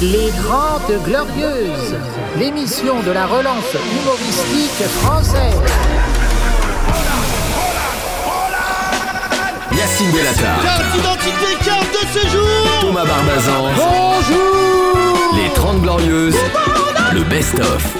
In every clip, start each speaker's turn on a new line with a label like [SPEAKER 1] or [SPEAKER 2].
[SPEAKER 1] Les Grandes Glorieuses, l'émission de la relance humoristique française.
[SPEAKER 2] Yacine Delata,
[SPEAKER 3] Carte d'identité, carte de séjour
[SPEAKER 2] Thomas Barbazan,
[SPEAKER 1] Bonjour
[SPEAKER 2] les 30 Glorieuses, le best-of.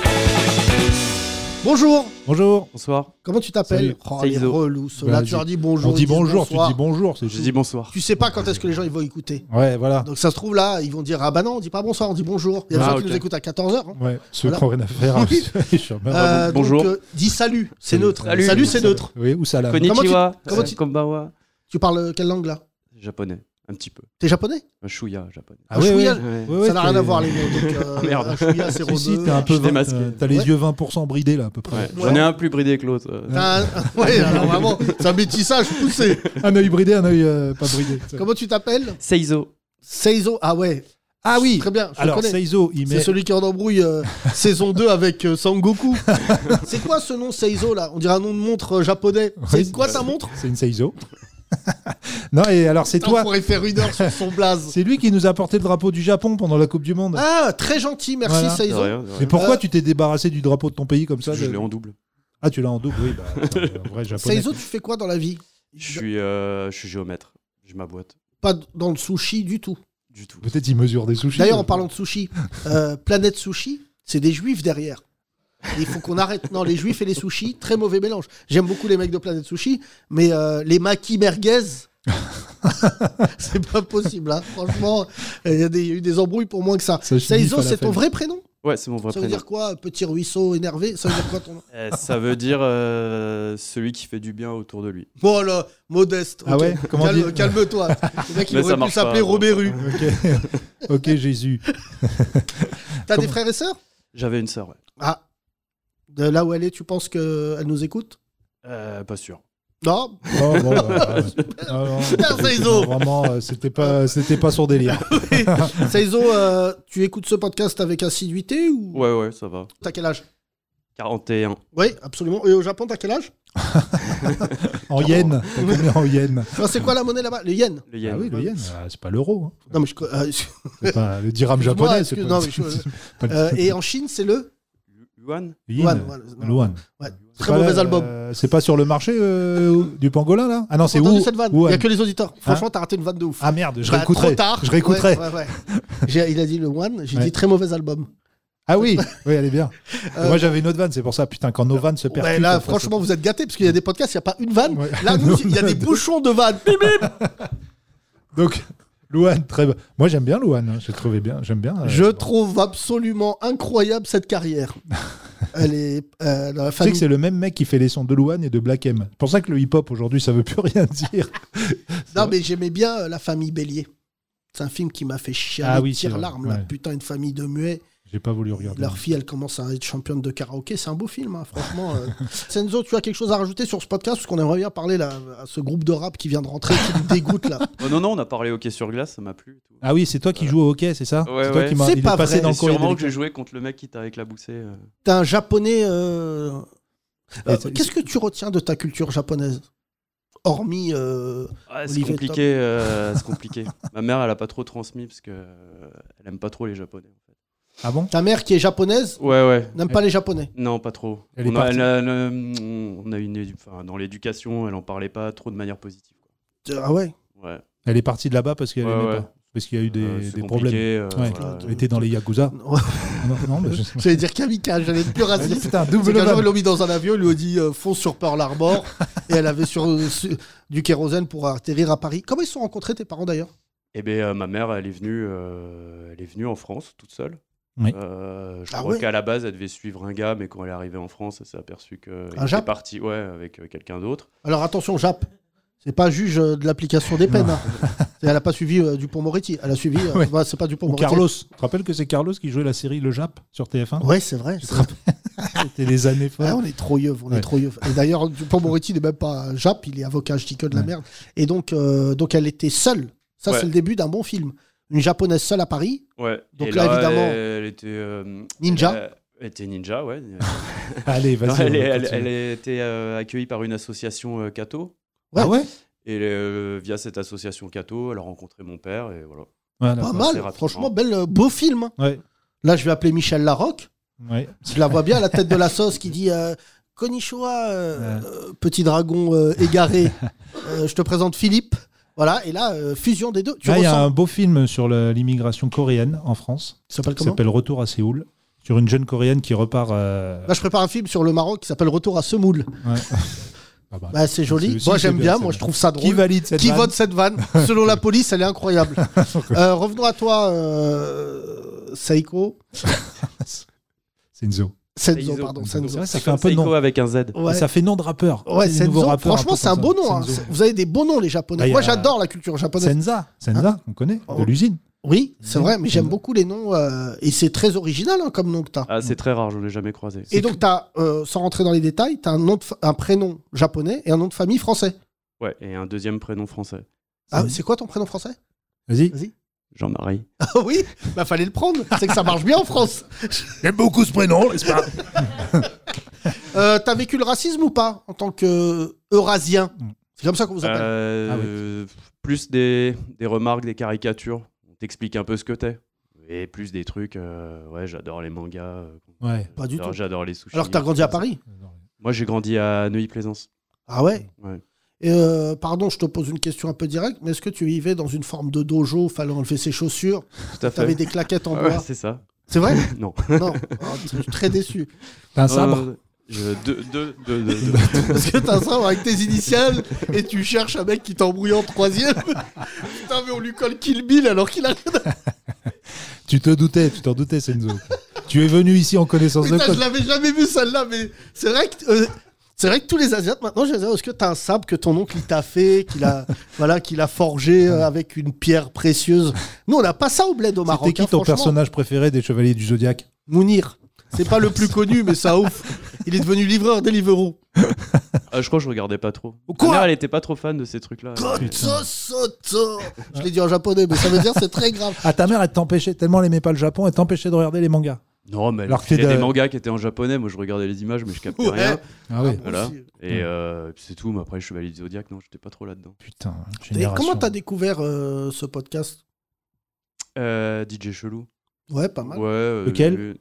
[SPEAKER 3] Bonjour
[SPEAKER 4] Bonjour.
[SPEAKER 5] Bonsoir.
[SPEAKER 3] Comment tu t'appelles
[SPEAKER 4] Salut,
[SPEAKER 3] Oh,
[SPEAKER 5] c'est
[SPEAKER 3] les
[SPEAKER 5] Iso.
[SPEAKER 3] relous, ceux-là,
[SPEAKER 4] Bah,
[SPEAKER 3] tu
[SPEAKER 4] je-
[SPEAKER 3] leur dis bonjour.
[SPEAKER 4] on dit
[SPEAKER 3] ils disent
[SPEAKER 4] bonjour, tu
[SPEAKER 3] bonsoir.
[SPEAKER 4] dis bonjour, c'est
[SPEAKER 5] Je dis bonsoir.
[SPEAKER 3] Tu sais pas quand est-ce que les gens ils vont écouter.
[SPEAKER 4] Ouais, voilà.
[SPEAKER 3] Donc ça se trouve là, ils vont dire ah bah non, on dit pas bonsoir, on dit bonjour. Il y a des
[SPEAKER 5] Ah,
[SPEAKER 3] gens qui
[SPEAKER 5] ok.
[SPEAKER 3] nous écoutent à 14h. hein.
[SPEAKER 4] Ouais, ceux
[SPEAKER 3] Voilà.
[SPEAKER 4] qui n'ont rien à faire.
[SPEAKER 3] Oui.
[SPEAKER 4] je suis un malheureux.
[SPEAKER 3] Euh, donc,
[SPEAKER 5] Bonjour.
[SPEAKER 3] euh, dis salut, c'est
[SPEAKER 4] Bah, Salut.
[SPEAKER 3] neutre. Salut,
[SPEAKER 5] Salut.
[SPEAKER 3] c'est neutre.
[SPEAKER 4] Oui, ou salam.
[SPEAKER 5] Konnichiwa,
[SPEAKER 3] comment tu-
[SPEAKER 5] euh, konbanwa.
[SPEAKER 3] Tu parles euh, quelle langue là
[SPEAKER 5] Japonais, un petit peu.
[SPEAKER 3] T'es japonais
[SPEAKER 5] Un chouïa japonais.
[SPEAKER 4] Ah oui, oui.
[SPEAKER 3] Chouïa,
[SPEAKER 5] Ouais.
[SPEAKER 4] Ouais, ouais,
[SPEAKER 3] Ça n'a
[SPEAKER 4] t'es-
[SPEAKER 3] rien à voir les mots. Donc, euh,
[SPEAKER 5] Merde.
[SPEAKER 3] Chouïa, c'est
[SPEAKER 4] Si, si,
[SPEAKER 3] Rodeux.
[SPEAKER 4] t'es un peu
[SPEAKER 5] Je t'ai
[SPEAKER 4] vingt-
[SPEAKER 5] masqué.
[SPEAKER 4] euh, T'as les
[SPEAKER 3] Ouais.
[SPEAKER 4] yeux 20% bridés là à peu près.
[SPEAKER 5] Ouais. J'en ai un plus bridé que l'autre. euh.
[SPEAKER 3] T'as un- Ouais, alors vraiment, c'est un métissage poussé.
[SPEAKER 4] Un œil bridé, un œil euh, pas bridé.
[SPEAKER 3] Comment tu t'appelles
[SPEAKER 5] Seizo.
[SPEAKER 3] Seizo. Ah ouais.
[SPEAKER 4] Ah oui.
[SPEAKER 3] Très bien, je le
[SPEAKER 4] Alors
[SPEAKER 3] connais.
[SPEAKER 4] Seizo, il
[SPEAKER 3] C'est
[SPEAKER 4] met.
[SPEAKER 3] celui qui est en embrouille euh, saison 2 avec euh, Sangoku. c'est quoi ce nom Seizo là On dirait un nom de montre euh, japonais. C'est
[SPEAKER 4] Oui.
[SPEAKER 3] quoi ta montre
[SPEAKER 4] C'est une Seizo. non et alors c'est
[SPEAKER 3] Putain, On
[SPEAKER 4] toi.
[SPEAKER 3] pourrait faire une heure sur son blaze.
[SPEAKER 4] C'est lui qui nous a porté le drapeau du Japon pendant la Coupe du Monde.
[SPEAKER 3] Ah, très gentil, merci
[SPEAKER 4] Voilà.
[SPEAKER 5] De
[SPEAKER 3] Seizo.
[SPEAKER 5] rien, de rien.
[SPEAKER 4] Mais pourquoi
[SPEAKER 3] Euh,
[SPEAKER 4] tu t'es débarrassé du drapeau de ton pays comme ça
[SPEAKER 5] Je
[SPEAKER 4] de-
[SPEAKER 5] l'ai en double.
[SPEAKER 4] Ah tu l'as en double, oui. Bah, c'est un vrai japonais.
[SPEAKER 3] Seizo, tu fais quoi dans la vie
[SPEAKER 5] Je suis, euh, je suis géomètre. J'ai ma boîte.
[SPEAKER 3] Pas d- dans le sushi du tout.
[SPEAKER 5] Du tout.
[SPEAKER 4] Peut-être il mesure des sushis.
[SPEAKER 3] D'ailleurs, en parlant de sushi, euh, Planète Sushi, c'est des juifs derrière. Et Il faut qu'on arrête. Non, les juifs et les sushis, très mauvais mélange. J'aime beaucoup les mecs de Planète Sushi, mais euh, les maquis merguez, c'est pas possible. hein. Franchement, il y, a des- il y a eu des embrouilles pour moins que ça.
[SPEAKER 4] Ça, je dis
[SPEAKER 3] Seizo, c'est
[SPEAKER 4] falafel.
[SPEAKER 3] ton vrai prénom
[SPEAKER 5] Ouais, c'est mon vrai
[SPEAKER 3] Ça veut
[SPEAKER 5] prénom.
[SPEAKER 3] dire quoi Petit ruisseau énervé Ça veut dire quoi ton nom
[SPEAKER 5] Euh, ça veut dire euh, celui qui fait du bien autour de lui.
[SPEAKER 3] Bon, là, modeste.
[SPEAKER 4] Ah
[SPEAKER 3] ok.
[SPEAKER 4] ouais Comment
[SPEAKER 3] Calme-
[SPEAKER 4] dire
[SPEAKER 3] Calme-toi. Le mec, il
[SPEAKER 5] Mais ça
[SPEAKER 3] aurait pu
[SPEAKER 5] marche pas,
[SPEAKER 3] s'appeler
[SPEAKER 5] non.
[SPEAKER 3] Robéru.
[SPEAKER 4] Ok, ok Jésus.
[SPEAKER 3] T'as des
[SPEAKER 4] Comment-
[SPEAKER 3] frères et sœurs
[SPEAKER 5] J'avais une sœur, ouais.
[SPEAKER 3] Ah. De là où elle est, tu penses qu'elle nous écoute
[SPEAKER 5] Euh, pas sûr.
[SPEAKER 3] Non,
[SPEAKER 4] Oh, bon, bah, ouais. Non, non,
[SPEAKER 3] Super,
[SPEAKER 4] c'était-
[SPEAKER 3] Seizo.
[SPEAKER 4] non, Vraiment, euh, c'était pas, c'était pas son délire.
[SPEAKER 3] Seizo, euh, tu écoutes ce podcast avec assiduité ou
[SPEAKER 5] Ouais, ouais, ça va.
[SPEAKER 3] t'as quel âge
[SPEAKER 5] 41.
[SPEAKER 3] Oui, absolument. Et au Japon, t'as quel âge
[SPEAKER 4] En yen, t'as combien en yen
[SPEAKER 3] Enfin, C'est quoi la monnaie là-bas Le yen
[SPEAKER 5] Le yen.
[SPEAKER 4] Ah oui, le yen, ah, c'est pas l'euro, hein.
[SPEAKER 3] Non, mais je. co- euh, excuse-
[SPEAKER 4] c'est pas Ah, le dirham
[SPEAKER 3] excuse-moi,
[SPEAKER 4] japonais, c'est
[SPEAKER 3] excuse-
[SPEAKER 4] pas,
[SPEAKER 3] non, mais je-
[SPEAKER 4] pas le
[SPEAKER 3] euh, Et en Chine, c'est le.
[SPEAKER 5] Yuan
[SPEAKER 4] yen,
[SPEAKER 3] Yuan, voilà, non.
[SPEAKER 4] le yuan.
[SPEAKER 3] Ouais,
[SPEAKER 4] C'est
[SPEAKER 3] Très
[SPEAKER 4] pas
[SPEAKER 3] mauvais
[SPEAKER 4] là,
[SPEAKER 3] album.
[SPEAKER 4] euh, c'est pas sur le marché euh, du pangolin là Ah non, c'est
[SPEAKER 3] T'as entendu
[SPEAKER 4] où
[SPEAKER 3] cette vanne Il
[SPEAKER 4] Wuhan.
[SPEAKER 3] n'y a que les auditeurs. Franchement, t'as raté une vanne de ouf.
[SPEAKER 4] Ah merde, je
[SPEAKER 3] Bah,
[SPEAKER 4] réécouterai.
[SPEAKER 3] Trop tard.
[SPEAKER 4] Je réécouterai.
[SPEAKER 3] Ouais, ouais, ouais. J'ai- Il a dit le one, j'ai
[SPEAKER 4] Ouais.
[SPEAKER 3] dit très mauvais album.
[SPEAKER 4] Ah oui, oui, elle est bien.
[SPEAKER 3] Euh,
[SPEAKER 4] Moi j'avais une autre vanne, c'est pour ça. Putain, quand nos vannes se percutent.
[SPEAKER 3] Ouais, là,
[SPEAKER 4] après,
[SPEAKER 3] franchement, vous êtes gâtés parce qu'il y a des podcasts, il n'y a pas une vanne.
[SPEAKER 4] hein, Ouais.
[SPEAKER 3] Là, nous, il y a des bouchons de vannes. Bip, bip.
[SPEAKER 4] c'est- donc Luan, très. bon. Moi j'aime bien Luan. hein, J'ai trouvé bien, j'aime bien. euh,
[SPEAKER 3] Je
[SPEAKER 4] bon.
[SPEAKER 3] trouve absolument incroyable cette carrière. Elle est euh, dans la
[SPEAKER 4] Tu sais que
[SPEAKER 3] famille.
[SPEAKER 4] c'est le même mec qui fait les sons de Luan et de Black M. C'est pour ça que le hip-hop aujourd'hui, ça veut plus rien dire.
[SPEAKER 3] Non, mais j'aimais bien euh, La famille Bélier. C'est un film qui m'a fait chialer,
[SPEAKER 4] Ah oui, c'est
[SPEAKER 3] tire
[SPEAKER 4] vrai,
[SPEAKER 3] larme.
[SPEAKER 4] ouais.
[SPEAKER 3] putain, une famille de muets.
[SPEAKER 4] J'ai pas voulu regarder.
[SPEAKER 3] Leur fille, elle commence à être championne de karaoké. C'est un beau film, hein, franchement. euh. Senzo, tu as quelque chose à rajouter sur ce podcast Parce qu'on aimerait bien parler là, à ce groupe de rap qui vient de rentrer, qui me dégoûte là.
[SPEAKER 5] Oh, non, non, on a parlé hockey sur glace, ça m'a plu. et tout.
[SPEAKER 4] Ah oui, c'est toi qui joues au hockey, c'est ça
[SPEAKER 5] Ouais,
[SPEAKER 4] C'est toi
[SPEAKER 5] ouais.
[SPEAKER 4] qui m'as
[SPEAKER 3] C'est
[SPEAKER 4] il est
[SPEAKER 3] pas
[SPEAKER 4] passé
[SPEAKER 3] vrai.
[SPEAKER 4] dans
[SPEAKER 5] Et
[SPEAKER 4] le courrier
[SPEAKER 5] sûrement
[SPEAKER 4] des
[SPEAKER 5] que j'ai joué contre le mec qui t'a éclaboussé. euh.
[SPEAKER 3] T'es un japonais. euh, euh,
[SPEAKER 4] c'est-
[SPEAKER 3] Qu'est-ce que tu retiens de ta culture japonaise Hormis. euh,
[SPEAKER 5] Ouais, Ah, c'est
[SPEAKER 3] Olivier
[SPEAKER 5] compliqué, euh, c'est compliqué. Ma mère, elle a pas trop transmis parce que euh, elle aime pas trop les Japonais. en fait.
[SPEAKER 4] Ah bon
[SPEAKER 3] Ta mère qui est japonaise
[SPEAKER 5] Ouais, ouais.
[SPEAKER 3] n'aime pas les japonais.
[SPEAKER 5] Non, pas trop.
[SPEAKER 4] Elle est
[SPEAKER 5] on, a,
[SPEAKER 4] partie.
[SPEAKER 5] elle a- elle a- on a une, édu- enfin, dans l'éducation, elle en parlait pas trop de manière positive.
[SPEAKER 3] Euh, Ah ouais
[SPEAKER 5] quoi. Ouais.
[SPEAKER 4] Elle est partie de là-bas parce qu'elle
[SPEAKER 5] Ouais,
[SPEAKER 4] aimait
[SPEAKER 5] ouais.
[SPEAKER 4] pas. Parce qu'il y a eu des,
[SPEAKER 5] Euh, c'est
[SPEAKER 4] des problèmes.
[SPEAKER 5] compliqué, euh,
[SPEAKER 4] Ouais.
[SPEAKER 5] voilà.
[SPEAKER 4] Elle était dans les Yakuza. Non, non, mais je-
[SPEAKER 3] J'allais dire kamikaze, j'allais être plus raciste.
[SPEAKER 4] Putain,
[SPEAKER 3] C'est
[SPEAKER 4] double
[SPEAKER 3] qu'un jour,
[SPEAKER 4] vanne.
[SPEAKER 3] ils l'ont mis dans un avion, ils lui ont dit euh, fonce sur Pearl Harbor, et elle avait sur, euh, su- du kérosène pour atterrir à Paris. Comment ils se sont rencontrés, tes parents d'ailleurs
[SPEAKER 5] Eh ben, euh, ma mère, elle est venue, euh, elle est venue en France toute seule.
[SPEAKER 4] Oui.
[SPEAKER 5] Euh, je
[SPEAKER 3] Ah
[SPEAKER 5] crois
[SPEAKER 3] ouais
[SPEAKER 5] qu'à la base, elle devait suivre un gars, mais quand elle est arrivée en France, elle s'est aperçue que elle
[SPEAKER 3] Jap
[SPEAKER 5] était partie, ouais, avec euh, quelqu'un d'autre.
[SPEAKER 3] Alors attention, Jap, c'est pas juge euh, de l'application des peines. hein. Et Elle n'a pas suivi du Dupont-Moretti, elle a suivi. euh,
[SPEAKER 4] Ouais.
[SPEAKER 3] bah, c'est pas Dupont
[SPEAKER 4] Ou
[SPEAKER 3] Moretti.
[SPEAKER 4] Carlos. Tu te rappelles que c'est Carlos qui jouait la série Le Jap sur TF1
[SPEAKER 3] Ouais, c'est vrai. c'est vrai.
[SPEAKER 4] C'était les années
[SPEAKER 3] Ah,
[SPEAKER 4] folles.
[SPEAKER 3] on est trop yeux, on est
[SPEAKER 4] Ouais.
[SPEAKER 3] trop yeux. Et d'ailleurs, Dupont-Moretti n'est même pas Jap, il est avocat, je dis que de la
[SPEAKER 4] Ouais.
[SPEAKER 3] merde. Et donc, euh, donc elle était seule. Ça,
[SPEAKER 5] Ouais.
[SPEAKER 3] c'est le début d'un bon film. Une japonaise seule à Paris,
[SPEAKER 5] Ouais.
[SPEAKER 3] Donc
[SPEAKER 5] Et
[SPEAKER 3] là, évidemment-
[SPEAKER 5] elle, elle était euh,
[SPEAKER 3] Ninja.
[SPEAKER 5] elle, elle était ninja, ouais.
[SPEAKER 4] Allez, vas-y.
[SPEAKER 5] Non, elle,
[SPEAKER 4] on
[SPEAKER 5] est- elle-
[SPEAKER 4] continue.
[SPEAKER 5] elle a été euh, accueillie par une association euh, Cato.
[SPEAKER 4] Ah ouais
[SPEAKER 5] Et euh, via cette association Cato, elle a rencontré mon père. Et voilà.
[SPEAKER 4] Ouais,
[SPEAKER 3] Pas
[SPEAKER 4] d'accord.
[SPEAKER 5] c'est
[SPEAKER 3] mal,
[SPEAKER 5] rapidement.
[SPEAKER 3] franchement, bel, euh, beau film. hein.
[SPEAKER 4] Ouais,
[SPEAKER 3] Là, je vais appeler Michel Larocque.
[SPEAKER 4] ouais.
[SPEAKER 3] Je la vois bien à la tête de la sauce qui dit euh, Konnichiwa, euh, euh, petit dragon euh, égaré, Euh, je te présente Philippe. Voilà, et là, euh, fusion des deux. Tu
[SPEAKER 4] Là, Ah, il y a
[SPEAKER 3] ressens.
[SPEAKER 4] un beau film sur la- l'immigration coréenne en France.
[SPEAKER 3] Ça s'appelle
[SPEAKER 4] qui
[SPEAKER 3] comment
[SPEAKER 4] s'appelle Retour à Séoul. Sur une jeune coréenne qui repart. euh,
[SPEAKER 3] Là, je prépare un film sur le Maroc qui s'appelle Retour à Semoule.
[SPEAKER 4] ouais. Ah bah,
[SPEAKER 3] Bah, c'est joli.
[SPEAKER 4] c'est-
[SPEAKER 3] Moi,
[SPEAKER 4] si, c'est
[SPEAKER 3] j'aime
[SPEAKER 4] bien,
[SPEAKER 3] bien.
[SPEAKER 4] c'est
[SPEAKER 3] Moi,
[SPEAKER 4] bien.
[SPEAKER 3] je trouve ça drôle.
[SPEAKER 4] Qui valide cette
[SPEAKER 3] Qui
[SPEAKER 4] vanne
[SPEAKER 3] vote cette vanne Selon la police, elle est incroyable. Euh, revenons à toi, euh, Seiko.
[SPEAKER 4] Senzo.
[SPEAKER 3] Senzo,
[SPEAKER 5] Seizo.
[SPEAKER 3] pardon.
[SPEAKER 4] C'est
[SPEAKER 3] Senzo.
[SPEAKER 4] vrai, ça fait un peu de
[SPEAKER 5] Psycho
[SPEAKER 4] nom.
[SPEAKER 5] avec un Z.
[SPEAKER 3] Ouais.
[SPEAKER 4] Ça fait nom de rappeur.
[SPEAKER 3] Ouais,
[SPEAKER 4] C'est des nouveaux
[SPEAKER 3] Senzo.
[SPEAKER 4] rappeurs un peu
[SPEAKER 3] Franchement, c'est un
[SPEAKER 4] comme
[SPEAKER 3] beau
[SPEAKER 4] ça.
[SPEAKER 3] nom. hein.
[SPEAKER 4] Senzo.
[SPEAKER 3] Vous avez des beaux noms, les
[SPEAKER 4] Bah,
[SPEAKER 3] japonais.
[SPEAKER 4] il y
[SPEAKER 3] Moi,
[SPEAKER 4] a-
[SPEAKER 3] j'adore la culture japonaise. Hein
[SPEAKER 4] Senza, Senza, on connaît,
[SPEAKER 3] Ah
[SPEAKER 4] de l'usine.
[SPEAKER 3] Oui, c'est
[SPEAKER 4] Oui.
[SPEAKER 3] vrai, mais j'aime beaucoup les noms. euh, et c'est très original hein, comme nom que tu as.
[SPEAKER 5] Ah, c'est très rare, je l'ai jamais croisé.
[SPEAKER 3] et donc, t'as, euh, sans rentrer dans les détails, tu as un, nom de fa- un prénom japonais et un nom de famille français.
[SPEAKER 5] Ouais, et un deuxième prénom français,
[SPEAKER 3] Ah,
[SPEAKER 4] C'est-
[SPEAKER 3] c'est quoi ton prénom français
[SPEAKER 4] Vas-y.
[SPEAKER 5] Jean-Marie.
[SPEAKER 3] Ah oui, bah fallait le prendre. C'est que ça marche bien en France.
[SPEAKER 4] J'aime beaucoup ce prénom, n'est-ce pas
[SPEAKER 3] Euh, T'as vécu le racisme ou pas en tant que euh, Eurasien
[SPEAKER 4] Mm.
[SPEAKER 3] C'est comme ça qu'on vous appelle.
[SPEAKER 5] Euh,
[SPEAKER 4] Ah oui.
[SPEAKER 5] euh, Plus des, des remarques, des caricatures. On t'explique un peu ce que t'es. Et plus des trucs. euh, ouais, j'adore les mangas. euh,
[SPEAKER 4] Ouais.
[SPEAKER 3] Pas du
[SPEAKER 5] j'adore-
[SPEAKER 3] tout.
[SPEAKER 5] J'adore les sushis.
[SPEAKER 3] Alors que t'as grandi à Paris.
[SPEAKER 5] Moi, j'ai grandi à Neuilly-Plaisance.
[SPEAKER 3] Ah ouais.
[SPEAKER 5] Ouais.
[SPEAKER 3] Et, euh, pardon, je te pose une question un peu directe, mais est-ce que tu vivais dans une forme de dojo Fallait enlever ses chaussures.
[SPEAKER 5] Tout à fait.
[SPEAKER 3] T'avais des claquettes en
[SPEAKER 5] Ah
[SPEAKER 3] bois.
[SPEAKER 5] ouais, c'est ça.
[SPEAKER 3] c'est vrai
[SPEAKER 5] Non. Euh,
[SPEAKER 3] Non. Oh, je suis très déçu.
[SPEAKER 4] T'as un
[SPEAKER 5] Non,
[SPEAKER 4] sabre
[SPEAKER 5] non, je- deux, deux, deux, deux- deux.
[SPEAKER 3] Parce que t'as ça avec tes initiales et tu cherches un mec qui t'embrouille en troisième. Putain, mais on lui colle Kill Bill alors qu'il a rien
[SPEAKER 4] Tu te doutais, tu t'en doutais, Senzo. tu es venu ici en connaissance de
[SPEAKER 3] Putain, je
[SPEAKER 4] cause.
[SPEAKER 3] l'avais jamais vu celle-là, mais c'est vrai que. euh, C'est vrai que tous les Asiates, maintenant, je les ai, est-ce que t'as un sabre que ton oncle il t'a fait, qu'il a, voilà, qu'il a forgé euh, avec une pierre précieuse Nous, on n'a pas ça au bled au Maroc.
[SPEAKER 4] C'était qui
[SPEAKER 3] hein,
[SPEAKER 4] ton
[SPEAKER 3] franchement.
[SPEAKER 4] personnage préféré des Chevaliers du Zodiac
[SPEAKER 3] Mounir. C'est pas le plus connu, mais ça ouf. Il est devenu livreur Deliveroo.
[SPEAKER 5] Ah, je crois que je regardais pas trop.
[SPEAKER 3] Quoi
[SPEAKER 5] Ma mère, elle était pas trop fan de ces trucs-là.
[SPEAKER 3] Kotsosoto. Je l'ai dit en japonais, mais ça veut dire c'est très grave.
[SPEAKER 4] Ah, ta mère, elle t'empêchait, tellement elle aimait pas le Japon, elle t'empêchait de regarder les mangas.
[SPEAKER 5] Non, mais
[SPEAKER 4] Alors que
[SPEAKER 5] il y a
[SPEAKER 4] t'es
[SPEAKER 5] des
[SPEAKER 4] de-
[SPEAKER 5] mangas qui étaient en japonais. Moi, je regardais les images, mais je captais
[SPEAKER 3] Ouais.
[SPEAKER 5] rien.
[SPEAKER 4] Ah oui,
[SPEAKER 5] Voilà.
[SPEAKER 3] Aussi.
[SPEAKER 5] Et euh, c'est tout. Mais après, Chevalier du Zodiac, non, j'étais pas trop là-dedans.
[SPEAKER 4] putain.
[SPEAKER 3] Et
[SPEAKER 4] Génération.
[SPEAKER 3] comment t'as découvert euh, ce podcast
[SPEAKER 5] Euh, DJ Chelou.
[SPEAKER 3] Ouais, pas mal.
[SPEAKER 5] Ouais. euh,
[SPEAKER 4] Lequel
[SPEAKER 5] j'ai vu-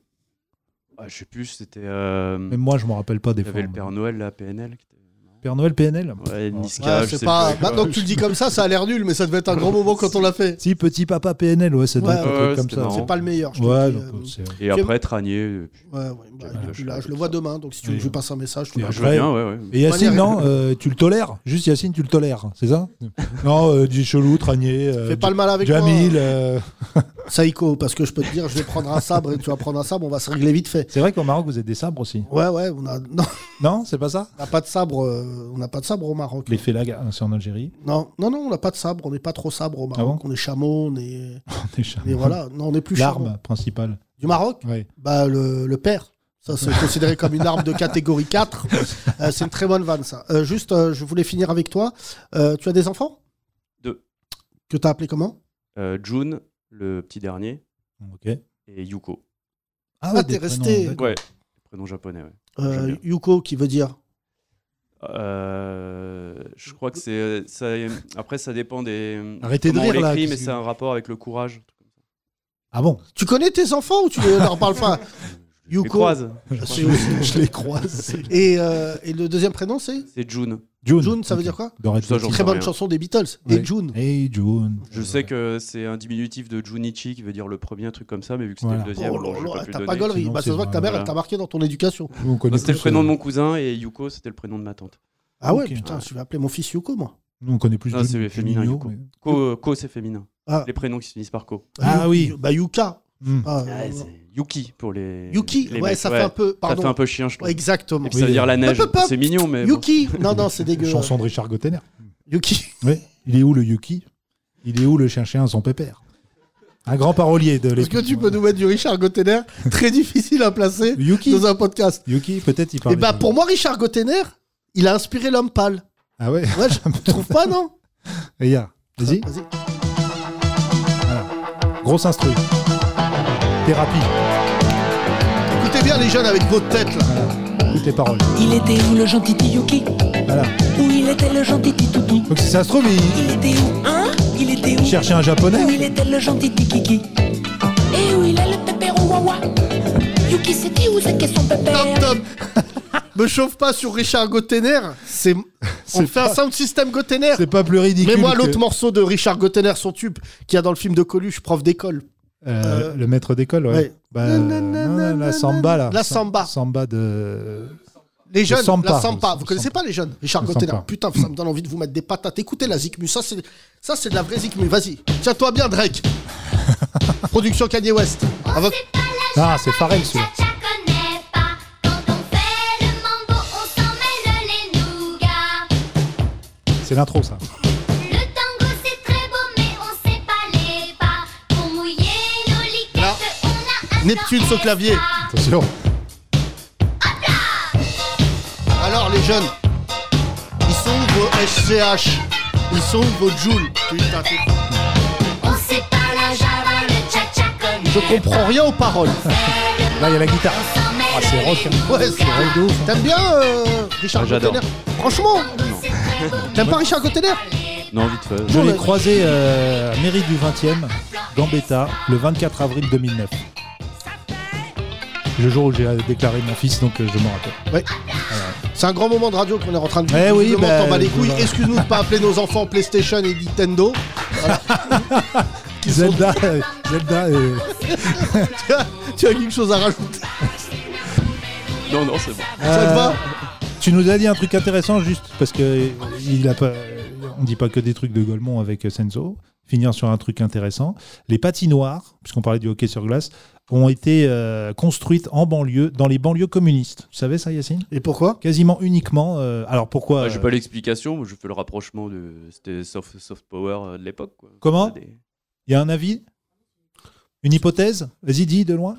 [SPEAKER 5] Ah, Je sais plus, c'était. Euh...
[SPEAKER 4] Même moi, je m'en rappelle pas des
[SPEAKER 5] il y
[SPEAKER 4] fois.
[SPEAKER 5] avait le Père Noël, la PNL. qui était-
[SPEAKER 4] Père Noël PNL
[SPEAKER 5] Ouais, Niska,
[SPEAKER 3] Ouais,
[SPEAKER 5] je
[SPEAKER 3] c'est
[SPEAKER 5] sais
[SPEAKER 3] pas...
[SPEAKER 5] plus.
[SPEAKER 3] Bah, Maintenant que tu le dis comme ça, ça a l'air nul, mais ça devait être un grand moment quand on l'a fait.
[SPEAKER 4] Si, petit papa PNL, ouais, c'est
[SPEAKER 3] Ouais,
[SPEAKER 5] ouais,
[SPEAKER 4] comme
[SPEAKER 5] c'était
[SPEAKER 4] ça.
[SPEAKER 5] marrant.
[SPEAKER 3] C'est pas le meilleur. je te
[SPEAKER 4] Ouais,
[SPEAKER 3] le dis,
[SPEAKER 4] donc,
[SPEAKER 3] euh,
[SPEAKER 4] c'est-
[SPEAKER 5] Et après, Tranier. euh, puis-
[SPEAKER 3] Ouais, ouais,
[SPEAKER 5] J'ai
[SPEAKER 3] bah, il est
[SPEAKER 5] pas
[SPEAKER 3] plus
[SPEAKER 5] la
[SPEAKER 3] là.
[SPEAKER 5] chance
[SPEAKER 3] Je
[SPEAKER 5] de
[SPEAKER 3] le vois
[SPEAKER 5] ça.
[SPEAKER 3] demain, donc si tu
[SPEAKER 4] Oui.
[SPEAKER 3] veux que je passe un message, tu
[SPEAKER 4] Et
[SPEAKER 3] le
[SPEAKER 5] Je
[SPEAKER 4] après-
[SPEAKER 5] veux bien, ouais, ouais.
[SPEAKER 4] Et Yacine,
[SPEAKER 3] manière-
[SPEAKER 4] non, euh, tu le tolères Juste Yacine, tu le tolères, c'est ça Non, euh, du chelou, Tranier, euh,
[SPEAKER 3] Fais pas le mal avec
[SPEAKER 4] Jamil.
[SPEAKER 3] moi.
[SPEAKER 4] euh,
[SPEAKER 3] Saïko, parce que je peux te dire, je vais prendre un sabre et tu vas prendre un sabre, on va se régler vite fait.
[SPEAKER 4] C'est vrai qu'au Maroc, vous êtes des sabres aussi.
[SPEAKER 3] Ouais, ouais, on a, non,
[SPEAKER 4] Non, c'est pas ça
[SPEAKER 3] on a pas de sabre, euh, on n'a pas de sabre au Maroc.
[SPEAKER 4] Les félagas, c'est en Algérie.
[SPEAKER 3] Non, non, non, on n'a pas de sabre, on n'est pas trop sabre au Maroc.
[SPEAKER 4] Ah
[SPEAKER 3] on est chameau, on est,
[SPEAKER 4] Des chats.
[SPEAKER 3] et voilà, non, on est plus chameau.
[SPEAKER 4] L'arme principale.
[SPEAKER 3] Du Maroc,
[SPEAKER 4] Ouais.
[SPEAKER 3] bah le, le père. Ça, c'est considéré comme une arme de catégorie 4. Euh, c'est une très bonne vanne, ça. Euh, juste, euh, je voulais finir avec toi. Euh, tu as des enfants
[SPEAKER 5] Deux.
[SPEAKER 3] Que t'as appelé comment
[SPEAKER 5] Euh, June, le petit dernier,
[SPEAKER 4] Ok.
[SPEAKER 5] et Yuko.
[SPEAKER 3] Ah,
[SPEAKER 4] des
[SPEAKER 3] t'es
[SPEAKER 4] prénoms,
[SPEAKER 3] resté-
[SPEAKER 4] d'accord.
[SPEAKER 5] Ouais. Prénom japonais, ouais.
[SPEAKER 3] Euh,
[SPEAKER 5] J'aime bien.
[SPEAKER 3] Yuko, qui veut dire
[SPEAKER 5] Euh, je crois que c'est ça. Après, ça dépend des.
[SPEAKER 4] Arrêtez de
[SPEAKER 5] comment
[SPEAKER 4] rire,
[SPEAKER 5] on
[SPEAKER 4] là,
[SPEAKER 5] l'écrit,
[SPEAKER 4] qu'est-ce
[SPEAKER 5] mais
[SPEAKER 4] que-
[SPEAKER 5] c'est un rapport avec le courage.
[SPEAKER 4] Ah bon
[SPEAKER 3] Tu connais tes enfants ou tu ne leur parles pas
[SPEAKER 5] Je les
[SPEAKER 3] Yuko.
[SPEAKER 5] croise.
[SPEAKER 3] C'est- Je les croise. Et, euh, et le deuxième prénom, c'est
[SPEAKER 5] C'est June.
[SPEAKER 4] June.
[SPEAKER 3] June, ça veut
[SPEAKER 4] Ok.
[SPEAKER 3] dire quoi
[SPEAKER 4] Dorothy.
[SPEAKER 5] Ça, j'en
[SPEAKER 3] Très bonne
[SPEAKER 5] rien.
[SPEAKER 3] chanson des Beatles.
[SPEAKER 4] Ouais.
[SPEAKER 3] Et June.
[SPEAKER 4] Hey June.
[SPEAKER 5] Je sais que c'est un diminutif de Junichi qui veut dire le premier, un truc comme ça, mais vu que c'était
[SPEAKER 4] Voilà.
[SPEAKER 5] le deuxième,
[SPEAKER 3] Oh
[SPEAKER 5] bon,
[SPEAKER 3] là
[SPEAKER 5] j'ai
[SPEAKER 3] là,
[SPEAKER 5] pas pu
[SPEAKER 3] t'as
[SPEAKER 5] le
[SPEAKER 3] pas
[SPEAKER 5] donner.
[SPEAKER 3] gaulerie.
[SPEAKER 4] sinon
[SPEAKER 3] Bah, ça
[SPEAKER 4] c'est
[SPEAKER 3] se voit que ta mère,
[SPEAKER 5] voilà.
[SPEAKER 3] elle t'a marqué dans ton éducation.
[SPEAKER 4] Nous, on connaît
[SPEAKER 5] C'était le
[SPEAKER 4] plus,
[SPEAKER 5] prénom
[SPEAKER 4] euh,
[SPEAKER 5] de mon cousin et Yuko, c'était le prénom de ma tante.
[SPEAKER 3] Ah ouais,
[SPEAKER 4] Ok.
[SPEAKER 3] putain, je vais appeler mon fils Yuko, moi.
[SPEAKER 4] Nous, on connaît plus
[SPEAKER 5] Non,
[SPEAKER 4] June
[SPEAKER 5] c'est
[SPEAKER 4] que
[SPEAKER 5] féminin,
[SPEAKER 4] Juninho,
[SPEAKER 5] Yoko.
[SPEAKER 4] mais-
[SPEAKER 5] Ko, euh, Ko, c'est féminin.
[SPEAKER 3] Ah.
[SPEAKER 5] Les prénoms qui se finissent par Ko.
[SPEAKER 4] Ah
[SPEAKER 3] Yu-
[SPEAKER 4] oui.
[SPEAKER 3] Bah, Yuka.
[SPEAKER 4] Hmm.
[SPEAKER 3] Ah,
[SPEAKER 5] Ouais,
[SPEAKER 3] euh,
[SPEAKER 5] c'est Yuki pour les.
[SPEAKER 3] Yuki,
[SPEAKER 5] les
[SPEAKER 3] ouais,
[SPEAKER 5] mecs,
[SPEAKER 3] ça fait un peu.
[SPEAKER 5] ça fait
[SPEAKER 3] Pardon.
[SPEAKER 5] un peu chien, je trouve.
[SPEAKER 3] Ouais, Exactement.
[SPEAKER 5] Et puis ça veut
[SPEAKER 4] Oui.
[SPEAKER 5] dire la neige.
[SPEAKER 3] Hop, hop, hop.
[SPEAKER 5] C'est mignon, mais. bon.
[SPEAKER 3] Yuki Non, non, c'est dégueu.
[SPEAKER 4] Chanson de Richard Gottener.
[SPEAKER 3] Yuki.
[SPEAKER 4] Oui. Il est où le Yuki Il est où le chien-chien à son pépère Un grand parolier de
[SPEAKER 3] Est-ce
[SPEAKER 4] l'époque.
[SPEAKER 3] que tu peux nous mettre du Richard Gottener Très difficile à placer
[SPEAKER 4] Yuki
[SPEAKER 3] dans un podcast.
[SPEAKER 4] Yuki, peut-être il
[SPEAKER 3] Et
[SPEAKER 4] parle.
[SPEAKER 3] bah, pour moi, Richard Gottener, il a inspiré l'homme pâle.
[SPEAKER 4] Ah ouais
[SPEAKER 3] Ouais, je trouve pas, non
[SPEAKER 4] Et y'a. Vas-y. Grosse instru. Thérapie.
[SPEAKER 3] Écoutez bien les jeunes avec vos têtes, là.
[SPEAKER 4] Voilà. Toutes les paroles.
[SPEAKER 6] Il était où le gentil petit Yuki
[SPEAKER 4] Voilà.
[SPEAKER 6] Où il était le gentil petit toutou
[SPEAKER 4] Donc si ça se trouve, il-
[SPEAKER 6] Il était où Hein Il était Et où
[SPEAKER 4] Chercher un
[SPEAKER 6] Et où
[SPEAKER 4] japonais
[SPEAKER 6] il était le gentil Tikiki Et Eh, où il est le pépère Wawa Yuki c'est qui où c'est qu'est son pépère
[SPEAKER 3] Top, top. Me chauffe pas sur Richard Gottener. C'est, on
[SPEAKER 4] C'est
[SPEAKER 3] fait un
[SPEAKER 4] pas-
[SPEAKER 3] sound system Gottener.
[SPEAKER 4] C'est pas plus ridicule.
[SPEAKER 3] Mets-moi
[SPEAKER 4] que,
[SPEAKER 3] l'autre morceau de Richard Gottener, son tube, qu'il y a dans le film de Coluche, prof d'école.
[SPEAKER 4] euh, Le maître d'école, ouais.
[SPEAKER 3] Ouais.
[SPEAKER 4] Bah, euh,
[SPEAKER 3] Nanana,
[SPEAKER 4] non, non, la samba, là.
[SPEAKER 3] La samba.
[SPEAKER 4] Samba de.
[SPEAKER 3] Les jeunes,
[SPEAKER 4] Sampa.
[SPEAKER 3] la Sampa.
[SPEAKER 4] Le
[SPEAKER 3] Vous connaissez
[SPEAKER 4] Sampa.
[SPEAKER 3] pas les jeunes Richard
[SPEAKER 4] Le
[SPEAKER 3] Gottener.
[SPEAKER 4] Sampa.
[SPEAKER 3] Putain, ça me donne envie de vous mettre des patates. Écoutez la Zikmu, ça c'est, ça c'est de la vraie Zikmu. Vas-y, tiens-toi bien, Drake. Production Kanye West. Avec-
[SPEAKER 4] Ah, c'est pareil, celui-là.
[SPEAKER 7] Cha-cha connaît pas. Quand on fait le mambo, on s'en mêle les nougats.
[SPEAKER 4] C'est l'intro, ça.
[SPEAKER 7] Le tango c'est très beau, mais on sait pas les pas. Pour mouiller nos liquettes, on a un
[SPEAKER 3] Neptune sur clavier.
[SPEAKER 7] orchestre.
[SPEAKER 4] Attention.
[SPEAKER 3] Alors les jeunes, ils sont où vos SCH Ils sont où vos Joule Putain, t'es-
[SPEAKER 7] On sait pas la java, le cha-cha connaît.
[SPEAKER 3] je comprends rien aux paroles.
[SPEAKER 4] Là, il y a la guitare. Ah, c'est rock. hein.
[SPEAKER 3] Ouais, c'est vrai de ouf. T'aimes bien euh, Richard
[SPEAKER 5] Ah, j'adore.
[SPEAKER 3] Gottener Franchement T'aimes pas Richard Gottener
[SPEAKER 5] Non, vite fait.
[SPEAKER 4] Je
[SPEAKER 3] Non,
[SPEAKER 4] l'ai
[SPEAKER 3] mais-
[SPEAKER 4] croisé euh, à mairie du 20e, Gambetta, le 24 avril 2009. Le jour où j'ai déclaré mon fils, donc euh, je m'en rappelle.
[SPEAKER 3] Ouais. C'est un grand moment de radio qu'on est en train de
[SPEAKER 4] Eh oui,
[SPEAKER 3] Visiblement,
[SPEAKER 4] bah,
[SPEAKER 3] t'en bats les couilles.
[SPEAKER 4] voilà.
[SPEAKER 3] Excuse-nous de pas appeler nos enfants PlayStation et Nintendo.
[SPEAKER 4] Zelda, euh, Zelda, euh,
[SPEAKER 3] tu as quelque chose à rajouter
[SPEAKER 5] Non, non, c'est bon.
[SPEAKER 3] Ça te va
[SPEAKER 4] Euh, tu nous as dit un truc intéressant juste parce que euh, il a pas, on dit pas que des trucs de Golemont avec euh, Senzo. Finir sur un truc intéressant. Les patinoires, puisqu'on parlait du hockey sur glace, ont été euh, construites en banlieue, dans les banlieues communistes. Tu savais ça, Yacine
[SPEAKER 3] Et pourquoi
[SPEAKER 4] Quasiment uniquement. euh, alors pourquoi
[SPEAKER 5] Ah, J'ai
[SPEAKER 4] euh,
[SPEAKER 5] pas l'explication, mais je fais le rapprochement de c'était soft, soft power euh, de l'époque. quoi.
[SPEAKER 4] Comment
[SPEAKER 5] Des-
[SPEAKER 4] Il y a un avis Une hypothèse Vas-y, dis de loin.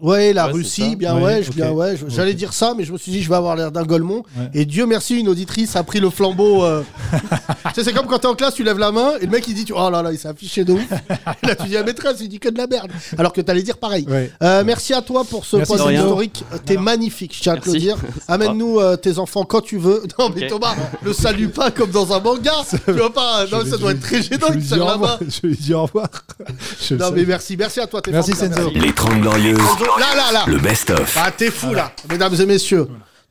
[SPEAKER 3] Ouais, la
[SPEAKER 5] Ouais, c'est
[SPEAKER 3] Russie,
[SPEAKER 5] ça.
[SPEAKER 3] bien
[SPEAKER 4] Ouais,
[SPEAKER 3] ouais, je-
[SPEAKER 4] ok.
[SPEAKER 3] bien ouais. je- J'allais
[SPEAKER 4] Ok.
[SPEAKER 3] dire ça, mais je me suis dit, je vais avoir l'air d'un golemont.
[SPEAKER 4] Ouais.
[SPEAKER 3] Et Dieu merci, une auditrice a pris le flambeau. euh. tu sais, c'est comme quand t'es en classe, tu lèves la main, et le mec il dit, tu- oh là là, il s'est affiché de ouf. Et là, tu dis à la maîtresse, il dit que de la merde. Alors que t'allais dire pareil.
[SPEAKER 4] Ouais.
[SPEAKER 3] Euh, merci à toi pour ce
[SPEAKER 4] Merci
[SPEAKER 3] point
[SPEAKER 5] de rien.
[SPEAKER 3] historique. Euh, T'es magnifique, je tiens à te le
[SPEAKER 5] Merci.
[SPEAKER 3] dire. Amène-nous euh, tes enfants quand tu veux. Non, mais
[SPEAKER 5] Ok.
[SPEAKER 3] Thomas, le salue pas comme dans un manga. tu vois pas, non, ça doit être très gênant,
[SPEAKER 4] Je
[SPEAKER 3] il
[SPEAKER 4] lui dis
[SPEAKER 3] serre
[SPEAKER 4] au
[SPEAKER 3] la main.
[SPEAKER 4] revoir. Je lui dis au revoir. Je
[SPEAKER 3] Non,
[SPEAKER 4] sais.
[SPEAKER 3] mais merci, merci à toi, t'es
[SPEAKER 4] Merci
[SPEAKER 3] formidable.
[SPEAKER 4] Senzo.
[SPEAKER 2] Les 30 Glorieuses,
[SPEAKER 3] Là, là, là.
[SPEAKER 2] le best-of.
[SPEAKER 3] Ah, t'es fou là, mesdames et messieurs.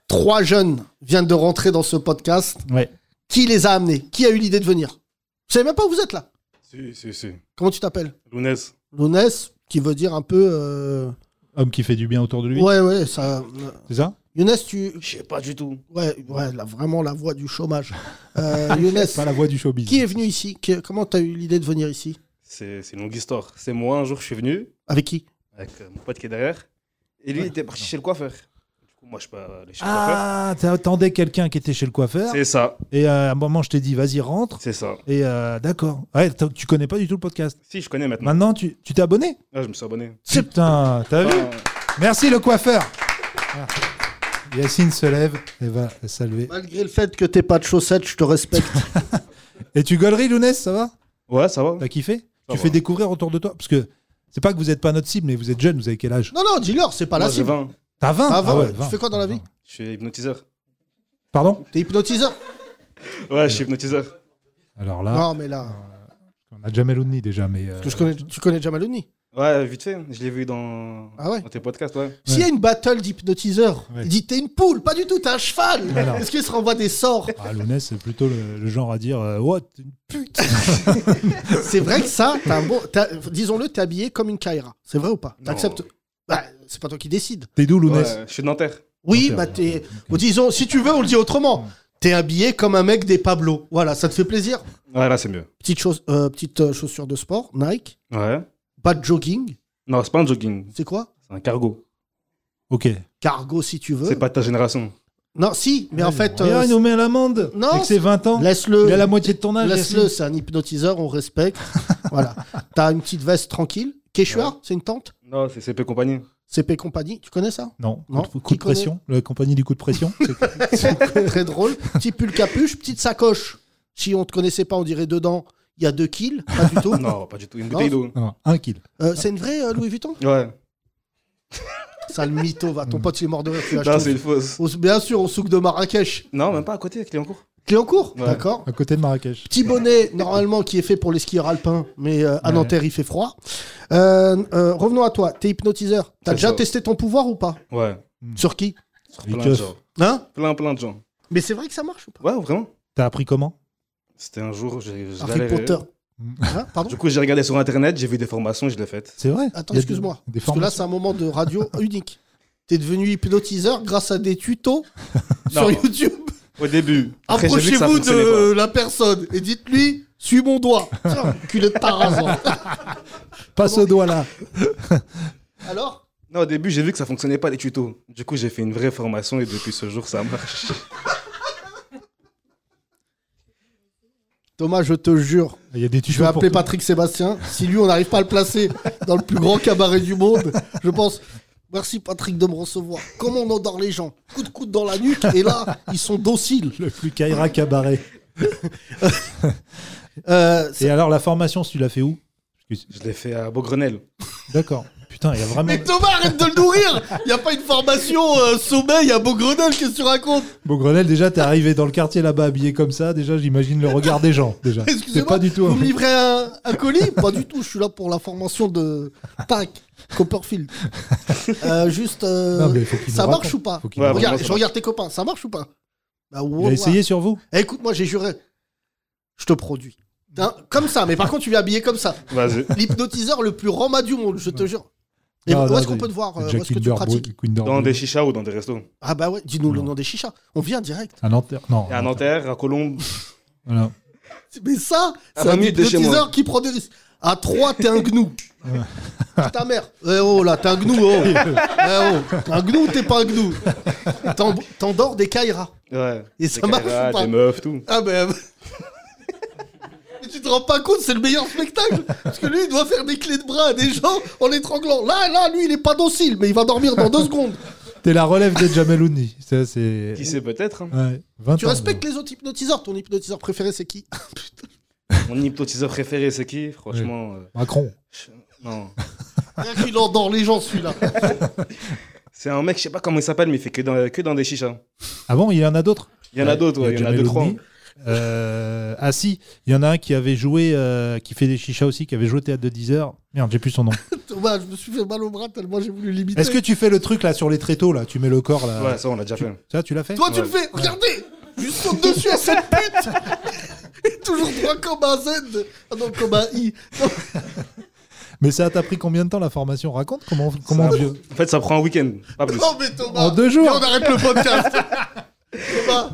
[SPEAKER 3] Trois jeunes viennent de rentrer dans ce podcast.
[SPEAKER 4] Ouais.
[SPEAKER 3] Qui les a amenés Qui a eu l'idée de venir Vous savez même pas où vous êtes là
[SPEAKER 8] Si, si, si.
[SPEAKER 3] Comment tu t'appelles
[SPEAKER 8] Lounès.
[SPEAKER 3] Lounès, qui veut dire un peu. euh,
[SPEAKER 4] Homme qui fait du bien autour de lui.
[SPEAKER 3] Ouais, ouais, ça.
[SPEAKER 4] C'est ça
[SPEAKER 3] Younes, tu.
[SPEAKER 8] Je sais pas du tout.
[SPEAKER 3] Ouais, ouais, là, vraiment la voix du chômage. Euh, Younes,
[SPEAKER 4] Pas la voix du showbiz.
[SPEAKER 3] qui est venu ici Qui- Comment t'as eu l'idée de venir ici
[SPEAKER 8] C'est c'est une longue histoire. C'est moi, un jour, je suis venu
[SPEAKER 3] Avec qui
[SPEAKER 8] avec euh, mon pote qui est derrière. Et lui, il était parti chez le coiffeur. Du coup, moi, je suis pas allé chez le coiffeur.
[SPEAKER 4] Ah, t'attendais quelqu'un qui était chez le coiffeur.
[SPEAKER 8] C'est ça,
[SPEAKER 4] Et euh, à un moment, je t'ai dit, vas-y, rentre.
[SPEAKER 8] c'est ça.
[SPEAKER 4] Et euh, d'accord. Ouais, t'as- tu connais pas du tout le podcast.
[SPEAKER 8] Si, je connais maintenant.
[SPEAKER 4] Maintenant, tu tu t'es abonné
[SPEAKER 8] Ah, je me suis abonné.
[SPEAKER 4] Putain, t'as vu
[SPEAKER 8] Enfin, euh.
[SPEAKER 4] Merci le coiffeur. Ah. Yacine se lève et va la saluer.
[SPEAKER 3] Malgré le fait que t'aies pas de chaussettes, je te respecte.
[SPEAKER 4] Et tu gauleries, Lounès, ça va
[SPEAKER 8] Ouais, ça va.
[SPEAKER 4] T'as kiffé
[SPEAKER 8] Ça
[SPEAKER 4] Tu
[SPEAKER 8] va.
[SPEAKER 4] fais découvrir autour de toi Parce que c'est pas que vous êtes pas notre cible, mais vous êtes jeune, vous avez quel âge
[SPEAKER 3] non, non, dis-leur, c'est pas
[SPEAKER 8] Moi,
[SPEAKER 3] la
[SPEAKER 8] j'ai
[SPEAKER 3] cible.
[SPEAKER 8] 20.
[SPEAKER 4] T'as 20
[SPEAKER 3] Ah, 20, ouais. Tu
[SPEAKER 4] 20.
[SPEAKER 3] fais quoi dans la vie
[SPEAKER 8] Je suis hypnotiseur.
[SPEAKER 4] Pardon
[SPEAKER 3] T'es hypnotiseur
[SPEAKER 8] Ouais, je suis hypnotiseur.
[SPEAKER 4] Alors là,
[SPEAKER 3] Non, mais là.
[SPEAKER 4] on a Jamel Oudni déjà, mais. euh,
[SPEAKER 3] Parce que je connais, tu connais Jamal Ouni
[SPEAKER 8] Ouais, vite fait. Je l'ai vu dans...
[SPEAKER 3] Ah ouais
[SPEAKER 8] dans tes podcasts, ouais.
[SPEAKER 3] S'il y a une battle d'hypnotiseurs,
[SPEAKER 4] Ouais.
[SPEAKER 3] il dit t'es une poule, pas du tout, t'es un cheval.
[SPEAKER 4] non.
[SPEAKER 3] Est-ce qu'il se renvoie des sorts
[SPEAKER 4] Ah, Lounès, c'est plutôt le, le genre à dire euh, What une pute
[SPEAKER 3] C'est vrai que ça, t'as un bon, t'as- disons-le, t'es habillé comme une Kaira. C'est vrai ou pas
[SPEAKER 8] Non.
[SPEAKER 3] T'acceptes bah, C'est pas toi qui décide.
[SPEAKER 4] T'es d'où, Lounès
[SPEAKER 8] ouais. Je suis de Nanterre.
[SPEAKER 3] Oui,
[SPEAKER 4] Ok,
[SPEAKER 3] bah
[SPEAKER 4] ouais,
[SPEAKER 3] t'es. ou Disons, si tu veux, on le dit autrement. T'es habillé comme un mec des Pablo. Voilà, ça te fait plaisir.
[SPEAKER 8] Ouais, là, c'est mieux.
[SPEAKER 3] Petite, chose, euh, petite euh, chaussure de sport, Nike.
[SPEAKER 8] Ouais.
[SPEAKER 3] Pas de jogging.
[SPEAKER 8] Non, c'est pas un jogging.
[SPEAKER 3] C'est quoi
[SPEAKER 8] C'est un cargo.
[SPEAKER 4] Ok.
[SPEAKER 3] Cargo euh. si tu veux.
[SPEAKER 8] C'est pas de ta génération.
[SPEAKER 3] Non, si, mais en fait,
[SPEAKER 4] Regarde,
[SPEAKER 3] euh,
[SPEAKER 4] il nous met à l'amende
[SPEAKER 3] Non,
[SPEAKER 4] Avec ses 20 ans
[SPEAKER 3] laisse-le.
[SPEAKER 4] Il a la moitié de ton âge.
[SPEAKER 3] Laisse-le,
[SPEAKER 4] Yacine.
[SPEAKER 3] c'est un hypnotiseur, on respecte. voilà. T'as une petite veste tranquille. Quechua, c'est une tente.
[SPEAKER 8] Non, c'est CP Compagnie.
[SPEAKER 3] CP Compagnie, tu connais ça
[SPEAKER 4] Non,
[SPEAKER 3] Non,
[SPEAKER 4] coup de,
[SPEAKER 3] qui
[SPEAKER 4] coup de pression, la compagnie du coup de pression.
[SPEAKER 3] Très drôle. Petit pull capuche, petite sacoche. Si on te connaissait pas, on dirait dedans, il y a deux kills. Pas du tout.
[SPEAKER 8] Non, pas du tout. Une
[SPEAKER 3] Non.
[SPEAKER 8] bouteille d'eau.
[SPEAKER 4] Non, un kill.
[SPEAKER 3] Euh, c'est une vraie euh, Louis Vuitton
[SPEAKER 8] Ouais.
[SPEAKER 3] Sale
[SPEAKER 4] Mm.
[SPEAKER 3] mytho, va. Ton pote, il est mort de rire. tu l'as
[SPEAKER 8] Non, c'est
[SPEAKER 3] acheté.
[SPEAKER 8] une fausse.
[SPEAKER 3] On s- Bien sûr, on souk de Marrakech.
[SPEAKER 8] Non, même pas à côté, avec les en cours.
[SPEAKER 3] Cléoncourt,
[SPEAKER 8] Ouais.
[SPEAKER 3] d'accord.
[SPEAKER 4] à côté de Marrakech.
[SPEAKER 3] Petit bonnet, normalement, qui est fait pour les skieurs alpins, mais euh, à Nanterre, il fait froid. Euh, euh, revenons à toi, t'es hypnotiseur. T'as
[SPEAKER 8] C'est
[SPEAKER 3] déjà
[SPEAKER 8] ça.
[SPEAKER 3] testé ton pouvoir ou pas Mmh.
[SPEAKER 8] Ouais.
[SPEAKER 4] Hmm.
[SPEAKER 3] Sur qui
[SPEAKER 8] Sur
[SPEAKER 4] Les
[SPEAKER 8] plein de
[SPEAKER 4] keufs.
[SPEAKER 8] gens.
[SPEAKER 3] Hein
[SPEAKER 8] Plein, plein de gens.
[SPEAKER 3] Mais c'est vrai que ça marche ou pas
[SPEAKER 8] Ouais, vraiment.
[SPEAKER 4] T'as appris comment
[SPEAKER 8] C'était un jour, j'ai je
[SPEAKER 3] Harry
[SPEAKER 8] galérais.
[SPEAKER 3] Potter.
[SPEAKER 4] Mm.
[SPEAKER 3] Hein, pardon
[SPEAKER 8] Du coup, j'ai regardé sur internet, j'ai vu des formations, je l'ai faite.
[SPEAKER 4] C'est vrai
[SPEAKER 3] Attends,
[SPEAKER 4] Il y a
[SPEAKER 3] excuse-moi.
[SPEAKER 4] des- des
[SPEAKER 3] Parce que là,
[SPEAKER 4] formations.
[SPEAKER 3] c'est un moment de radio unique. T'es devenu hypnotiseur grâce à des tutos sur
[SPEAKER 8] Non.
[SPEAKER 3] YouTube.
[SPEAKER 8] Au début. Après, j'ai vu que ça
[SPEAKER 3] Approchez-vous
[SPEAKER 8] fonctionnait
[SPEAKER 3] de Euh, la personne et dites-lui, suis mon doigt. Tiens, culé de Tarazan.
[SPEAKER 4] Passe au doigt là.
[SPEAKER 3] Alors
[SPEAKER 8] pas. Non, au début, j'ai vu que ça fonctionnait pas les tutos. Du coup, j'ai fait une vraie formation et depuis ce jour, ça marche.
[SPEAKER 3] Thomas, je te jure,
[SPEAKER 4] Il y a des tutos
[SPEAKER 3] je vais
[SPEAKER 4] pour
[SPEAKER 3] appeler
[SPEAKER 4] tout.
[SPEAKER 3] Patrick Sébastien. Si lui, on n'arrive pas à le placer dans le plus grand cabaret du monde, je pense. Merci Patrick de me recevoir. Comment on endort les gens Coup de coude dans la nuque et là, ils sont dociles.
[SPEAKER 4] le plus Kaira cabaret.
[SPEAKER 3] Euh,
[SPEAKER 4] Et alors la formation, tu l'as fait où Parce que-
[SPEAKER 8] Je l'ai fait à Beaugrenelle.
[SPEAKER 4] D'accord. Putain, il y a vraiment
[SPEAKER 3] Mais Thomas, arrête de le nourrir Il n'y a pas une formation euh, sommeil à Beaugrenelle, qu'est-ce que tu racontes
[SPEAKER 4] Bon, Grenelle, déjà, t'es arrivé dans le quartier là-bas habillé comme ça. Déjà, j'imagine le regard des gens. Déjà, c'est
[SPEAKER 3] Excusez-moi,
[SPEAKER 4] pas du tout.
[SPEAKER 3] Vous me livrez un, un colis Pas du tout, je suis là pour la formation de... Tac, Copperfield. Euh, juste, euh,
[SPEAKER 4] Non, mais faut qu'il
[SPEAKER 3] ça
[SPEAKER 4] nous
[SPEAKER 3] marche
[SPEAKER 4] raconte.
[SPEAKER 3] ou pas
[SPEAKER 4] Faut qu'il
[SPEAKER 8] Ouais,
[SPEAKER 4] nous
[SPEAKER 3] Regarde,
[SPEAKER 8] ça
[SPEAKER 3] Je
[SPEAKER 8] marche.
[SPEAKER 3] regarde tes copains, ça marche ou pas Bah,
[SPEAKER 4] raconte. Il a
[SPEAKER 3] wow,
[SPEAKER 4] essayé sur vous
[SPEAKER 3] Eh, écoute, moi j'ai juré. Je te produis. Hein, comme ça, mais par contre, tu viens habillé comme ça.
[SPEAKER 8] Vas-y.
[SPEAKER 3] L'hypnotiseur le plus rama du monde, je te jure. Et
[SPEAKER 4] Non,
[SPEAKER 3] où
[SPEAKER 4] non,
[SPEAKER 3] est-ce qu'on
[SPEAKER 4] mais-
[SPEAKER 3] peut te voir euh, Où
[SPEAKER 4] Ah, Jack
[SPEAKER 3] est-ce que tu
[SPEAKER 4] Kinder
[SPEAKER 3] pratiques
[SPEAKER 4] Bro- Kinder
[SPEAKER 8] Dans
[SPEAKER 4] Bro-
[SPEAKER 8] des chichas ou dans des restos.
[SPEAKER 3] Ah bah ouais, dis-nous le
[SPEAKER 4] Non.
[SPEAKER 3] nom des chichas. On vient direct.
[SPEAKER 4] À Nanterre. Non.
[SPEAKER 8] Et à Nanterre, à Colombes.
[SPEAKER 4] Voilà.
[SPEAKER 3] Mais ça,
[SPEAKER 8] À
[SPEAKER 3] c'est
[SPEAKER 8] 20
[SPEAKER 3] un
[SPEAKER 8] minutes Ah, de chez
[SPEAKER 3] hypnotiseur
[SPEAKER 8] moi.
[SPEAKER 3] qui prend des risques. À 3, t'es un gnou. Ta mère. Eh oh là, t'es un gnou. Oh. Eh oh. T'es Un gnou ou t'es pas un gnou T'en- T'endors des kairas.
[SPEAKER 8] Ouais.
[SPEAKER 3] Et ça marche ou pas
[SPEAKER 8] Des meufs, tout.
[SPEAKER 3] Ah ben. Mais tu te rends pas compte, c'est le meilleur spectacle. Parce que lui, il doit faire des clés de bras à des gens en les tranglant. Là, là, lui, il est pas docile, mais il va dormir dans deux secondes.
[SPEAKER 4] T'es la relève de Jamelouni. Ça, c'est.
[SPEAKER 8] Qui sait peut-être hein.
[SPEAKER 4] Ouais, 20
[SPEAKER 3] Tu
[SPEAKER 4] ans,
[SPEAKER 3] respectes les autres hypnotiseurs. Ton hypnotiseur préféré, c'est qui
[SPEAKER 8] Mon hypnotiseur préféré, c'est qui Franchement. euh,
[SPEAKER 4] bon. Macron.
[SPEAKER 8] je- Non.
[SPEAKER 3] Rien qu'il endort les gens, celui-là.
[SPEAKER 8] C'est un mec, je sais pas comment il s'appelle, mais il fait que dans, que dans des chichas.
[SPEAKER 4] Ah bon, il y en a d'autres
[SPEAKER 8] Il y en a d'autres, ouais, il y en a deux, trois. hein.
[SPEAKER 4] Jamelouni. Euh, ah si, il y en a un qui avait joué, euh, qui fait des chichas aussi, qui avait joué au théâtre de 10 heures. Merde, j'ai plus son nom.
[SPEAKER 3] Thomas, je me suis fait mal au bras tellement j'ai voulu l'imiter.
[SPEAKER 4] Est-ce que tu fais le truc là sur les tréteaux là Tu mets le corps là.
[SPEAKER 8] Ouais, ça, on l'a déjà fait.
[SPEAKER 4] Ça, tu l'as fait
[SPEAKER 3] Toi, tu
[SPEAKER 8] Ouais.
[SPEAKER 3] le fais Regardez Je saute dessus à cette pute Et Toujours droit comme un Z Ah non, comme un I
[SPEAKER 4] Mais ça t'a pris combien de temps la formation Raconte comment comment
[SPEAKER 8] Ça-
[SPEAKER 4] Dieu.
[SPEAKER 8] En fait, ça prend un week-end, pas plus.
[SPEAKER 3] Non, mais Thomas
[SPEAKER 4] En deux jours.
[SPEAKER 3] Et on arrête le podcast Thomas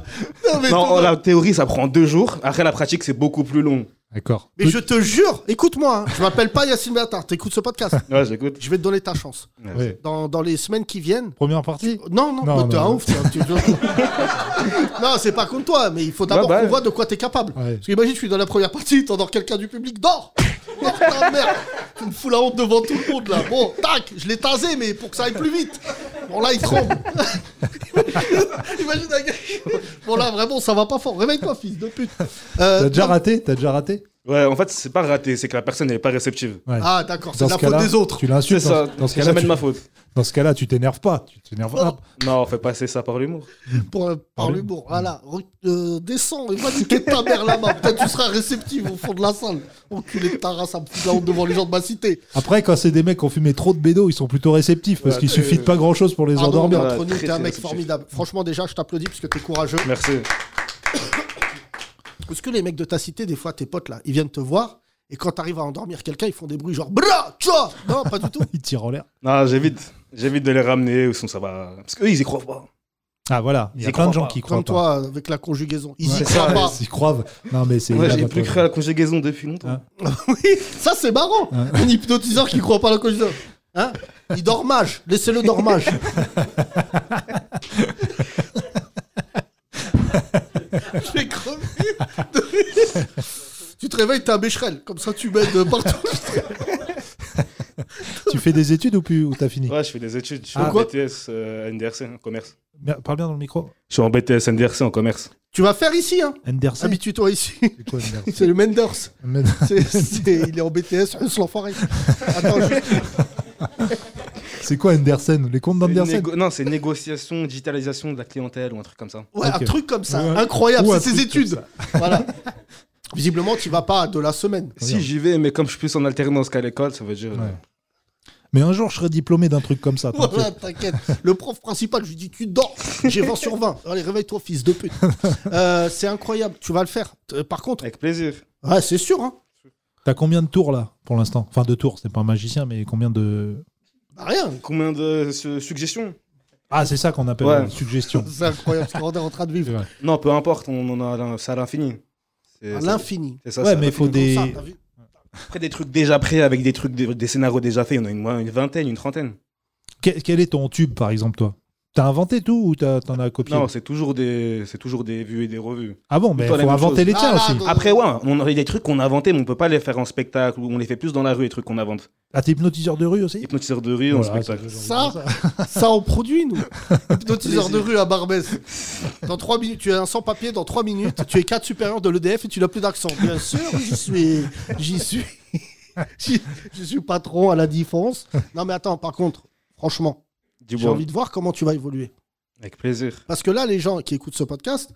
[SPEAKER 3] Non, mais
[SPEAKER 8] Non,
[SPEAKER 3] Thomas
[SPEAKER 8] la théorie, ça prend deux jours. Après, la pratique, c'est beaucoup plus long.
[SPEAKER 4] D'accord.
[SPEAKER 3] Mais je te jure Écoute-moi, hein, je m'appelle pas Yacine Béatard, t'écoutes ce podcast.
[SPEAKER 8] Ouais, j'écoute.
[SPEAKER 3] Je vais te donner ta chance.
[SPEAKER 4] Ouais.
[SPEAKER 3] Dans, dans les semaines qui viennent...
[SPEAKER 4] Première partie.
[SPEAKER 3] Non, non,
[SPEAKER 4] Non,
[SPEAKER 3] mais t'es
[SPEAKER 4] non,
[SPEAKER 3] un
[SPEAKER 4] non.
[SPEAKER 3] ouf. toi, tu- non, c'est pas contre toi, mais il faut d'abord
[SPEAKER 8] Bah, bah.
[SPEAKER 3] qu'on voit de quoi t'es capable.
[SPEAKER 4] Ouais.
[SPEAKER 3] Parce qu'imagine, je suis dans la première partie, t'endors quelqu'un du public, dors Dors ta mère Ah, Tu me fous la honte devant tout le monde là. Bon, tac, je l'ai tasé, mais pour que ça aille plus vite. Bon, là, il tremble. imagine un gars. Bon, là, vraiment, ça va pas fort. Réveille-toi, fils de pute. Euh,
[SPEAKER 4] T'as déjà
[SPEAKER 3] non-
[SPEAKER 4] raté T'as déjà raté
[SPEAKER 8] Ouais, en fait, c'est pas raté, c'est que la personne n'est pas réceptive.
[SPEAKER 4] Ouais.
[SPEAKER 3] Ah, d'accord, c'est
[SPEAKER 4] Dans
[SPEAKER 3] de la
[SPEAKER 4] ce cas-là,
[SPEAKER 3] faute des autres.
[SPEAKER 4] Tu
[SPEAKER 8] C'est
[SPEAKER 4] l'insultes.
[SPEAKER 8] ça,
[SPEAKER 4] Dans, dans ce
[SPEAKER 8] c'est
[SPEAKER 4] cas-là,
[SPEAKER 8] jamais
[SPEAKER 4] tu,
[SPEAKER 8] de ma faute.
[SPEAKER 4] dans ce cas-là, tu t'énerves pas. Tu
[SPEAKER 3] Oh.
[SPEAKER 4] t'énerves. pas.
[SPEAKER 8] Non, on fait passer ça par l'humour.
[SPEAKER 3] Pour, euh, par l'humour. Voilà, Re- euh, descends et va niquer ta mère là-bas. Peut-être tu seras réceptive au fond de la salle. Enculé de ta race, ça me fout la honte devant les gens de ma cité.
[SPEAKER 4] Après, quand c'est des mecs qui ont fumé trop de bédo, ils sont plutôt réceptifs parce
[SPEAKER 8] Ouais,
[SPEAKER 4] qu'il
[SPEAKER 8] euh,
[SPEAKER 4] suffit de pas grand-chose pour les
[SPEAKER 3] Pardon, mais
[SPEAKER 4] endormir.
[SPEAKER 8] ouais,
[SPEAKER 3] entre nous,
[SPEAKER 8] très,
[SPEAKER 3] t'es un
[SPEAKER 8] très
[SPEAKER 3] mec
[SPEAKER 8] réceptif.
[SPEAKER 3] formidable. Franchement, déjà, je t'applaudis parce que t'es courageux.
[SPEAKER 8] Merci.
[SPEAKER 3] Parce que les mecs de ta cité, des fois, tes potes là, ils viennent te voir et quand t'arrives à endormir quelqu'un, ils font des bruits genre Bra, tcha Non, pas du tout.
[SPEAKER 4] Ils tirent en l'air.
[SPEAKER 8] Non, j'évite. J'évite de les ramener, ou sinon ça va. Parce qu'eux, ils y croient pas.
[SPEAKER 4] Ah voilà. Il y
[SPEAKER 8] Ils
[SPEAKER 4] a
[SPEAKER 8] y
[SPEAKER 4] plein de
[SPEAKER 8] croient
[SPEAKER 4] gens
[SPEAKER 8] pas.
[SPEAKER 4] qui croient
[SPEAKER 3] Comme
[SPEAKER 4] pas.
[SPEAKER 3] toi, avec la conjugaison. Ils y
[SPEAKER 8] Ouais.
[SPEAKER 3] croient
[SPEAKER 8] C'est ça,
[SPEAKER 3] pas.
[SPEAKER 4] Ils croient. Non mais c'est. Hein
[SPEAKER 8] Ouais,
[SPEAKER 4] là,
[SPEAKER 8] j'ai
[SPEAKER 4] votre-
[SPEAKER 8] plus cru à la conjugaison depuis longtemps.
[SPEAKER 3] Oui, ça, c'est marrant. Un hypnotiseur qui croit pas à la conjugaison. Hein Il dormage. Laissez-le dormage. Je vais crever. tu te réveilles, t'es un bécherel. Comme ça, tu m'aides partout.
[SPEAKER 4] Tu fais des études ou plus ou t'as fini
[SPEAKER 8] Ouais, je fais des études. Je suis
[SPEAKER 4] Ah,
[SPEAKER 8] en
[SPEAKER 4] quoi
[SPEAKER 8] BTS euh, NDRC, en commerce.
[SPEAKER 4] Merde, Parle bien dans le micro.
[SPEAKER 8] Je suis en BTS NDRC, en commerce.
[SPEAKER 3] Tu vas faire ici, hein
[SPEAKER 4] Anderson.
[SPEAKER 3] Habitue-toi ici.
[SPEAKER 4] C'est quoi, Anderson
[SPEAKER 3] C'est le Menders.
[SPEAKER 4] Merde.
[SPEAKER 3] C'est- c'est- il est en BTS, on se l'enfoiré. Attends, je-
[SPEAKER 4] C'est quoi Andersen Les comptes
[SPEAKER 8] Une
[SPEAKER 4] d'Andersen
[SPEAKER 8] négo- Non, c'est négociation, digitalisation de la clientèle ou un truc comme ça.
[SPEAKER 3] Ouais,
[SPEAKER 4] Ok.
[SPEAKER 3] un truc comme ça,
[SPEAKER 4] Ouais.
[SPEAKER 3] incroyable,
[SPEAKER 4] Ou un
[SPEAKER 3] c'est ses
[SPEAKER 4] truc comme
[SPEAKER 3] études. Voilà. Visiblement, tu vas pas de la semaine.
[SPEAKER 8] Si j'y vais, mais comme je suis plus en alternance qu'à l'école, ça veut dire. euh,
[SPEAKER 4] Ouais. Mais un jour, je serai diplômé d'un truc comme ça. t'inquiète.
[SPEAKER 3] Voilà, t'inquiète. Le prof principal, je lui dis Tu dors, j'ai 20 sur 20. Allez, réveille-toi, fils de pute. Euh, c'est incroyable, tu vas le faire. Euh, Par contre,
[SPEAKER 8] Avec plaisir.
[SPEAKER 3] ouais, c'est sûr, hein.
[SPEAKER 4] T'as combien de tours là pour l'instant Enfin, de tours, c'est pas un magicien, mais combien de.
[SPEAKER 3] Bah, rien.
[SPEAKER 8] Combien de su- suggestions
[SPEAKER 4] Ah, c'est ça qu'on appelle
[SPEAKER 8] Ouais.
[SPEAKER 4] une suggestion.
[SPEAKER 3] C'est incroyable ce qu'on est en train de
[SPEAKER 4] C'est
[SPEAKER 3] vivre.
[SPEAKER 4] vrai.
[SPEAKER 8] Non, peu importe, on en a l'un- ça à l'infini. C'est-
[SPEAKER 3] À
[SPEAKER 8] c'est-
[SPEAKER 3] l'infini.
[SPEAKER 8] c'est ça,
[SPEAKER 4] Ouais,
[SPEAKER 8] c'est à
[SPEAKER 4] mais il faut
[SPEAKER 8] l'infini.
[SPEAKER 4] des.
[SPEAKER 3] Ça, t'as vu
[SPEAKER 8] Après, des trucs déjà prêts avec des trucs, des, des scénarios déjà faits, il y en a une, une vingtaine, une trentaine.
[SPEAKER 4] Que- Quel est ton tube, par exemple, toi T'as inventé tout ou t'as- t'en as copié
[SPEAKER 8] Non, c'est toujours, des- c'est toujours des vues et des revues.
[SPEAKER 4] Ah bon, mais
[SPEAKER 8] toi, la
[SPEAKER 4] faut
[SPEAKER 8] même
[SPEAKER 4] inventer
[SPEAKER 8] chose.
[SPEAKER 4] les tiens
[SPEAKER 3] Ah, là,
[SPEAKER 4] aussi.
[SPEAKER 3] attends.
[SPEAKER 8] Après, ouais, on a il y a des trucs qu'on a inventés, mais on peut pas les faire en spectacle, ou on les fait plus dans la rue, les trucs qu'on invente.
[SPEAKER 4] Ah, t'es hypnotiseur de rue aussi Oh
[SPEAKER 8] Hypnotiseur de rue, en
[SPEAKER 4] Voilà,
[SPEAKER 8] spectacle.
[SPEAKER 4] c'est-
[SPEAKER 3] Ça, ça, on produit, nous. Hypnotiseur de rue à Barbès. Dans 3 minutes, tu es un sans-papier, dans 3 minutes, tu es cadre supérieur de l'EDF et tu n'as plus d'accent. Bien sûr, j'y suis. J'y suis. J'y- Je suis patron à la défense. Non, mais attends, par contre, franchement,
[SPEAKER 8] Du
[SPEAKER 3] j'ai
[SPEAKER 8] bois.
[SPEAKER 3] envie de voir comment tu vas évoluer.
[SPEAKER 8] Avec plaisir.
[SPEAKER 3] Parce que là, les gens qui écoutent ce podcast,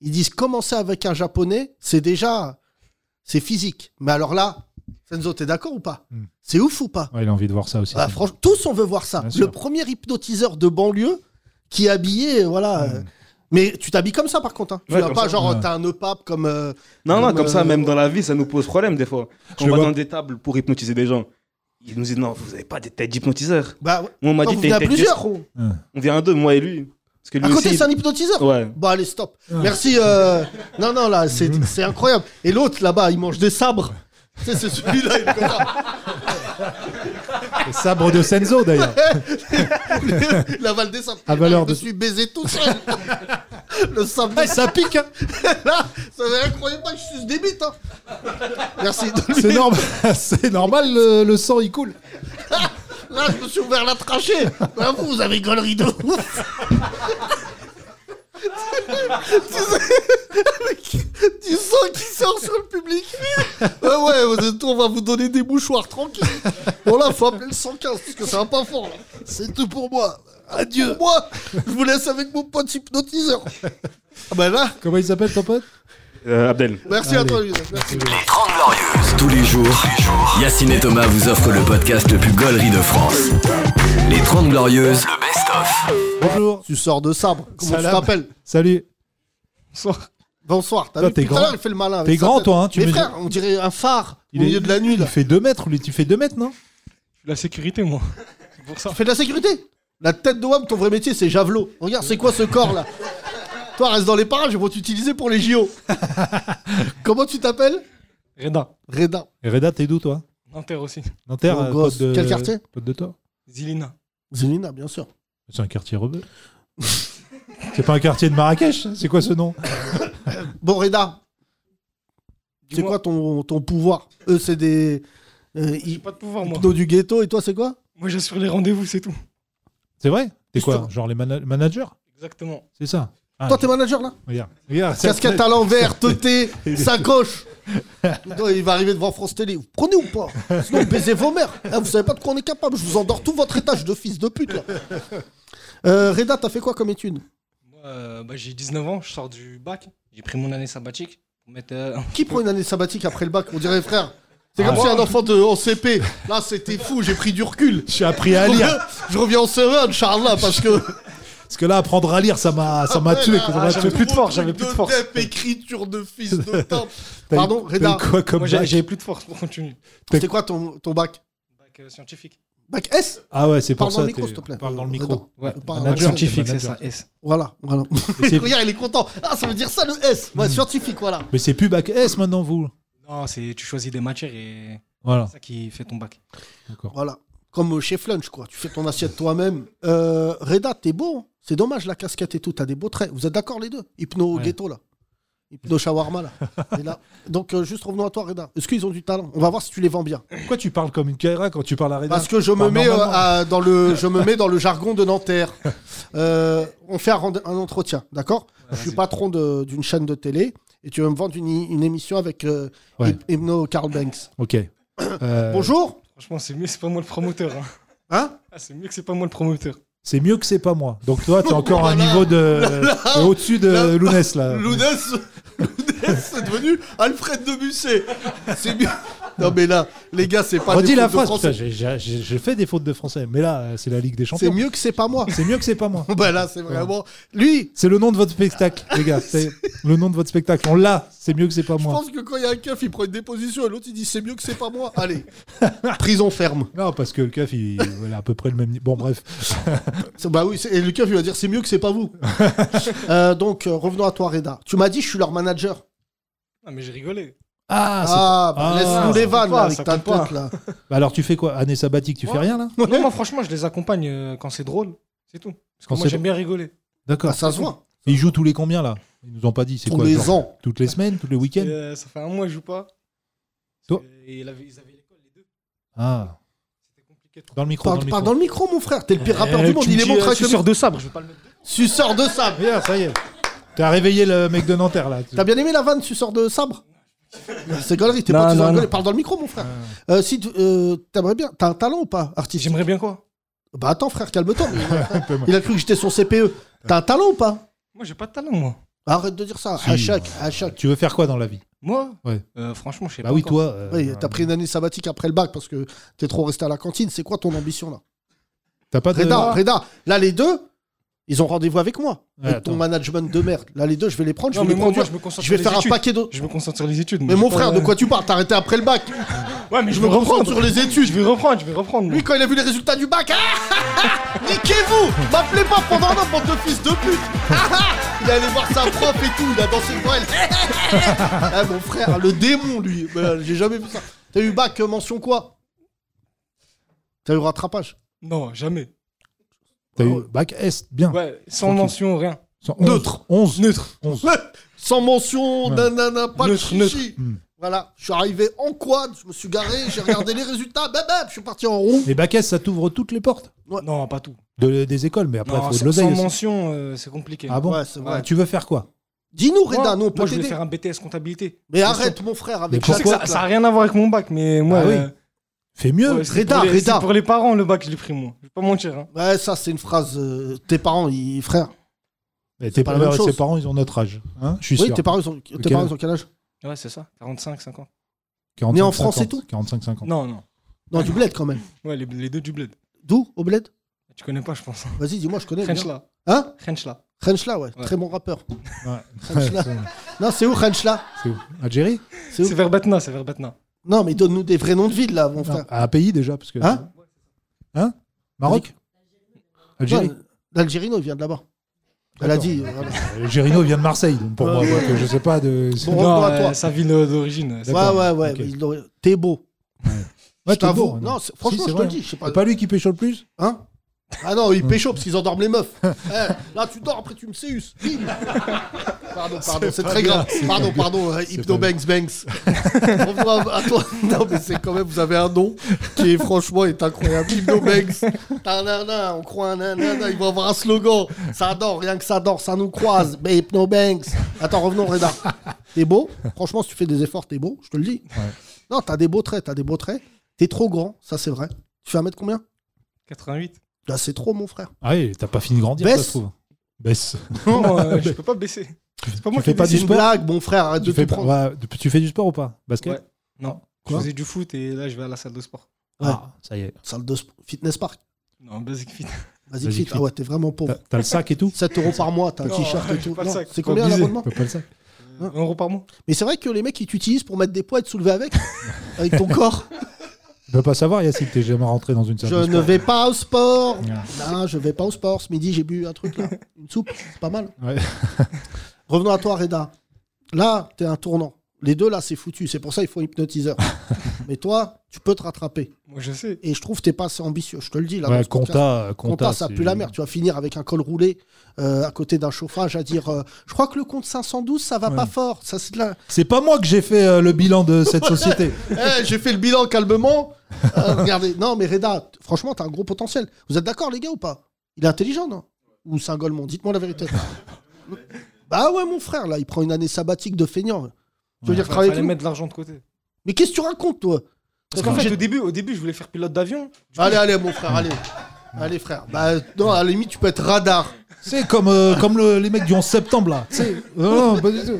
[SPEAKER 3] ils disent commencer avec un japonais, c'est déjà. C'est physique. Mais alors là, Senzo, t'es d'accord ou pas
[SPEAKER 4] Hmm.
[SPEAKER 3] C'est ouf ou pas
[SPEAKER 4] Ouais, il a envie de voir ça aussi.
[SPEAKER 3] ah, franchement, tous on veut voir ça.
[SPEAKER 4] Bien sûr.
[SPEAKER 3] Le premier hypnotiseur de banlieue qui est habillé, voilà. euh, Mais tu t'habilles comme ça par contre. hein.
[SPEAKER 8] Ouais,
[SPEAKER 3] tu vas
[SPEAKER 8] comme
[SPEAKER 3] pas
[SPEAKER 8] ça.
[SPEAKER 3] genre
[SPEAKER 4] Hmm. Ouais.
[SPEAKER 3] t'as un nœud pape comme. euh,
[SPEAKER 8] Non, non,
[SPEAKER 3] Comme,
[SPEAKER 8] comme
[SPEAKER 3] euh,
[SPEAKER 8] ça, même dans la vie, ça nous pose problème des fois.
[SPEAKER 4] Je
[SPEAKER 8] Quand on
[SPEAKER 4] le
[SPEAKER 8] va
[SPEAKER 4] vois.
[SPEAKER 8] dans des tables pour hypnotiser des gens, ils nous disent non, vous avez pas des têtes d'hypnotiseurs.
[SPEAKER 3] Bah, ouais.
[SPEAKER 8] Moi, on m'a
[SPEAKER 3] Non,
[SPEAKER 8] dit
[SPEAKER 3] vous
[SPEAKER 8] t'es
[SPEAKER 3] venez à
[SPEAKER 8] t'es
[SPEAKER 3] plusieurs.
[SPEAKER 8] escroc.
[SPEAKER 4] Ouais.
[SPEAKER 8] On vient à deux, moi et lui. Parce que lui
[SPEAKER 3] à côté
[SPEAKER 8] aussi,
[SPEAKER 3] c'est un hypnotiseur.
[SPEAKER 8] Ouais.
[SPEAKER 3] Bah allez stop.
[SPEAKER 4] Ouais.
[SPEAKER 3] Merci. euh, Non non là c'est c'est incroyable. Et l'autre là-bas il mange des sabres. Tu sais, c'est celui-là, il est comme ça.
[SPEAKER 4] Le sabre de Senzo d'ailleurs.
[SPEAKER 3] il avale des sabres.
[SPEAKER 4] À valeur
[SPEAKER 3] je me
[SPEAKER 4] de- Ah,
[SPEAKER 3] suis baisé tout seul. Le sabre, ça pique. hein. Là, ça veut incroyable pas que je suis des bêtes. hein. Merci.
[SPEAKER 4] C'est normal, c'est normal le, le sang il coule.
[SPEAKER 3] Là, je me suis ouvert la trachée. Là, vous, vous avez galerie de ouf. tu sais, avec du sang qui sort sur le public. Ah Ouais, ouais, vous êtes- on va vous donner des mouchoirs tranquilles. Bon, là, faut appeler le 115 parce que ça va pas fort. là. C'est tout pour moi. Adieu. Pour moi, je vous laisse avec mon pote hypnotiseur. Ah bah là,
[SPEAKER 4] Comment il s'appelle ton pote
[SPEAKER 8] Euh, Abdel.
[SPEAKER 3] merci à
[SPEAKER 4] Allez.
[SPEAKER 3] toi, Youssef. Merci.
[SPEAKER 2] Tous les jours, Yacine et Thomas vous offrent le podcast le plus gaulerie de France. Les 30 Glorieuses, le best-of.
[SPEAKER 4] Bonjour.
[SPEAKER 3] Tu sors de sabre. Comment
[SPEAKER 4] Salam.
[SPEAKER 3] tu t'appelles
[SPEAKER 4] Salut.
[SPEAKER 3] Bonsoir, t'as
[SPEAKER 4] Toi,
[SPEAKER 3] vu
[SPEAKER 4] t'es
[SPEAKER 3] tout à
[SPEAKER 4] grand.
[SPEAKER 3] l'heure, il fait le malin. avec
[SPEAKER 4] T'es
[SPEAKER 3] sa
[SPEAKER 4] grand,
[SPEAKER 3] tête.
[SPEAKER 4] toi, hein, tu
[SPEAKER 3] Mais
[SPEAKER 4] mesures-
[SPEAKER 3] frère, on dirait un phare
[SPEAKER 4] Il
[SPEAKER 3] au
[SPEAKER 4] est-
[SPEAKER 3] milieu de la nuit,
[SPEAKER 4] Il
[SPEAKER 3] là.
[SPEAKER 4] fait 2 mètres, lui. Tu fais 2 mètres, non
[SPEAKER 9] La sécurité, moi. C'est pour ça.
[SPEAKER 3] Tu fais de la sécurité La tête de WAM, ton vrai métier, c'est javelot. Regarde, c'est quoi ce corps, là Toi, reste dans les parages, ils vont t'utiliser pour les JO. Comment tu t'appelles
[SPEAKER 9] Reda.
[SPEAKER 3] Reda.
[SPEAKER 4] Et Reda, t'es d'où, toi
[SPEAKER 9] Nanterre aussi.
[SPEAKER 4] Nanterre,
[SPEAKER 3] Mon
[SPEAKER 4] euh,
[SPEAKER 3] gosse.
[SPEAKER 4] pote de...
[SPEAKER 3] Quel quartier
[SPEAKER 4] Pote de toi.
[SPEAKER 9] Zilina.
[SPEAKER 3] Zélina, bien sûr.
[SPEAKER 4] C'est un quartier rebeu. c'est pas un quartier de Marrakech C'est quoi ce nom
[SPEAKER 3] Bon, Reda, c'est
[SPEAKER 9] Dis-moi.
[SPEAKER 3] quoi ton, ton pouvoir Eux, c'est des... Euh,
[SPEAKER 9] J'ai pas de pouvoir, moi.
[SPEAKER 3] hypnos du ghetto, et toi, c'est quoi
[SPEAKER 9] Moi, j'assure les rendez-vous, c'est tout.
[SPEAKER 4] C'est vrai T'es quoi
[SPEAKER 3] Justement.
[SPEAKER 4] Genre les mana- managers
[SPEAKER 9] Exactement.
[SPEAKER 4] C'est ça Ah,
[SPEAKER 3] Toi, t'es manager, là
[SPEAKER 4] Regarde. Regarde. c'est-
[SPEAKER 3] Casquette à l'envers, teuté, sacoche. Non, il va arriver devant France Télé. Vous prenez ou pas Sinon, baisez vos mères. Hein, vous savez pas de quoi on est capable. Je vous endors tout votre étage de fils de pute. là. Euh, Reda, t'as fait quoi comme étude
[SPEAKER 9] Moi, euh, bah, j'ai 19 ans, je sors du bac. J'ai pris mon année sabbatique pour mettre. euh,
[SPEAKER 3] Qui prend une année sabbatique après le bac On dirait frère. C'est
[SPEAKER 4] Ah.
[SPEAKER 3] comme si un enfant de en CP. Là, c'était fou. J'ai pris du recul.
[SPEAKER 4] J'ai appris à
[SPEAKER 3] Je
[SPEAKER 4] lire.
[SPEAKER 3] reviens, je reviens en CE1 de Charles parce que.
[SPEAKER 4] Parce que là, apprendre à lire, ça m'a, ça m'a
[SPEAKER 3] Ouais,
[SPEAKER 4] tué.
[SPEAKER 3] là,
[SPEAKER 4] ça m'a tué.
[SPEAKER 9] j'avais plus de force, j'avais
[SPEAKER 3] Truc
[SPEAKER 9] plus de force.
[SPEAKER 3] tep, écriture de fils de temps.
[SPEAKER 4] T'as eu-
[SPEAKER 3] Pardon,
[SPEAKER 4] t'as eu
[SPEAKER 3] Reda.
[SPEAKER 4] quoi comme
[SPEAKER 9] Moi, j'ai-
[SPEAKER 4] bac
[SPEAKER 9] j'avais plus de force pour continuer.
[SPEAKER 3] C'était quoi ton, ton bac
[SPEAKER 9] Bac euh, scientifique.
[SPEAKER 3] Bac S
[SPEAKER 4] Ah ouais, c'est pour
[SPEAKER 3] Parle
[SPEAKER 4] ça.
[SPEAKER 3] dans le micro,
[SPEAKER 4] t'es-
[SPEAKER 3] s'il te plaît. Euh,
[SPEAKER 4] Parle dans le
[SPEAKER 3] Reda.
[SPEAKER 4] micro.
[SPEAKER 9] Ouais,
[SPEAKER 3] Pas un
[SPEAKER 9] bac
[SPEAKER 4] manager,
[SPEAKER 9] scientifique,
[SPEAKER 4] t'es
[SPEAKER 9] c'est
[SPEAKER 4] manager.
[SPEAKER 9] ça, S.
[SPEAKER 3] Voilà, voilà.
[SPEAKER 4] Mais c'est-
[SPEAKER 3] Regarde, il est content. Ah, ça veut dire ça le S.
[SPEAKER 4] Hmm.
[SPEAKER 3] Ouais, scientifique, voilà.
[SPEAKER 4] Mais c'est plus bac S maintenant, vous.
[SPEAKER 9] Non, c'est tu choisis des matières et
[SPEAKER 4] Voilà.
[SPEAKER 9] c'est ça qui fait ton bac.
[SPEAKER 3] Voilà. Comme chez Flunch, quoi. Tu fais ton assiette toi-même. Euh, Reda, t'es beau. hein. C'est dommage, la casquette et tout. T'as des beaux traits. Vous êtes d'accord, les deux Hypno
[SPEAKER 4] Ouais.
[SPEAKER 3] ghetto, là. Hypno shawarma, là. Et là. Donc, euh, juste revenons à toi, Reda. Est-ce qu'ils ont du talent On va voir si tu les vends bien.
[SPEAKER 4] Pourquoi tu parles comme une Kaira quand tu parles à Reda
[SPEAKER 3] Parce que je me,
[SPEAKER 4] Parle
[SPEAKER 3] mets, euh,
[SPEAKER 4] Eh ben, normalement.
[SPEAKER 3] à- dans, le, je me mets dans le jargon de Nanterre. Euh, on fait un, rende- un entretien, d'accord Je suis patron de- d'une chaîne de télé et tu veux me vendre une, une émission avec euh,
[SPEAKER 4] Ouais.
[SPEAKER 3] Hyp- Hypno Carl Banks.
[SPEAKER 4] Ok. Euh,
[SPEAKER 3] Bonjour
[SPEAKER 9] Franchement, c'est mieux, c'est pas moi le promoteur. hein.
[SPEAKER 3] Hein
[SPEAKER 9] Ah, c'est mieux que c'est pas moi le promoteur.
[SPEAKER 4] C'est mieux que c'est pas moi. Donc toi, t'es encore à un
[SPEAKER 3] Là,
[SPEAKER 4] niveau de euh,
[SPEAKER 10] là,
[SPEAKER 4] au-dessus de
[SPEAKER 10] là.
[SPEAKER 4] Lounès là.
[SPEAKER 10] Lounès, Lounès, c'est devenu Alfred de Musset. C'est bien.
[SPEAKER 3] Non, mais là, les gars, c'est pas.
[SPEAKER 4] Redis
[SPEAKER 3] des
[SPEAKER 4] la
[SPEAKER 3] fautes de
[SPEAKER 4] phrase.
[SPEAKER 3] Français.
[SPEAKER 4] putain, j'ai- j'ai- j'ai- Je fais des fautes de français, mais là, euh, c'est la Ligue des
[SPEAKER 3] C'est
[SPEAKER 4] Champions.
[SPEAKER 3] mieux que c'est pas moi.
[SPEAKER 4] C'est mieux que c'est pas moi.
[SPEAKER 3] bah là, c'est vraiment. Lui,
[SPEAKER 4] C'est le nom de votre spectacle, les gars. C'est le nom de votre spectacle. On l'a. C'est mieux que c'est pas
[SPEAKER 3] je
[SPEAKER 4] moi.
[SPEAKER 3] pense que quand il y a un keuf, il prend une déposition et l'autre, il dit c'est mieux que c'est pas moi. Allez, prison ferme.
[SPEAKER 4] Non, parce que le CAF, il il a à peu près le même. ni- Bon, bref.
[SPEAKER 3] C'est- Bah oui, c'est- et le keuf, il va dire c'est mieux que c'est pas vous. Euh, donc, euh, revenons à toi, Reda. Tu m'as dit, je suis leur manager.
[SPEAKER 9] Ah, mais j'ai rigolé.
[SPEAKER 4] Ah,
[SPEAKER 3] Ah, bah,
[SPEAKER 4] Ah,
[SPEAKER 3] laisse-nous
[SPEAKER 4] ça
[SPEAKER 3] les vannes
[SPEAKER 9] pas,
[SPEAKER 3] là, avec
[SPEAKER 9] ça
[SPEAKER 3] ta
[SPEAKER 9] compte pas.
[SPEAKER 3] tête là.
[SPEAKER 4] c'est- bah alors tu fais quoi Année sabbatique, tu fais
[SPEAKER 9] Ouais.
[SPEAKER 4] rien là
[SPEAKER 9] Non, moi, franchement, je les accompagne euh, quand c'est drôle. C'est tout. Parce que
[SPEAKER 4] Quand
[SPEAKER 9] moi,
[SPEAKER 4] c'est
[SPEAKER 9] j'aime bien rigoler.
[SPEAKER 4] D'accord.
[SPEAKER 3] Ah, ça se voit.
[SPEAKER 4] Ils jouent tous les combien là Ils nous ont pas dit. C'est
[SPEAKER 3] Tous
[SPEAKER 4] quoi
[SPEAKER 3] les
[SPEAKER 4] genre
[SPEAKER 3] ans.
[SPEAKER 4] Toutes les semaines, tous les
[SPEAKER 9] Et,
[SPEAKER 4] week-ends
[SPEAKER 9] euh, ça fait un mois, je joue pas.
[SPEAKER 4] Toi
[SPEAKER 9] Et il avait- ils avaient l'école, les deux.
[SPEAKER 4] Ah,
[SPEAKER 9] C'était Eh, compliqué de trouver.
[SPEAKER 4] dans le micro.
[SPEAKER 3] Parle
[SPEAKER 4] dans le
[SPEAKER 3] parle
[SPEAKER 4] micro.
[SPEAKER 3] dans le micro, mon frère. T'es le pire rappeur
[SPEAKER 4] Euh,
[SPEAKER 3] du monde.
[SPEAKER 4] tu
[SPEAKER 3] Il
[SPEAKER 4] me
[SPEAKER 3] est
[SPEAKER 4] dis,
[SPEAKER 3] mon
[SPEAKER 4] euh,
[SPEAKER 3] track.
[SPEAKER 9] Suceur de sabre, je vais pas le mettre.
[SPEAKER 3] Suceur de sabre.
[SPEAKER 4] Viens, ça y est. T'as réveillé le mec de Nanterre là.
[SPEAKER 3] T'as bien aimé la vanne, suceur de sabre Euh, C'est galerie, t'es
[SPEAKER 9] Non,
[SPEAKER 3] pas
[SPEAKER 9] non, non.
[SPEAKER 3] rigoler. Parle dans le micro, mon frère. Euh, si tu- euh, t'aimerais bien, t'as un talent ou pas, artiste
[SPEAKER 9] J'aimerais bien quoi
[SPEAKER 3] Bah attends, frère, calme-toi. Il a cru que j'étais son CPE. T'as un talent ou pas
[SPEAKER 9] Moi, j'ai pas de talent, moi.
[SPEAKER 3] Arrête de dire ça.
[SPEAKER 4] Si.
[SPEAKER 3] À chaque, à chaque.
[SPEAKER 4] Tu veux faire quoi dans la vie
[SPEAKER 9] Moi
[SPEAKER 4] Ouais.
[SPEAKER 9] Euh, Franchement, je sais
[SPEAKER 4] Bah
[SPEAKER 9] pas.
[SPEAKER 4] oui,
[SPEAKER 9] encore.
[SPEAKER 4] toi. euh,
[SPEAKER 3] Oui, t'as pris une année sabbatique après le bac parce que t'es trop resté à la cantine. C'est quoi ton ambition là
[SPEAKER 4] T'as pas de.
[SPEAKER 3] Reda,
[SPEAKER 4] Ah.
[SPEAKER 3] Reda, là les deux, ils ont rendez-vous avec moi.
[SPEAKER 4] Ouais,
[SPEAKER 3] avec ton
[SPEAKER 4] attends.
[SPEAKER 3] management de merde. Là les deux, je vais les prendre, je
[SPEAKER 9] Non, mais
[SPEAKER 3] vais les
[SPEAKER 9] moi, moi,
[SPEAKER 3] conduire.
[SPEAKER 9] je me concentre
[SPEAKER 3] je vais
[SPEAKER 9] sur les
[SPEAKER 3] faire un
[SPEAKER 9] études.
[SPEAKER 3] paquet de.
[SPEAKER 9] Je me concentre sur les études.
[SPEAKER 3] Mais mon
[SPEAKER 9] j'ai
[SPEAKER 3] frère,
[SPEAKER 9] pas-
[SPEAKER 3] de quoi tu parles T'as arrêté après le bac.
[SPEAKER 9] Ouais, mais
[SPEAKER 3] Je
[SPEAKER 9] je
[SPEAKER 3] me
[SPEAKER 9] vais
[SPEAKER 3] reprends
[SPEAKER 9] reprendre.
[SPEAKER 3] sur les études.
[SPEAKER 9] Je vais reprendre, je vais reprendre. moi.
[SPEAKER 3] Lui, quand il a vu les résultats du bac, ah Niquez-vous M'appelez pas pendant un an, bande de fils de pute Ah, ah Il est allé voir sa prof et tout, il a dansé pour elle. ah, mon frère, le démon, lui. Mais, J'ai jamais vu ça. T'as eu bac, euh, mention quoi T'as eu rattrapage
[SPEAKER 9] Non, jamais.
[SPEAKER 4] T'as eu
[SPEAKER 9] Euh,
[SPEAKER 3] Ah,
[SPEAKER 4] bac
[SPEAKER 3] eh,
[SPEAKER 4] S, bien.
[SPEAKER 9] Ouais, sans
[SPEAKER 4] Tranquille.
[SPEAKER 9] mention, rien.
[SPEAKER 4] Neutre. 11. Neutre. 11.
[SPEAKER 3] Sans mention,
[SPEAKER 4] Ouais.
[SPEAKER 3] nanana, pas
[SPEAKER 9] Neutre,
[SPEAKER 3] de chichi.
[SPEAKER 4] neutre. Hmm.
[SPEAKER 3] Voilà, je suis arrivé en quad, je me suis garé, j'ai regardé les résultats, bam, bam, je suis parti en rond.
[SPEAKER 4] Mais bac S, ça t'ouvre toutes les portes
[SPEAKER 9] Non, pas tout.
[SPEAKER 4] de- des écoles, mais après,
[SPEAKER 9] Non,
[SPEAKER 4] il faut de
[SPEAKER 9] sans,
[SPEAKER 4] l'oseille
[SPEAKER 9] sans
[SPEAKER 4] aussi.
[SPEAKER 9] mention, euh, c'est compliqué.
[SPEAKER 4] Ah bon
[SPEAKER 3] Ouais, c'est vrai.
[SPEAKER 4] Tu veux faire quoi
[SPEAKER 3] Dis-nous,
[SPEAKER 9] Moi,
[SPEAKER 3] Reda, nous on
[SPEAKER 9] moi,
[SPEAKER 3] peut
[SPEAKER 9] je voulais
[SPEAKER 3] t'aider.
[SPEAKER 9] faire un BTS comptabilité.
[SPEAKER 3] Mais arrête, mon frère, avec
[SPEAKER 4] Mais
[SPEAKER 9] Je sais que
[SPEAKER 4] pourquoi
[SPEAKER 3] chaque
[SPEAKER 9] ça n'a rien à voir avec mon bac, mais moi.
[SPEAKER 4] Ah oui.
[SPEAKER 9] euh,
[SPEAKER 4] Fais mieux
[SPEAKER 9] ouais, c'est
[SPEAKER 3] Reda,
[SPEAKER 9] pour les-
[SPEAKER 3] Reda.
[SPEAKER 9] c'est pour les parents, le bac, je l'ai pris, moi. Je vais pas mentir. hein.
[SPEAKER 3] Ouais, ça, c'est une phrase. euh, tes parents, ils, frère.
[SPEAKER 4] Mais Tes
[SPEAKER 3] pas la même
[SPEAKER 4] parents et ses
[SPEAKER 3] chose.
[SPEAKER 4] parents, ils ont notre âge. hein Je suis
[SPEAKER 3] Oui,
[SPEAKER 4] sûr.
[SPEAKER 3] tes parents, ils ont, tes
[SPEAKER 4] Quel-
[SPEAKER 3] parents, ils ont quel âge
[SPEAKER 9] Ouais, c'est ça. 45, 50.
[SPEAKER 4] Né
[SPEAKER 3] Nés en France et tout
[SPEAKER 4] 45-50.
[SPEAKER 9] Non, non.
[SPEAKER 3] Non, du bled quand même.
[SPEAKER 9] Ouais, les, les deux du bled.
[SPEAKER 3] D'où Au bled
[SPEAKER 9] Tu connais pas, je pense.
[SPEAKER 3] Vas-y, dis-moi, je connais. bien.
[SPEAKER 9] Frenchla.
[SPEAKER 3] Hein
[SPEAKER 9] Frenchla.
[SPEAKER 3] Renchla, ouais.
[SPEAKER 9] Ouais.
[SPEAKER 3] Très bon rappeur.
[SPEAKER 4] Ouais.
[SPEAKER 3] Renchla. non, c'est où Renchla
[SPEAKER 4] C'est où Algérie
[SPEAKER 3] C'est où
[SPEAKER 9] C'est vers Batna, c'est vers Batna.
[SPEAKER 3] Non, mais donne-nous des vrais noms de villes, là, mon
[SPEAKER 4] Non,
[SPEAKER 3] frère.
[SPEAKER 4] à Un pays déjà, parce que.
[SPEAKER 3] Hein
[SPEAKER 4] Hein Maroc Algérie
[SPEAKER 3] Non, L'Algérino, il vient de là-bas. Elle a
[SPEAKER 4] D'accord.
[SPEAKER 3] dit. euh, voilà.
[SPEAKER 4] Euh, Gérino vient de Marseille, donc pour
[SPEAKER 3] Ouais,
[SPEAKER 4] moi,
[SPEAKER 3] ouais.
[SPEAKER 4] donc, euh, je sais pas de. c'est-
[SPEAKER 3] Bon, revenons à toi.
[SPEAKER 9] sa ville euh, d'origine. c'est-
[SPEAKER 4] D'accord,
[SPEAKER 3] Ouais, ouais, ouais.
[SPEAKER 4] ok.
[SPEAKER 3] mais ils l'ont- T'es beau.
[SPEAKER 4] Ouais,
[SPEAKER 3] je
[SPEAKER 4] t'es
[SPEAKER 3] t'avoue.
[SPEAKER 4] beau, hein.
[SPEAKER 3] non, c'est-
[SPEAKER 4] Si,
[SPEAKER 3] franchement,
[SPEAKER 4] c'est
[SPEAKER 3] je te
[SPEAKER 4] vrai.
[SPEAKER 3] le dis. Je sais pas.
[SPEAKER 4] C'est pas lui qui pêche le plus
[SPEAKER 3] Hein ah non, ils pécho parce qu'ils endorment les meufs. Eh, là, tu dors, après tu me séus. Bim. Pardon, pardon, c'est très grave. Pardon, pardon, euh, Hypno
[SPEAKER 4] pas
[SPEAKER 3] Banks Banks. Revenons à, à toi. Non, mais c'est quand même, vous avez un nom qui est franchement est incroyable. Hypno Banks. Tanana, on croit un nanana, ils vont avoir un slogan. Ça dort, rien que ça dort, ça nous croise. Mais Hypno Banks. Attends, revenons, Reda. T'es beau. Franchement, si tu fais des efforts, t'es beau, je te le dis. Non, t'as des beaux traits, t'as des beaux traits. T'es trop grand, ça c'est vrai. Tu fais un mètre combien
[SPEAKER 9] 88.
[SPEAKER 3] Là, c'est trop, mon frère.
[SPEAKER 4] Ah oui, t'as pas fini de grandir,
[SPEAKER 3] Baisse.
[SPEAKER 4] ça se trouve. Baisse.
[SPEAKER 9] Non, euh, je peux pas baisser. C'est pas moi
[SPEAKER 4] fais
[SPEAKER 9] qui
[SPEAKER 4] pas
[SPEAKER 9] baisse.
[SPEAKER 4] du
[SPEAKER 3] C'est une
[SPEAKER 4] sport
[SPEAKER 3] blague, mon frère, arrête de
[SPEAKER 4] Tu fais,
[SPEAKER 3] te
[SPEAKER 4] pas-
[SPEAKER 3] prendre.
[SPEAKER 4] ouais, tu- tu fais du sport ou pas Basket
[SPEAKER 9] Ouais. Non.
[SPEAKER 4] Ah. Quoi
[SPEAKER 9] je faisais du foot et là, je vais à la salle de sport.
[SPEAKER 4] Ah, ça y est.
[SPEAKER 3] Salle de sp- fitness park.
[SPEAKER 9] Non, basic fit.
[SPEAKER 3] Vas-y,
[SPEAKER 4] Basic
[SPEAKER 3] fit.
[SPEAKER 4] fit.
[SPEAKER 3] Ah ouais, t'es vraiment
[SPEAKER 4] T'as
[SPEAKER 3] pauvre.
[SPEAKER 4] t'as le sac et tout
[SPEAKER 3] 7 euros par mois, Oh, t'as un
[SPEAKER 9] Non,
[SPEAKER 3] t-shirt et
[SPEAKER 9] j'ai
[SPEAKER 3] tout.
[SPEAKER 9] pas de
[SPEAKER 3] Non,
[SPEAKER 9] sac,
[SPEAKER 3] C'est
[SPEAKER 9] faut
[SPEAKER 3] combien
[SPEAKER 9] abuser.
[SPEAKER 3] l'abonnement
[SPEAKER 4] T'as pas le sac
[SPEAKER 9] Euh, Un euro par mois.
[SPEAKER 3] Mais c'est vrai que les mecs, ils t'utilisent pour mettre des poids et te soulever avec. avec ton corps.
[SPEAKER 4] Tu peux pas savoir, Yacine, t'es jamais rentré dans une Ah. salle
[SPEAKER 3] Je
[SPEAKER 4] de
[SPEAKER 3] ne
[SPEAKER 4] sport.
[SPEAKER 3] vais pas au sport.
[SPEAKER 4] Ouais.
[SPEAKER 3] Non, je vais pas au sport. Ce midi, j'ai bu un truc là. Une soupe, c'est pas mal.
[SPEAKER 4] Ouais.
[SPEAKER 3] Revenons à toi, Reda. Là, t'es un tournant. Les deux là, c'est foutu. C'est pour ça qu'il faut un hypnotiseur. Mais toi, tu peux te rattraper.
[SPEAKER 9] Moi, je sais.
[SPEAKER 3] Et je trouve que t'es pas assez ambitieux. Je te le dis là. dans
[SPEAKER 4] Ouais,
[SPEAKER 3] ce podcast.
[SPEAKER 4] compta,
[SPEAKER 3] Compta,
[SPEAKER 4] compta.
[SPEAKER 3] ça
[SPEAKER 4] c'est-
[SPEAKER 3] pue la merde. Tu vas finir avec un col roulé euh, à côté d'un chauffage à dire euh, Je crois que le compte 512, ça va
[SPEAKER 4] Ouais.
[SPEAKER 3] pas fort. Ça, c'est de la...
[SPEAKER 4] C'est pas moi que j'ai fait euh, le bilan de cette société.
[SPEAKER 3] Eh, J'ai fait le bilan calmement. Euh, regardez. Non, mais Reda, t- franchement, t'as un gros potentiel. Vous êtes d'accord, les gars, ou pas Il est intelligent, non Ou c'est un golemon Dites-moi la vérité. bah ouais, mon frère, là, il prend une année sabbatique de feignant. Tu veux dire
[SPEAKER 9] Fallait
[SPEAKER 3] travailler avec nous
[SPEAKER 9] mettre de l'argent de côté.
[SPEAKER 3] Mais qu'est-ce que tu racontes, toi
[SPEAKER 9] Parce qu'en fait, au début, au début, je voulais faire pilote d'avion.
[SPEAKER 3] Allez, allez, mon frère, allez. Allez, frère. Bah, non, à la limite, tu peux être radar.
[SPEAKER 4] C'est comme, euh, comme le- les mecs du 11 septembre là. Tu sais. Non, non, pas du tout.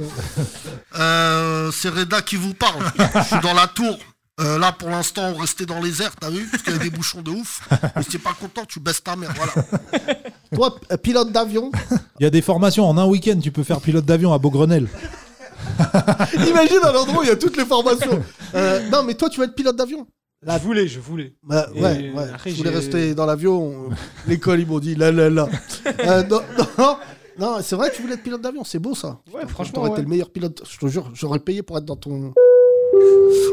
[SPEAKER 11] Euh, c'est Reda qui vous parle. Je suis dans la tour. Euh, là, pour l'instant, on restait dans les airs, t'as vu Parce qu'il y a des bouchons de ouf. Et si t'es pas content, tu baisses ta mère, voilà.
[SPEAKER 3] Toi, p- pilote d'avion,
[SPEAKER 4] Il y a des formations en un week-end, tu peux faire pilote d'avion à Beaugrenelle.
[SPEAKER 3] imagine un endroit où il y a toutes les formations. Euh, non, mais toi, tu vas être pilote d'avion.
[SPEAKER 9] Je voulais, je voulais.
[SPEAKER 3] Bah,
[SPEAKER 9] Et
[SPEAKER 3] ouais, ouais.
[SPEAKER 9] après,
[SPEAKER 3] je voulais
[SPEAKER 9] j'ai-
[SPEAKER 3] rester dans l'avion. L'école, ils m'ont dit là, là, là. Euh, non, non, non, c'est vrai que tu voulais être pilote d'avion, c'est beau ça. Ouais,
[SPEAKER 9] franchement,
[SPEAKER 3] T'aurais
[SPEAKER 9] ouais.
[SPEAKER 3] été le meilleur pilote, je te jure, j'aurais payé pour être dans ton.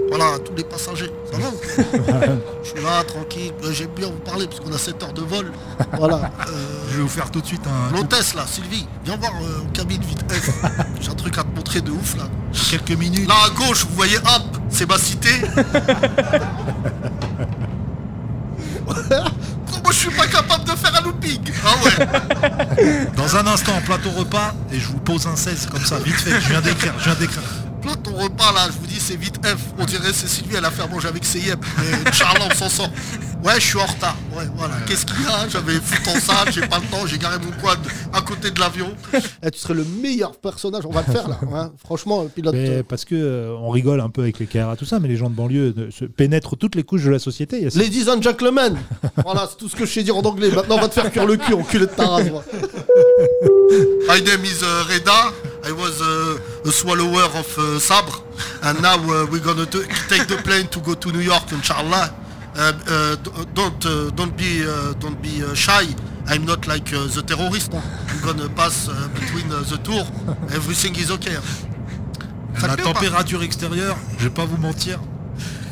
[SPEAKER 11] Voilà, tous les passagers, ça va ou quoi Je suis là, tranquille. Euh, J'aime bien vous parler, parce qu'on a 7 heures de vol.
[SPEAKER 3] Voilà.
[SPEAKER 11] Euh, Je vais vous faire tout de suite un. L'hôtesse là, Sylvie, viens voir euh, en cabine vite. F. J'ai un truc à te montrer de ouf là. Dans Quelques minutes. Là à gauche, vous voyez hop, c'est ma cité. Comment je suis pas capable de faire un looping Ah ouais
[SPEAKER 12] Dans un instant, plateau repas, et je vous pose un 16 comme ça, vite fait. Je viens d'écrire, je viens d'écrire.
[SPEAKER 11] Plein ton repas là, je vous dis c'est vite F. On dirait c'est Sylvie, elle a fait à manger avec ses yeux. Mais Inch'Allah, on s'en sort. Ouais, je suis en retard. Ouais, voilà. Qu'est-ce qu'il y a J'avais foutu en salle, j'ai pas le temps, j'ai garé mon quad à côté de l'avion.
[SPEAKER 3] Eh, tu serais le meilleur personnage, on va le faire là. hein. Franchement, pilote.
[SPEAKER 4] Mais
[SPEAKER 3] euh,
[SPEAKER 4] parce que euh, on rigole un peu avec les KRA, tout ça, mais les gens de banlieue euh, se pénètrent toutes les couches de la société. Il y a ça.
[SPEAKER 3] Ladies and gentlemen, voilà, c'est tout ce que je sais dire en anglais. Maintenant, on va te faire cuire le cul, enculé de ta race. moi.
[SPEAKER 11] My name is uh, Reda. I was uh, a swallower of uh, Sabre. And now uh, we're gonna t- take the plane to go to New York, inshallah. Uh, uh, d- don't, uh, don't be, uh, don't be uh, shy. I'm not like uh, the terrorist. I'm gonna pass uh, between uh, the tour. Everything is okay. Ça
[SPEAKER 12] la
[SPEAKER 11] te plaît ou pas
[SPEAKER 12] température extérieure, je vais pas vous mentir.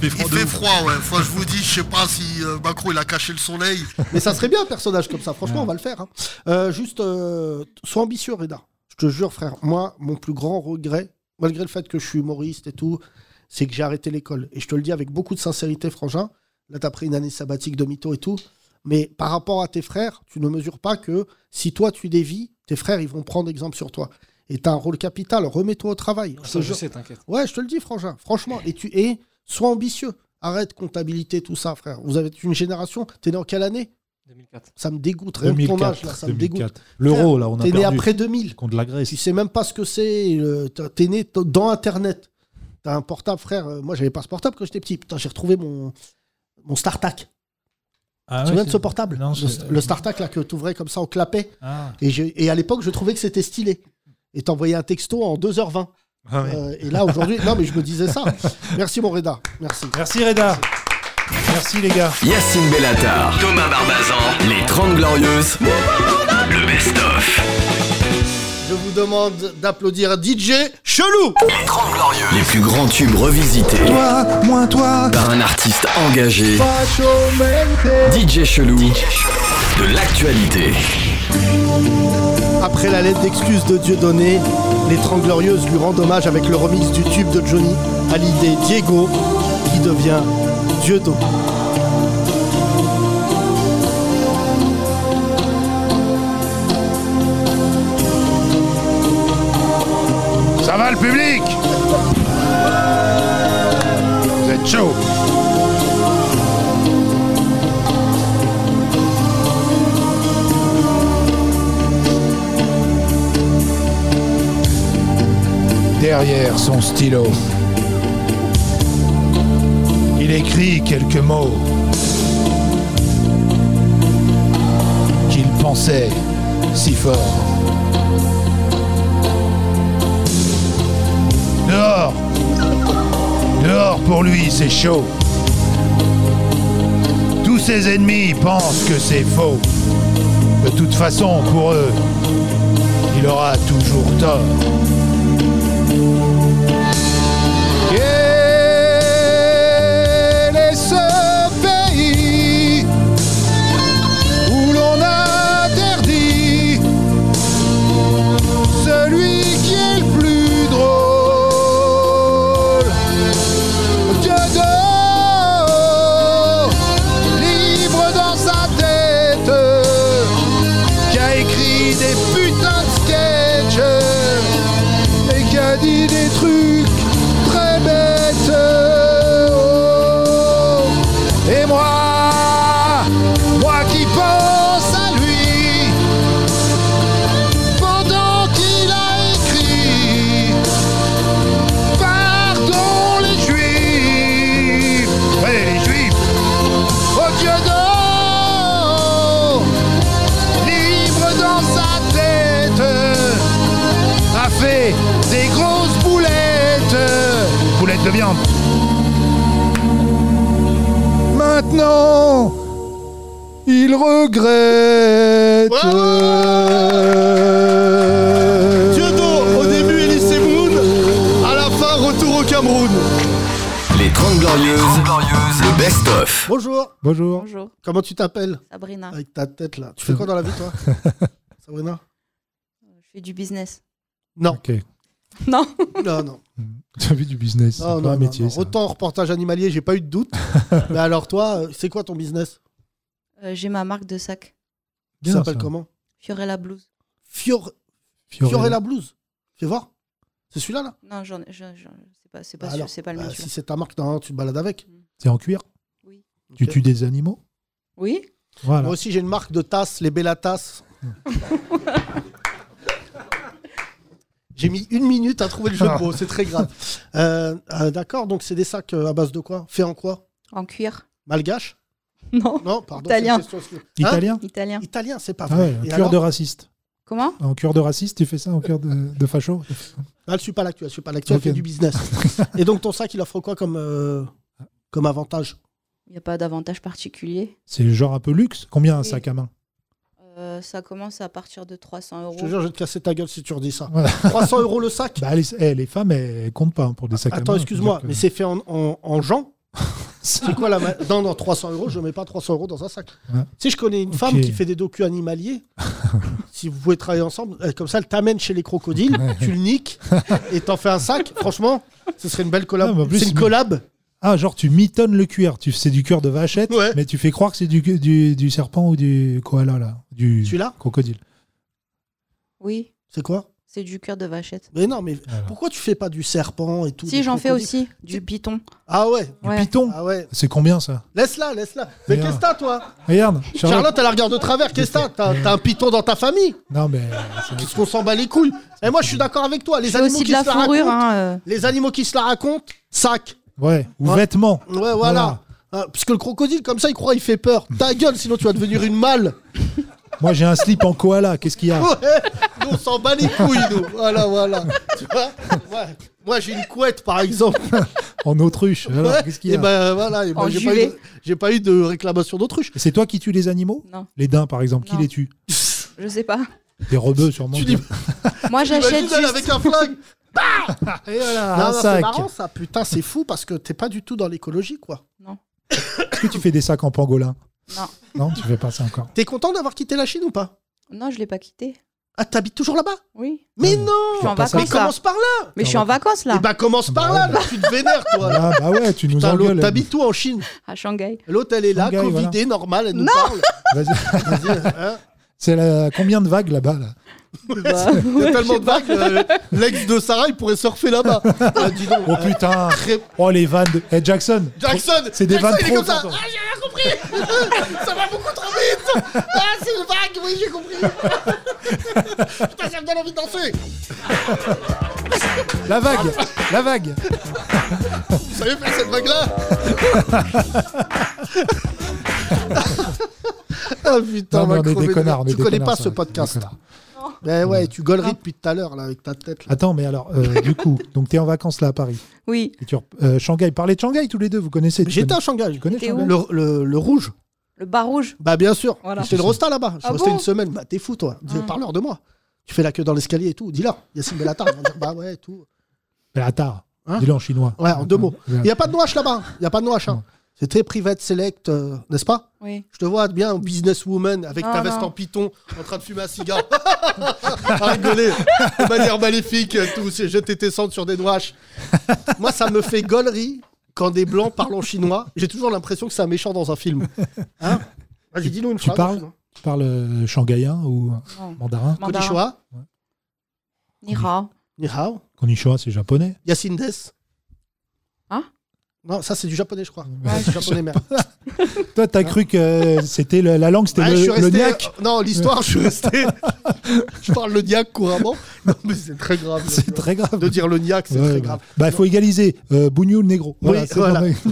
[SPEAKER 12] Il fait
[SPEAKER 11] Il
[SPEAKER 12] de
[SPEAKER 11] fait
[SPEAKER 12] ouf.
[SPEAKER 11] froid, ouais. Enfin, je vous dis, je sais pas si euh, Macron il a caché le soleil.
[SPEAKER 3] Mais ça serait bien un personnage comme ça, franchement, on va le faire. hein. Euh, juste, euh, sois ambitieux, Reda. Je te jure, frère, moi, mon plus grand regret, malgré le fait que je suis humoriste et tout, c'est que j'ai arrêté l'école. Et je te le dis avec beaucoup de sincérité, Frangin. Là, t'as pris une année sabbatique de mytho et tout. Mais par rapport à tes frères, tu ne mesures pas que si toi, tu dévis, tes frères, ils vont prendre exemple sur toi. Et t'as un rôle capital, remets-toi au travail.
[SPEAKER 9] Ça,
[SPEAKER 3] te
[SPEAKER 9] je
[SPEAKER 3] jure.
[SPEAKER 9] sais, t'inquiète.
[SPEAKER 3] Ouais, je te le dis, Frangin. Franchement, et tu et sois ambitieux. Arrête comptabilité, tout ça, frère. Vous avez une génération. T'es né en quelle année
[SPEAKER 9] 2004.
[SPEAKER 3] Ça me dégoûte. Rien que ton âge, là, ça
[SPEAKER 4] 2004.
[SPEAKER 3] me dégoûte.
[SPEAKER 4] L'euro,
[SPEAKER 3] Frère,
[SPEAKER 4] là, on a
[SPEAKER 3] T'es né
[SPEAKER 4] perdu.
[SPEAKER 3] après 2000.
[SPEAKER 4] Contre la Grèce.
[SPEAKER 3] Tu sais même pas ce que c'est. euh, t'as- T'es né t- dans Internet. T'as un portable, frère. euh, Moi, j'avais pas ce portable quand j'étais petit. Putain, j'ai retrouvé mon, mon StarTac. tu te
[SPEAKER 4] Ah ouais,
[SPEAKER 3] souviens de
[SPEAKER 4] c'est-
[SPEAKER 3] ce portable
[SPEAKER 4] Non,
[SPEAKER 3] Le,
[SPEAKER 4] c'est-
[SPEAKER 3] le StarTac, là, que t'ouvrais comme ça en clapet.
[SPEAKER 4] Ah.
[SPEAKER 3] Et, j'ai- et à l'époque, je trouvais que c'était stylé. Et t'envoyais un texto en 2h20.
[SPEAKER 4] Ah ouais.
[SPEAKER 3] Euh, et là, aujourd'hui, non, mais je me disais ça. Merci, mon Reda. Merci.
[SPEAKER 4] Merci, Reda. Merci, les gars.
[SPEAKER 2] Yacine Bellatar, Thomas Barbazan, les 30 Glorieuses, le best-of.
[SPEAKER 3] Je vous demande d'applaudir DJ Chelou.
[SPEAKER 2] Les plus grands tubes revisités.
[SPEAKER 4] Toi, moins toi.
[SPEAKER 2] Par un artiste engagé. DJ Chelou. De l'actualité.
[SPEAKER 3] Après la lettre d'excuse de Dieudonné, les 30 Glorieuses lui rendent hommage avec le remix du tube de Johnny à l'idée Diego qui devient Dieudo.
[SPEAKER 13] Ça va le public Vous êtes chaud Derrière son stylo, il écrit quelques mots qu'il pensait si fort. Dehors Dehors pour lui, c'est chaud. Tous ses ennemis pensent que c'est faux. De toute façon, pour eux, il aura toujours tort. Quel est ce pays où l'on interdit celui qui est le plus drôle. Diodo, libre dans sa tête, qui a écrit des putains de sketchs Oh. rillettes de viande. Maintenant, il regrette.
[SPEAKER 10] Diodo, au début Elise Moon, à la fin retour au Cameroun.
[SPEAKER 2] Les 30 Glorieuses, le best-of.
[SPEAKER 3] Bonjour.
[SPEAKER 4] Bonjour.
[SPEAKER 3] Comment tu t'appelles
[SPEAKER 14] Sabrina.
[SPEAKER 3] Avec ta tête là. Tu fais quoi dans la vie toi Sabrina
[SPEAKER 14] Euh, Je fais du business.
[SPEAKER 3] Non.
[SPEAKER 4] Ok.
[SPEAKER 14] Non.
[SPEAKER 3] Non, non.
[SPEAKER 4] Tu as vu du business, c'est
[SPEAKER 3] Non,
[SPEAKER 4] pas
[SPEAKER 3] non,
[SPEAKER 4] un
[SPEAKER 3] non,
[SPEAKER 4] métier.
[SPEAKER 3] non.
[SPEAKER 4] ça.
[SPEAKER 3] Autant en reportage animalier, j'ai pas eu de doute. Mais alors toi, euh, c'est quoi ton business
[SPEAKER 14] Euh, J'ai ma marque de sac.
[SPEAKER 3] Tu t'appelles comment
[SPEAKER 14] Fiorella Blues.
[SPEAKER 3] Fior...
[SPEAKER 14] Fiorella.
[SPEAKER 3] Fiorella Blues. Fais voir. C'est celui-là là
[SPEAKER 14] Non, j'en ai. j'en- j'en- C'est pas, c'est pas,
[SPEAKER 3] Alors,
[SPEAKER 14] sûr, c'est pas le
[SPEAKER 3] bah,
[SPEAKER 14] mien.
[SPEAKER 3] Si
[SPEAKER 14] celui-là.
[SPEAKER 3] c'est ta marque, non, tu te balades avec.
[SPEAKER 4] C'est en cuir Tu tues des animaux
[SPEAKER 14] Oui.
[SPEAKER 4] Voilà.
[SPEAKER 3] Moi aussi, j'ai une marque de tasses, les Bella Tasses. j'ai mis une minute à trouver le jeu de mots, c'est très grave. Euh, euh, D'accord, donc c'est des sacs euh, à base de quoi Fait en quoi
[SPEAKER 14] En cuir.
[SPEAKER 3] Malgache
[SPEAKER 14] Non.
[SPEAKER 3] Non, pardon.
[SPEAKER 14] Italien.
[SPEAKER 3] c'est une question- Hein
[SPEAKER 4] Italien
[SPEAKER 14] Italien.
[SPEAKER 3] Italien, c'est pas
[SPEAKER 4] Ah
[SPEAKER 3] vrai.
[SPEAKER 4] ouais, en
[SPEAKER 3] Et
[SPEAKER 4] cuir
[SPEAKER 3] alors
[SPEAKER 4] de raciste.
[SPEAKER 14] Comment
[SPEAKER 4] En cuir de raciste, tu fais ça en cuir de, de facho
[SPEAKER 3] Ah, je suis pas l'actuel, je suis pas l'actuel,
[SPEAKER 4] Ok.
[SPEAKER 3] fait du business. Et donc ton sac, il offre quoi comme, euh, comme avantage
[SPEAKER 14] Il n'y a pas d'avantage particulier.
[SPEAKER 4] C'est le genre un peu luxe. Combien un sac à main
[SPEAKER 14] Euh, ça commence à partir de 300 euros.
[SPEAKER 3] Je te jure, je vais te casser ta gueule si tu redis ça.
[SPEAKER 4] Voilà.
[SPEAKER 3] 300 euros le sac
[SPEAKER 4] Bah, les, eh, les femmes, elles comptent pas hein, pour des sacs à main.
[SPEAKER 3] Attends, excuse-moi,
[SPEAKER 4] C'est-à-dire que-
[SPEAKER 3] mais c'est fait en, en, en gens C'est quoi la. ma- Non, non, 300 euros, je mets pas 300 euros dans un sac.
[SPEAKER 4] Ouais.
[SPEAKER 3] Tu sais, je connais une femme
[SPEAKER 4] Ok.
[SPEAKER 3] qui fait des docus animaliers. si vous pouvez travailler ensemble, euh, comme ça, elle t'amène chez les crocodiles, tu le niques et t'en fais un sac. Franchement, ce serait une belle collab.
[SPEAKER 4] Ah, mais en plus,
[SPEAKER 3] c'est une
[SPEAKER 4] mais-
[SPEAKER 3] collab.
[SPEAKER 4] Ah, genre tu mitonnes le cuir, tu c'est du cuir de vachette, mais tu fais croire que c'est du, du, du serpent ou du koala là, du
[SPEAKER 3] Celui-là
[SPEAKER 4] crocodile.
[SPEAKER 14] Oui.
[SPEAKER 3] C'est quoi
[SPEAKER 14] C'est du cuir de vachette.
[SPEAKER 3] Mais non, mais pourquoi tu fais pas du serpent et tout
[SPEAKER 14] Si,
[SPEAKER 3] des
[SPEAKER 14] j'en fais
[SPEAKER 3] crocodiles
[SPEAKER 14] aussi. Du piton.
[SPEAKER 3] Ah ouais Du
[SPEAKER 4] piton
[SPEAKER 3] Ah ouais.
[SPEAKER 4] C'est combien ça
[SPEAKER 3] Laisse-la, laisse-la. Mais
[SPEAKER 4] Regarde.
[SPEAKER 3] qu'est-ce que t'as, toi
[SPEAKER 4] Regarde,
[SPEAKER 3] Charlotte, elle la regarde de travers. Qu'est-ce que t'as T'as t'as un piton dans ta famille
[SPEAKER 4] Non, mais.
[SPEAKER 3] Qu'est-ce qu'on s'en bat les couilles Et moi, je suis d'accord avec toi. Les
[SPEAKER 14] C'est
[SPEAKER 3] animaux
[SPEAKER 14] aussi de
[SPEAKER 3] qui
[SPEAKER 14] la
[SPEAKER 3] se la
[SPEAKER 14] fourrure,
[SPEAKER 3] racontent.
[SPEAKER 14] hein, euh.
[SPEAKER 3] Les animaux qui se la racontent, sac.
[SPEAKER 4] Ouais, ou vêtements.
[SPEAKER 3] Ouais, voilà. Hein, Parce que le crocodile, comme ça, il croit, il fait peur. Ta gueule, sinon tu vas devenir une malle.
[SPEAKER 4] Moi j'ai un slip en koala, qu'est-ce qu'il y a
[SPEAKER 3] Ouais, nous, on s'en bat les couilles, nous. Voilà, voilà. Tu vois Ouais. Moi, j'ai une couette, par exemple.
[SPEAKER 4] En autruche. Alors,
[SPEAKER 3] Ouais,
[SPEAKER 4] qu'est-ce qu'il y a
[SPEAKER 3] et ben, voilà, et ben,
[SPEAKER 4] En
[SPEAKER 3] j'ai pas eu
[SPEAKER 4] juvet.
[SPEAKER 3] de- j'ai pas, eu de réclamation d'autruche.
[SPEAKER 4] C'est toi qui tues les animaux
[SPEAKER 14] Non.
[SPEAKER 4] Les daims par exemple,
[SPEAKER 14] Non.
[SPEAKER 4] qui les tue
[SPEAKER 14] Je sais pas.
[SPEAKER 4] Des rebeux sûrement.
[SPEAKER 14] Moi, j'achète.
[SPEAKER 3] Imagine, elle,
[SPEAKER 14] juste-
[SPEAKER 3] avec un flingue. Bah
[SPEAKER 4] Et voilà,
[SPEAKER 3] non,
[SPEAKER 4] un
[SPEAKER 3] non, c'est
[SPEAKER 4] sac.
[SPEAKER 3] marrant ça, putain, c'est fou parce que t'es pas du tout dans l'écologie quoi.
[SPEAKER 4] Est-ce que tu fais des sacs en pangolin
[SPEAKER 14] Non.
[SPEAKER 4] Non, tu fais pas ça encore.
[SPEAKER 3] T'es content d'avoir quitté la Chine ou pas
[SPEAKER 14] Non, je l'ai pas quitté.
[SPEAKER 3] Ah, t'habites toujours là-bas
[SPEAKER 14] Oui.
[SPEAKER 3] Mais non
[SPEAKER 14] Je suis en
[SPEAKER 4] Pas ça.
[SPEAKER 14] vacances. là.
[SPEAKER 4] Mais commence
[SPEAKER 3] par là
[SPEAKER 14] Mais je suis en vacances là.
[SPEAKER 3] Eh bah commence par là, là, tu te vénères toi. là.
[SPEAKER 4] Ah bah ouais, tu nous
[SPEAKER 3] Putain, l'autre,
[SPEAKER 4] engueules.
[SPEAKER 3] T'habites où en Chine
[SPEAKER 14] À Shanghai.
[SPEAKER 3] L'autre elle est là,
[SPEAKER 4] Shanghai, voilà.
[SPEAKER 3] covidée, normale, elle nous
[SPEAKER 14] Non
[SPEAKER 3] parle.
[SPEAKER 4] Vas-y.
[SPEAKER 3] Vas-y, hein.
[SPEAKER 4] C'est la... combien de vagues là-bas là
[SPEAKER 14] Bah,
[SPEAKER 3] Il y a tellement de vagues, euh, l'ex de Sarah il pourrait surfer là-bas. Ah, dis donc.
[SPEAKER 4] Oh putain Oh les vannes de... Eh, Jackson
[SPEAKER 3] Jackson
[SPEAKER 4] C'est des
[SPEAKER 3] Jackson,
[SPEAKER 4] vannes
[SPEAKER 3] il est
[SPEAKER 4] trop
[SPEAKER 3] comme ça.
[SPEAKER 4] fortes.
[SPEAKER 3] Ah, j'ai rien compris Ça va beaucoup trop vite Ah, c'est une vague, oui, j'ai compris Putain, ça me donne envie de danser
[SPEAKER 4] La vague La vague
[SPEAKER 3] Vous savez faire cette vague-là Ah putain,
[SPEAKER 4] Non, mais on est
[SPEAKER 3] crever
[SPEAKER 4] des
[SPEAKER 3] de
[SPEAKER 4] connards,
[SPEAKER 3] rire.
[SPEAKER 4] on est
[SPEAKER 3] Tu
[SPEAKER 4] des
[SPEAKER 3] connais
[SPEAKER 4] connards,
[SPEAKER 3] pas
[SPEAKER 4] ça,
[SPEAKER 3] ce
[SPEAKER 4] on est des
[SPEAKER 3] podcast.
[SPEAKER 4] connards.
[SPEAKER 3] Ben ouais, tu gauleries depuis tout à l'heure là avec ta tête. là.
[SPEAKER 4] Attends, mais alors, euh, du coup, donc t'es en vacances là à Paris
[SPEAKER 14] Oui.
[SPEAKER 4] Et tu rep- euh, Shanghai, parlez de Shanghai tous les deux, vous connaissez tu
[SPEAKER 3] J'étais
[SPEAKER 4] connais-
[SPEAKER 3] à Shanghai.
[SPEAKER 4] Tu connais
[SPEAKER 14] T'étais
[SPEAKER 4] Shanghai
[SPEAKER 3] le, le- le rouge.
[SPEAKER 14] Le bas rouge.
[SPEAKER 3] Bah bien sûr.
[SPEAKER 14] Voilà.
[SPEAKER 3] J'étais le Rosta là-bas. Je suis
[SPEAKER 14] Ah
[SPEAKER 3] resté
[SPEAKER 14] bon Ah.
[SPEAKER 3] une semaine. Bah t'es fou toi. Dis- Parleur de moi. Tu fais la queue dans l'escalier et tout. Dis-leur. Yacine Bellatar. ils vont dire, bah ouais, tout.
[SPEAKER 4] Bellatar. Dis-le en chinois.
[SPEAKER 3] Hein Ouais, en deux mots. Il
[SPEAKER 4] Bellatar.
[SPEAKER 3] n'y a pas de noache là-bas. Il n'y a pas de noache. hein. C'est très private select, euh, n'est-ce pas
[SPEAKER 14] Oui.
[SPEAKER 3] Je te vois bien businesswoman avec
[SPEAKER 10] Non,
[SPEAKER 3] ta veste
[SPEAKER 10] non.
[SPEAKER 3] en piton en train de fumer un cigare. à rigoler de manière maléfique, tout, c'est jeter tes cendres sur des noaches. Moi, ça me fait gaulerie quand des blancs parlent en chinois. J'ai toujours l'impression que c'est un méchant dans un film. Hein Vas-y, dis-nous une
[SPEAKER 4] Tu
[SPEAKER 3] phrase.
[SPEAKER 4] parles Tu parles euh, shanghaïen ou euh,
[SPEAKER 14] Non.
[SPEAKER 4] mandarin
[SPEAKER 14] Mandarin.
[SPEAKER 3] Konnichiwa.
[SPEAKER 14] Ni hao.
[SPEAKER 3] Ni hao.
[SPEAKER 4] Konnichiwa, c'est japonais.
[SPEAKER 3] Yacine Des.
[SPEAKER 14] Hein
[SPEAKER 3] Non, ça, c'est du japonais, je crois. C'est du japonais, merde.
[SPEAKER 4] Toi, t'as cru que euh, c'était le- la langue, c'était
[SPEAKER 3] Ouais,
[SPEAKER 4] le,
[SPEAKER 3] je suis
[SPEAKER 4] le
[SPEAKER 3] resté,
[SPEAKER 4] niaque
[SPEAKER 3] euh, non, l'histoire, je suis resté. je parle le niaque couramment. Non, mais c'est très grave.
[SPEAKER 4] C'est très grave.
[SPEAKER 3] De dire le niaque, c'est
[SPEAKER 4] Ouais,
[SPEAKER 3] euh, très
[SPEAKER 4] bah.
[SPEAKER 3] grave.
[SPEAKER 4] Bah, il faut égaliser. Euh, Bougnou, le négro.
[SPEAKER 3] Oui, voilà.
[SPEAKER 4] bon.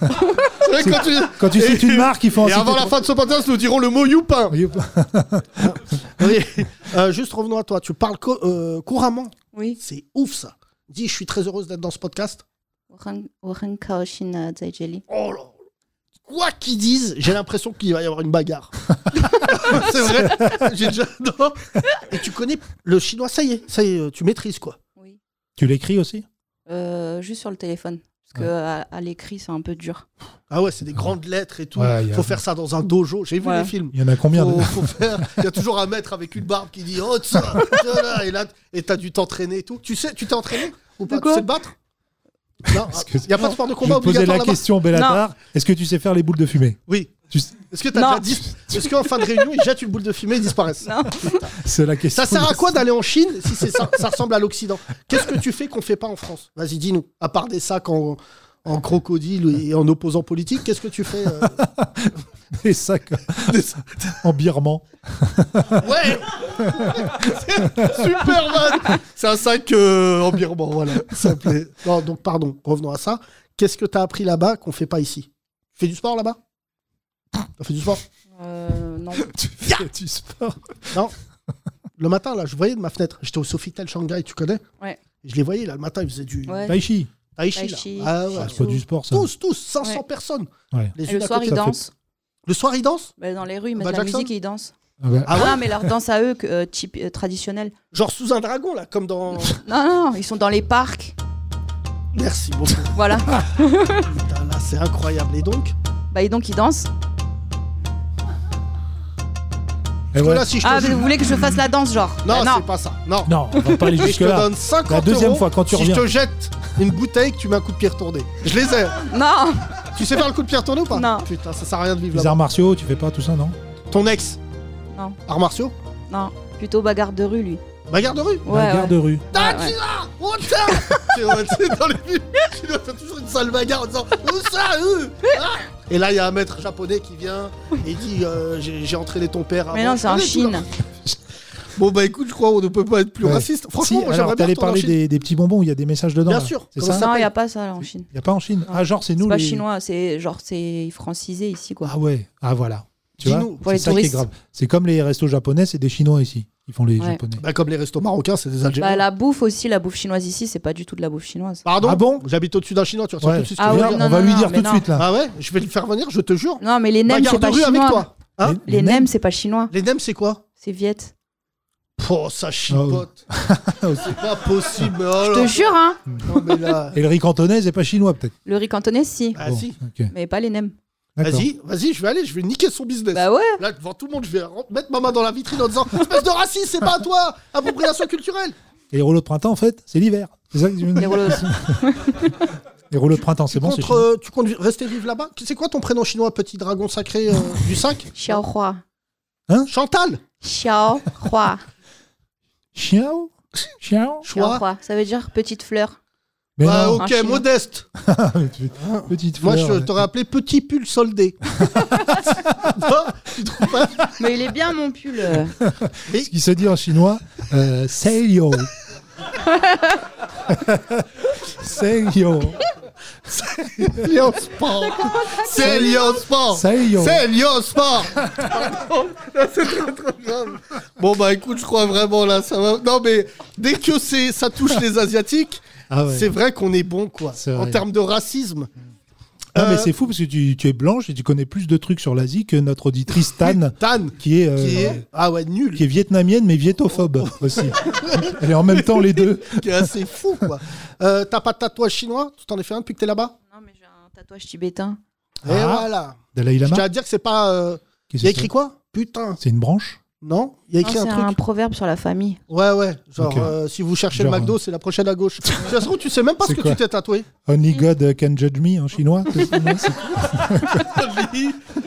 [SPEAKER 3] C'est vrai que
[SPEAKER 4] C'est- quand tu cites une marque, il faut en
[SPEAKER 3] Et avant
[SPEAKER 4] citer
[SPEAKER 3] la
[SPEAKER 4] trois.
[SPEAKER 3] fin de ce podcast, nous dirons le mot youpin. Oui. Euh, juste revenons à toi. Tu parles co- euh, couramment.
[SPEAKER 14] Oui.
[SPEAKER 3] C'est ouf ça. Dis, je suis très heureuse d'être dans ce podcast. Oh là Quoi qu'ils disent, j'ai l'impression qu'il va y avoir une bagarre. c'est vrai. J'ai déjà- non. Et tu connais le chinois, ça y est, ça y est, tu maîtrises quoi.
[SPEAKER 4] Tu l'écris aussi
[SPEAKER 14] Euh, juste sur le téléphone. Parce que à, à l'écrit, c'est un peu dur.
[SPEAKER 3] Ah ouais, c'est des grandes lettres et tout.
[SPEAKER 4] Ouais, y a-
[SPEAKER 3] faut faire ça dans un dojo. J'ai vu
[SPEAKER 14] Ouais.
[SPEAKER 3] les films.
[SPEAKER 4] Il y en a combien
[SPEAKER 3] Faut-
[SPEAKER 4] de-
[SPEAKER 3] faut faire- Il y a toujours un maître avec une barbe qui dit Oh, ça, ça, là, et là, et t'as dû t'entraîner et tout. Tu sais, tu t'es entraîné ou pas Tu sais te battre Non, il n'y a pas de sport de combat
[SPEAKER 4] Je vais te poser
[SPEAKER 3] obligatoire
[SPEAKER 4] la
[SPEAKER 3] là-bas
[SPEAKER 4] question, Bellatar. Est-ce que tu sais faire les boules de fumée
[SPEAKER 3] Oui.
[SPEAKER 4] Tu sais-
[SPEAKER 3] Est-ce que t'as déjà dit Est-ce qu'en fin de réunion, ils jettent une boule de fumée et disparaissent
[SPEAKER 4] C'est la question.
[SPEAKER 3] Ça sert à
[SPEAKER 4] de-
[SPEAKER 3] quoi d'aller en Chine si c'est ça, ça ressemble à l'Occident Qu'est-ce que tu fais qu'on fait pas en France Vas-y, dis-nous. À part des sacs en, en crocodile et en opposant politique, qu'est-ce que tu fais euh,
[SPEAKER 4] Des sacs euh, en birman.
[SPEAKER 3] Ouais Superman C'est un sac euh, en birman, voilà. Ça plaît. Non, donc, pardon, revenons à ça. Qu'est-ce que t'as appris là-bas qu'on fait pas ici Tu fais du sport là-bas T'as fait du sport
[SPEAKER 14] Euh, non.
[SPEAKER 4] Tu fais du sport
[SPEAKER 3] Non. Le matin, là, je voyais de ma fenêtre. J'étais au Sofitel Shanghai, tu connais
[SPEAKER 14] Ouais.
[SPEAKER 3] Je les voyais, là, le matin, ils faisaient du...
[SPEAKER 14] Ouais.
[SPEAKER 4] Tai chi.
[SPEAKER 3] Tai chi, là.
[SPEAKER 14] Tai chi,
[SPEAKER 3] Ah,
[SPEAKER 4] Ah,
[SPEAKER 3] ouais.
[SPEAKER 4] c'est pas du sport, ça.
[SPEAKER 3] Tous, tous, 500 personnes.
[SPEAKER 4] Ouais.
[SPEAKER 3] Les
[SPEAKER 14] Et
[SPEAKER 3] unes
[SPEAKER 14] le
[SPEAKER 3] à
[SPEAKER 14] soir,
[SPEAKER 3] côté-
[SPEAKER 14] ils
[SPEAKER 3] Ça fait-
[SPEAKER 14] dansent.
[SPEAKER 3] Le soir, ils dansent
[SPEAKER 14] Bah, dans les rues, ils mettent
[SPEAKER 3] Bah,
[SPEAKER 14] de la
[SPEAKER 3] Jackson
[SPEAKER 14] musique et ils dansent.
[SPEAKER 4] Ah bah-
[SPEAKER 3] Ah ouais
[SPEAKER 14] non, mais leur danse à eux, que, euh, typ- euh, traditionnelle.
[SPEAKER 3] Genre sous un dragon, là, comme dans...
[SPEAKER 14] Non, non, non, ils sont dans les parcs.
[SPEAKER 3] Merci beaucoup.
[SPEAKER 14] Voilà.
[SPEAKER 3] Putain, là, c'est incroyable. Et donc
[SPEAKER 14] bah, et donc, ils dansent.
[SPEAKER 3] Parce que là, si je te
[SPEAKER 14] ah,
[SPEAKER 3] jure-
[SPEAKER 14] vous voulez que je fasse la danse, genre Bah,
[SPEAKER 3] Non,
[SPEAKER 14] non.
[SPEAKER 3] c'est pas ça. Non.
[SPEAKER 4] Non, on va pas aller
[SPEAKER 3] Mais Je te
[SPEAKER 4] jusque-là.
[SPEAKER 3] donne 50
[SPEAKER 4] La deuxième
[SPEAKER 3] euros
[SPEAKER 4] fois, quand tu
[SPEAKER 3] si
[SPEAKER 4] reviens.
[SPEAKER 3] je te jette une bouteille, que tu mets un coup de pied retourné. Je les ai.
[SPEAKER 14] Non.
[SPEAKER 3] Tu sais faire le coup de pied retourné ou pas Non. Putain, ça sert à rien de vivre
[SPEAKER 4] Les
[SPEAKER 3] là.
[SPEAKER 4] arts martiaux, tu fais pas tout ça, non
[SPEAKER 3] Ton ex,
[SPEAKER 14] Non,
[SPEAKER 3] arts martiaux
[SPEAKER 14] non. Plutôt bagarre de rue, lui.
[SPEAKER 3] Bagarre de rue
[SPEAKER 14] Ouais,
[SPEAKER 4] Bagarre
[SPEAKER 14] ouais.
[SPEAKER 4] de rue.
[SPEAKER 14] Ouais,
[SPEAKER 3] Ah,
[SPEAKER 14] ouais.
[SPEAKER 3] tu l'as Oh, tiens Tu vois, tu sais, dans les films, tu dois faire toujours une sale bagarre en disant Où ça euh Ah Et là, il y a un maître japonais qui vient et dit euh, J'ai j'ai entraîné ton père.
[SPEAKER 14] Mais
[SPEAKER 3] avant.
[SPEAKER 14] non, c'est en
[SPEAKER 3] Je connais tout, là.
[SPEAKER 14] Chine.
[SPEAKER 3] Bon, bah écoute, je crois qu'on ne peut pas être plus raciste. Franchement,
[SPEAKER 4] si,
[SPEAKER 3] moi,
[SPEAKER 4] alors
[SPEAKER 3] j'aimerais bien
[SPEAKER 4] t'allais
[SPEAKER 3] retourner en
[SPEAKER 4] parler
[SPEAKER 3] Chine.
[SPEAKER 4] des, des petits bonbons où il y a des messages dedans.
[SPEAKER 3] Bien
[SPEAKER 4] là.
[SPEAKER 3] sûr.
[SPEAKER 4] C'est
[SPEAKER 3] Comment
[SPEAKER 4] ça
[SPEAKER 14] Non, il n'y a pas ça là en Chine.
[SPEAKER 4] Il y a pas en Chine. Ah, genre c'est nous
[SPEAKER 14] C'est pas
[SPEAKER 4] les-
[SPEAKER 14] chinois, c'est genre c'est francisé ici quoi.
[SPEAKER 4] Ah ouais. Ah voilà. Tu
[SPEAKER 14] Dis-nous, pour
[SPEAKER 4] vois, c'est
[SPEAKER 14] les
[SPEAKER 4] ça qui est
[SPEAKER 14] touristes.
[SPEAKER 4] grave. C'est comme les restos japonais, c'est des chinois ici. Ils font les
[SPEAKER 14] Ouais.
[SPEAKER 4] japonais.
[SPEAKER 3] Bah, comme les restos marocains, c'est des Algériens.
[SPEAKER 14] Bah, la bouffe aussi, la bouffe chinoise ici, c'est pas du tout de la bouffe chinoise.
[SPEAKER 3] Pardon
[SPEAKER 4] Ah bon
[SPEAKER 3] J'habite au-dessus d'un chinois, tu ressens
[SPEAKER 4] Ouais.
[SPEAKER 3] tout de suite ce
[SPEAKER 14] Ah
[SPEAKER 3] que je
[SPEAKER 14] ouais,
[SPEAKER 3] veux dire.
[SPEAKER 14] non, On va non, lui non, dire mais tout de non. suite, là.
[SPEAKER 3] Ah ouais Je vais le faire venir, je te jure.
[SPEAKER 14] Non, mais les nems,
[SPEAKER 3] Bagarre
[SPEAKER 14] c'est
[SPEAKER 3] de
[SPEAKER 14] pas
[SPEAKER 3] rue
[SPEAKER 14] chinois.
[SPEAKER 3] avec toi. Hein
[SPEAKER 14] les nems, c'est pas chinois.
[SPEAKER 3] Les nems, c'est quoi
[SPEAKER 14] C'est viet.
[SPEAKER 3] Oh, ça
[SPEAKER 4] Ah,
[SPEAKER 3] chipote. c'est pas possible. mais oh
[SPEAKER 14] Je
[SPEAKER 3] là
[SPEAKER 14] te
[SPEAKER 3] là.
[SPEAKER 14] jure, hein.
[SPEAKER 3] Non, mais là.
[SPEAKER 4] Et le riz cantonais, c'est pas chinois peut-être.
[SPEAKER 14] Le riz cantonais, si.
[SPEAKER 3] Ah, si.
[SPEAKER 4] Ok.
[SPEAKER 14] Mais pas les nems.
[SPEAKER 4] D'accord.
[SPEAKER 3] Vas-y, vas-y, je vais aller, je vais niquer son business.
[SPEAKER 14] Bah ouais.
[SPEAKER 3] Là, devant tout le monde, je vais rem- mettre ma main dans la vitrine en disant Espèce de raciste, c'est pas à toi Appropriation culturelle
[SPEAKER 4] Et les rouleaux de printemps, en fait, c'est l'hiver. C'est ça que tu veux me
[SPEAKER 14] Les
[SPEAKER 4] dire
[SPEAKER 14] rouleaux.
[SPEAKER 4] Les rouleaux de printemps, c'est bon, c'est
[SPEAKER 3] Contre,
[SPEAKER 4] chinois.
[SPEAKER 3] euh, tu comptes vi- rester vivre là-bas C'est quoi ton prénom chinois, petit dragon sacré euh, du 5
[SPEAKER 14] Xiao Hua.
[SPEAKER 3] Chantal
[SPEAKER 14] Xiao Hua.
[SPEAKER 4] Chiao Chiao
[SPEAKER 14] Xiao
[SPEAKER 3] Choix
[SPEAKER 14] Hua. Ça veut dire petite fleur.
[SPEAKER 4] Mais
[SPEAKER 3] Bah,
[SPEAKER 4] non.
[SPEAKER 3] ok,
[SPEAKER 14] Un chinois.
[SPEAKER 3] modeste
[SPEAKER 4] Mais tu- Petite
[SPEAKER 3] Moi,
[SPEAKER 4] fleur,
[SPEAKER 3] je
[SPEAKER 4] ouais.
[SPEAKER 3] t'aurais appelé petit pull soldé. non, tu trouves pas
[SPEAKER 14] Mais il est bien mon pull. euh.
[SPEAKER 4] Ce qui se dit en chinois, euh, Seiyo. Seiyo.
[SPEAKER 3] C'est Lyon Sport C'est Lyon Sport
[SPEAKER 4] C'est Lyon.
[SPEAKER 3] C'est Lyon Sport Pardon, là, c'est très, très grave. Bon, bah écoute, je crois vraiment là, ça va. Non, mais dès que c'est, ça touche les Asiatiques,
[SPEAKER 4] Ah ouais.
[SPEAKER 3] c'est vrai qu'on est bon, quoi.
[SPEAKER 4] C'est vrai.
[SPEAKER 3] En termes de racisme.
[SPEAKER 4] Non, mais
[SPEAKER 3] Euh,
[SPEAKER 4] c'est fou parce que tu, tu es blanche et tu connais plus de trucs sur l'Asie que notre auditrice Tan,
[SPEAKER 3] Tan,
[SPEAKER 4] qui est, euh,
[SPEAKER 3] qui est. Ah ouais, Oh. nul.
[SPEAKER 4] qui est vietnamienne mais vietophobe aussi. Elle est en même temps les deux.
[SPEAKER 3] Qui est assez fou, quoi. Euh, t'as pas de tatouage chinois Tu t'en es fait un depuis que t'es là-bas
[SPEAKER 14] Non, mais j'ai un tatouage tibétain.
[SPEAKER 3] Et
[SPEAKER 4] Ah.
[SPEAKER 3] voilà.
[SPEAKER 4] Dalai
[SPEAKER 3] Je
[SPEAKER 4] Lama,
[SPEAKER 3] tiens à dire que c'est pas. euh,
[SPEAKER 4] Qu'est-ce
[SPEAKER 3] Il y a
[SPEAKER 4] que
[SPEAKER 3] écrit
[SPEAKER 4] c'est
[SPEAKER 3] quoi Putain.
[SPEAKER 4] c'est une branche
[SPEAKER 3] Non, il y a
[SPEAKER 14] Non,
[SPEAKER 3] écrit
[SPEAKER 14] C'est
[SPEAKER 3] un truc.
[SPEAKER 14] un proverbe sur la famille.
[SPEAKER 3] Ouais, ouais. Genre,
[SPEAKER 4] Ok.
[SPEAKER 3] euh, si vous cherchez
[SPEAKER 4] Genre,
[SPEAKER 3] le McDo, c'est la prochaine à gauche. De toute façon, tu sais même pas ce
[SPEAKER 4] C'est
[SPEAKER 3] que
[SPEAKER 4] quoi
[SPEAKER 3] tu t'es tatoué.
[SPEAKER 14] Mm.
[SPEAKER 4] Only God can judge me en chinois c'est ça, non, c'est-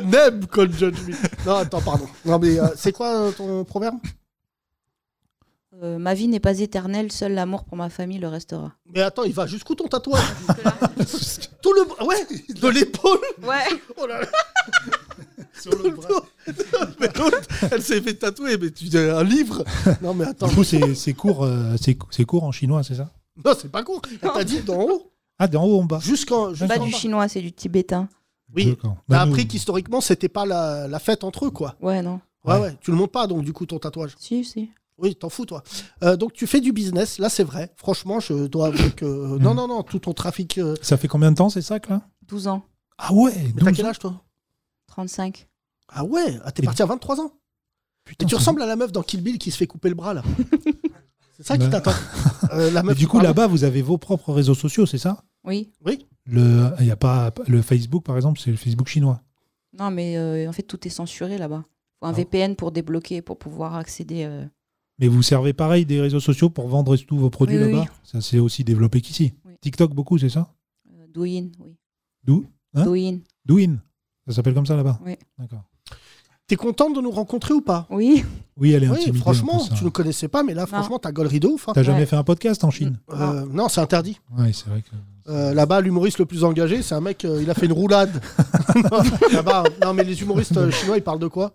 [SPEAKER 3] Nem call judge me. Non, attends, pardon. Non, mais euh, c'est quoi euh, ton proverbe
[SPEAKER 14] Euh, ma vie n'est pas éternelle, seul l'amour pour ma famille le restera.
[SPEAKER 3] Mais attends, il va jusqu'où ton tatouage Tout le. Ouais, de l'épaule.
[SPEAKER 14] Ouais.
[SPEAKER 3] Oh là là. Mais l'autre, elle s'est fait tatouer, mais tu un livre. Non, mais attends.
[SPEAKER 4] Du coup, c'est c'est court, euh, c'est- c'est court en chinois, c'est ça
[SPEAKER 3] Non, c'est pas con. Elle t'a dit d'en haut
[SPEAKER 4] Ah, d'en haut en bas.
[SPEAKER 3] jusqu'en.
[SPEAKER 14] C'est pas
[SPEAKER 3] jusqu'en
[SPEAKER 14] du
[SPEAKER 3] bas.
[SPEAKER 14] chinois, c'est du tibétain.
[SPEAKER 3] Oui.
[SPEAKER 4] D'accord.
[SPEAKER 3] T'as
[SPEAKER 4] Bah, nous-
[SPEAKER 3] appris qu'historiquement, c'était pas la, la fête entre eux, quoi.
[SPEAKER 14] Ouais, non.
[SPEAKER 3] Ouais,
[SPEAKER 4] Ouais.
[SPEAKER 3] ouais. Tu le montes pas, donc, du coup, ton tatouage.
[SPEAKER 14] Si, si.
[SPEAKER 3] Oui, t'en fous, toi. Euh, donc, tu fais du business, là, c'est vrai. Franchement, je dois avouer que. euh, non,
[SPEAKER 4] Mm.
[SPEAKER 3] non, non, tout ton trafic. euh,
[SPEAKER 4] Ça fait combien de temps ces sacs là
[SPEAKER 14] 12 ans,
[SPEAKER 4] Ah ouais
[SPEAKER 3] Mais t'as quel âge, toi
[SPEAKER 14] 35.
[SPEAKER 3] Ah ouais Ah, t'es parti à 23 ans Putain, tu ressembles à la meuf dans Kill Bill qui se fait couper le bras, là. c'est ça qui
[SPEAKER 4] Mais-
[SPEAKER 3] t'attend. Euh, la
[SPEAKER 4] Mais
[SPEAKER 3] meuf
[SPEAKER 4] du
[SPEAKER 3] qui
[SPEAKER 4] coup,
[SPEAKER 3] parle.
[SPEAKER 4] là-bas, vous avez vos propres réseaux sociaux, c'est ça
[SPEAKER 14] Oui.
[SPEAKER 3] Oui.
[SPEAKER 4] Le, il y a pas le Facebook, par exemple, c'est le Facebook chinois.
[SPEAKER 14] Non, mais euh, en fait, tout est censuré là-bas. Faut
[SPEAKER 3] Ah.
[SPEAKER 14] un VPN pour débloquer, pour pouvoir accéder. euh,
[SPEAKER 4] Mais vous servez pareil des réseaux sociaux pour vendre tous vos produits
[SPEAKER 14] Oui, oui,
[SPEAKER 4] là-bas
[SPEAKER 14] oui.
[SPEAKER 4] Ça s'est aussi développé qu'ici. TikTok beaucoup, c'est ça
[SPEAKER 14] euh, Douyin, oui.
[SPEAKER 4] D'où hein
[SPEAKER 14] Douyin.
[SPEAKER 4] Douyin. Ça s'appelle comme ça là-bas
[SPEAKER 14] Oui.
[SPEAKER 4] D'accord.
[SPEAKER 3] T'es contente de nous rencontrer ou pas
[SPEAKER 14] Oui.
[SPEAKER 4] Oui, elle est
[SPEAKER 3] Oui,
[SPEAKER 4] intimidée,
[SPEAKER 3] franchement,
[SPEAKER 4] un peu, ça.
[SPEAKER 3] tu ne connaissais pas, mais là, franchement, t'as gueule rideau.
[SPEAKER 4] T'as jamais fait un podcast en Chine
[SPEAKER 3] hein. Euh, non, c'est interdit.
[SPEAKER 4] Oui, c'est vrai que.
[SPEAKER 3] Euh, Là-bas, l'humoriste le plus engagé, c'est un mec, euh, il a fait une roulade. Là-bas, non, mais les humoristes euh, chinois, ils parlent de quoi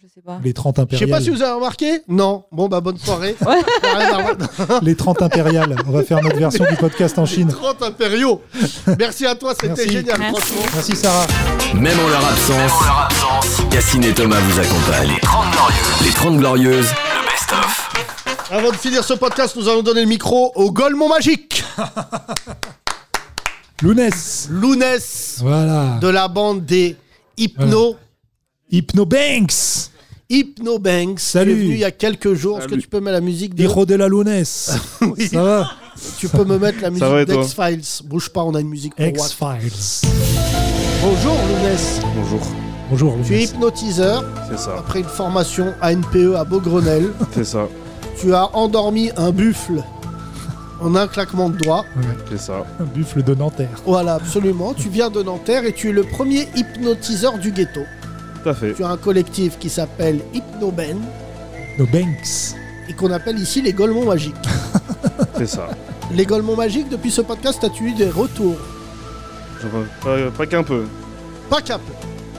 [SPEAKER 14] Je sais pas.
[SPEAKER 4] Les 30
[SPEAKER 3] Je sais pas
[SPEAKER 4] impériales.
[SPEAKER 3] si vous avez remarqué Non. Bon, bah, bonne soirée.
[SPEAKER 4] Les 30 impériales. On va faire notre version du podcast en Chine.
[SPEAKER 3] 30 impériaux. Merci à toi, c'était
[SPEAKER 4] Merci.
[SPEAKER 3] génial,
[SPEAKER 4] Merci.
[SPEAKER 3] franchement.
[SPEAKER 4] Merci Sarah.
[SPEAKER 2] Même en leur absence, Cassine et Thomas vous accompagnent. Les 30 Glorieuses. Les 30 Glorieuses, le best-of.
[SPEAKER 3] Avant de finir ce podcast, nous allons donner le micro au Golemont Magique.
[SPEAKER 4] Lounès.
[SPEAKER 3] Lounès.
[SPEAKER 4] Voilà.
[SPEAKER 3] De la bande des Hypno.
[SPEAKER 4] Hypno Banks.
[SPEAKER 3] Hypno Banks.
[SPEAKER 4] Salut.
[SPEAKER 3] Tu es venu il y a quelques jours. Est-ce que
[SPEAKER 4] Salut.
[SPEAKER 3] tu peux mettre la musique de...
[SPEAKER 4] Hijo de la Lounès.
[SPEAKER 3] Oui.
[SPEAKER 4] Ça va
[SPEAKER 3] Tu peux me mettre la
[SPEAKER 4] Ça va, et
[SPEAKER 3] musique
[SPEAKER 4] toi
[SPEAKER 3] d'X-Files. Bouge pas, on a une musique pour Watt.
[SPEAKER 4] X-Files.
[SPEAKER 3] Bonjour Lounès.
[SPEAKER 8] Bonjour.
[SPEAKER 4] Bonjour
[SPEAKER 3] Tu es hypnotiseur.
[SPEAKER 8] C'est ça.
[SPEAKER 3] Après une formation ANPE E à Beaugrenelle,
[SPEAKER 8] C'est ça.
[SPEAKER 3] tu as endormi un buffle en un claquement de doigts.
[SPEAKER 8] C'est ça.
[SPEAKER 4] Un buffle de Nanterre.
[SPEAKER 3] Voilà, absolument. Tu viens de Nanterre et tu es le premier hypnotiseur du ghetto.
[SPEAKER 8] Tout à fait.
[SPEAKER 3] Tu as un collectif qui s'appelle Hypnoben
[SPEAKER 4] Nos Banks.
[SPEAKER 3] et qu'on appelle ici les Golemons Magiques.
[SPEAKER 8] C'est ça.
[SPEAKER 3] les Golemons Magiques, depuis ce podcast, as-tu eu des retours
[SPEAKER 8] J'en veux pas, pas qu'un euh, peu.
[SPEAKER 3] Pas qu'un peu.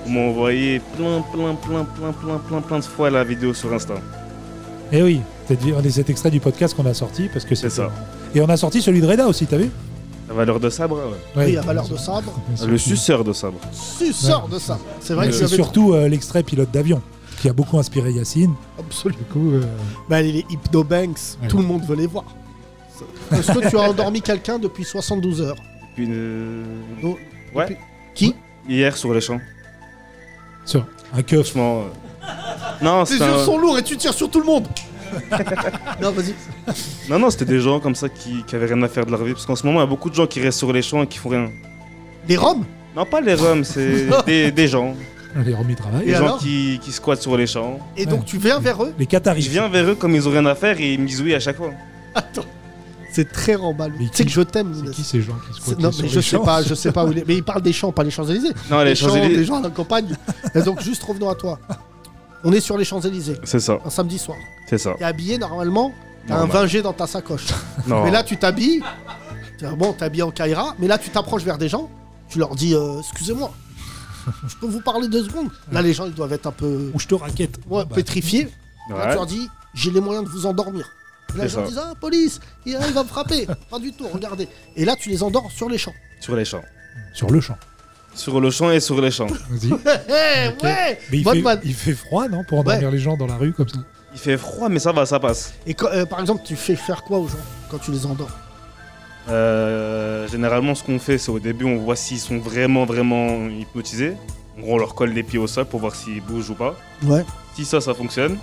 [SPEAKER 8] Vous m'avez envoyé plein, plein, plein, plein, plein, plein, plein de fois la vidéo sur Insta.
[SPEAKER 4] Eh oui, c'est dit- on est cet extrait du podcast qu'on a sorti parce que c'est
[SPEAKER 8] ça.
[SPEAKER 4] Et on a sorti celui de Reda aussi, t'as vu
[SPEAKER 8] La valeur de sabre, ouais.
[SPEAKER 3] Oui, à valeur de sabre.
[SPEAKER 8] Le suceur de sabre.
[SPEAKER 3] Suceur de sabre. C'est vrai
[SPEAKER 4] Mais
[SPEAKER 3] que
[SPEAKER 4] c'est
[SPEAKER 3] j'avais-
[SPEAKER 4] surtout euh, l'extrait pilote d'avion qui a beaucoup inspiré Yacine.
[SPEAKER 3] Absolument.
[SPEAKER 4] Du coup, euh,
[SPEAKER 3] Bah, les Hypnobanks, tout le monde veut les voir. Est-ce que tu as endormi quelqu'un depuis 72 heures
[SPEAKER 8] Puis une-
[SPEAKER 3] Donc,
[SPEAKER 8] Ouais.
[SPEAKER 3] Oh, Qui
[SPEAKER 8] Hier sur les champs.
[SPEAKER 4] Sur un keuf.
[SPEAKER 8] Franchement. euh, Non,
[SPEAKER 3] Tes
[SPEAKER 8] c'était.
[SPEAKER 3] yeux
[SPEAKER 8] un-
[SPEAKER 3] sont lourds et tu tires sur tout le monde Non, vas-y.
[SPEAKER 8] Non, non, c'était des gens comme ça qui, qui avaient rien à faire de leur vie. Parce qu'en ce moment, il y a beaucoup de gens qui restent sur les champs et qui font rien.
[SPEAKER 3] Des Roms
[SPEAKER 8] Non, pas les Roms, c'est des, des gens.
[SPEAKER 4] les remis travail.
[SPEAKER 8] Des gens qui, qui squattent sur les champs.
[SPEAKER 3] Et donc tu viens vers eux
[SPEAKER 4] Les Qataris.
[SPEAKER 8] Je viens vers eux comme ils ont rien à faire et ils me disent oui à chaque fois.
[SPEAKER 3] C'est très remballé. Tu sais que je t'aime. C'est
[SPEAKER 4] qui ces gens qui
[SPEAKER 8] squattent
[SPEAKER 3] Non,
[SPEAKER 8] sur
[SPEAKER 3] mais
[SPEAKER 8] les
[SPEAKER 3] je sais
[SPEAKER 8] champs
[SPEAKER 3] pas, je sais pas où il est. Mais il parle des champs, pas les Champs-Élysées.
[SPEAKER 8] Non, les
[SPEAKER 3] Des champs,
[SPEAKER 8] Champs-Élysées.
[SPEAKER 3] Des gens à la campagne. Et donc juste revenons à toi. On est sur les Champs-Élysées.
[SPEAKER 8] C'est ça.
[SPEAKER 3] Un samedi soir.
[SPEAKER 8] C'est ça.
[SPEAKER 3] T'es habillé normalement, t'as un
[SPEAKER 8] Normal.
[SPEAKER 3] 20G dans ta sacoche.
[SPEAKER 8] Non.
[SPEAKER 3] Mais là tu t'habilles. t'es- Bon, t'es habillé en Kaira, mais là tu t'approches vers des gens, tu leur dis euh, excusez-moi. Je peux vous parler deux secondes Là, les gens, ils doivent être un peu.
[SPEAKER 4] Ou je te raquette. Bah.
[SPEAKER 3] Ouais, pétrifiés. Là,
[SPEAKER 8] Ouais.
[SPEAKER 3] tu leur dis j'ai les moyens de vous endormir. Et là, les
[SPEAKER 8] C'est
[SPEAKER 3] gens
[SPEAKER 8] ça.
[SPEAKER 3] disent ah, police, il il va me frapper. Pas du tout, regardez. Et là, tu les endors sur les champs.
[SPEAKER 8] Sur les champs.
[SPEAKER 4] Sur le champ.
[SPEAKER 8] Sur le champ et sur les champs.
[SPEAKER 4] Vas-y.
[SPEAKER 3] Eh, ouais
[SPEAKER 4] Mais il
[SPEAKER 3] Bonne
[SPEAKER 4] fait,
[SPEAKER 3] vanne.
[SPEAKER 4] il fait froid, non Pour endormir les gens dans la rue comme ça.
[SPEAKER 8] Il fait froid, mais ça va, ça passe.
[SPEAKER 3] Et quand- euh, par exemple, tu fais faire quoi aux gens quand tu les endors
[SPEAKER 8] Euh, généralement, ce qu'on fait, c'est au début, on voit s'ils sont vraiment, vraiment hypnotisés. En gros, on leur colle les pieds au sol pour voir s'ils bougent ou pas.
[SPEAKER 3] Ouais.
[SPEAKER 8] Si ça, ça fonctionne,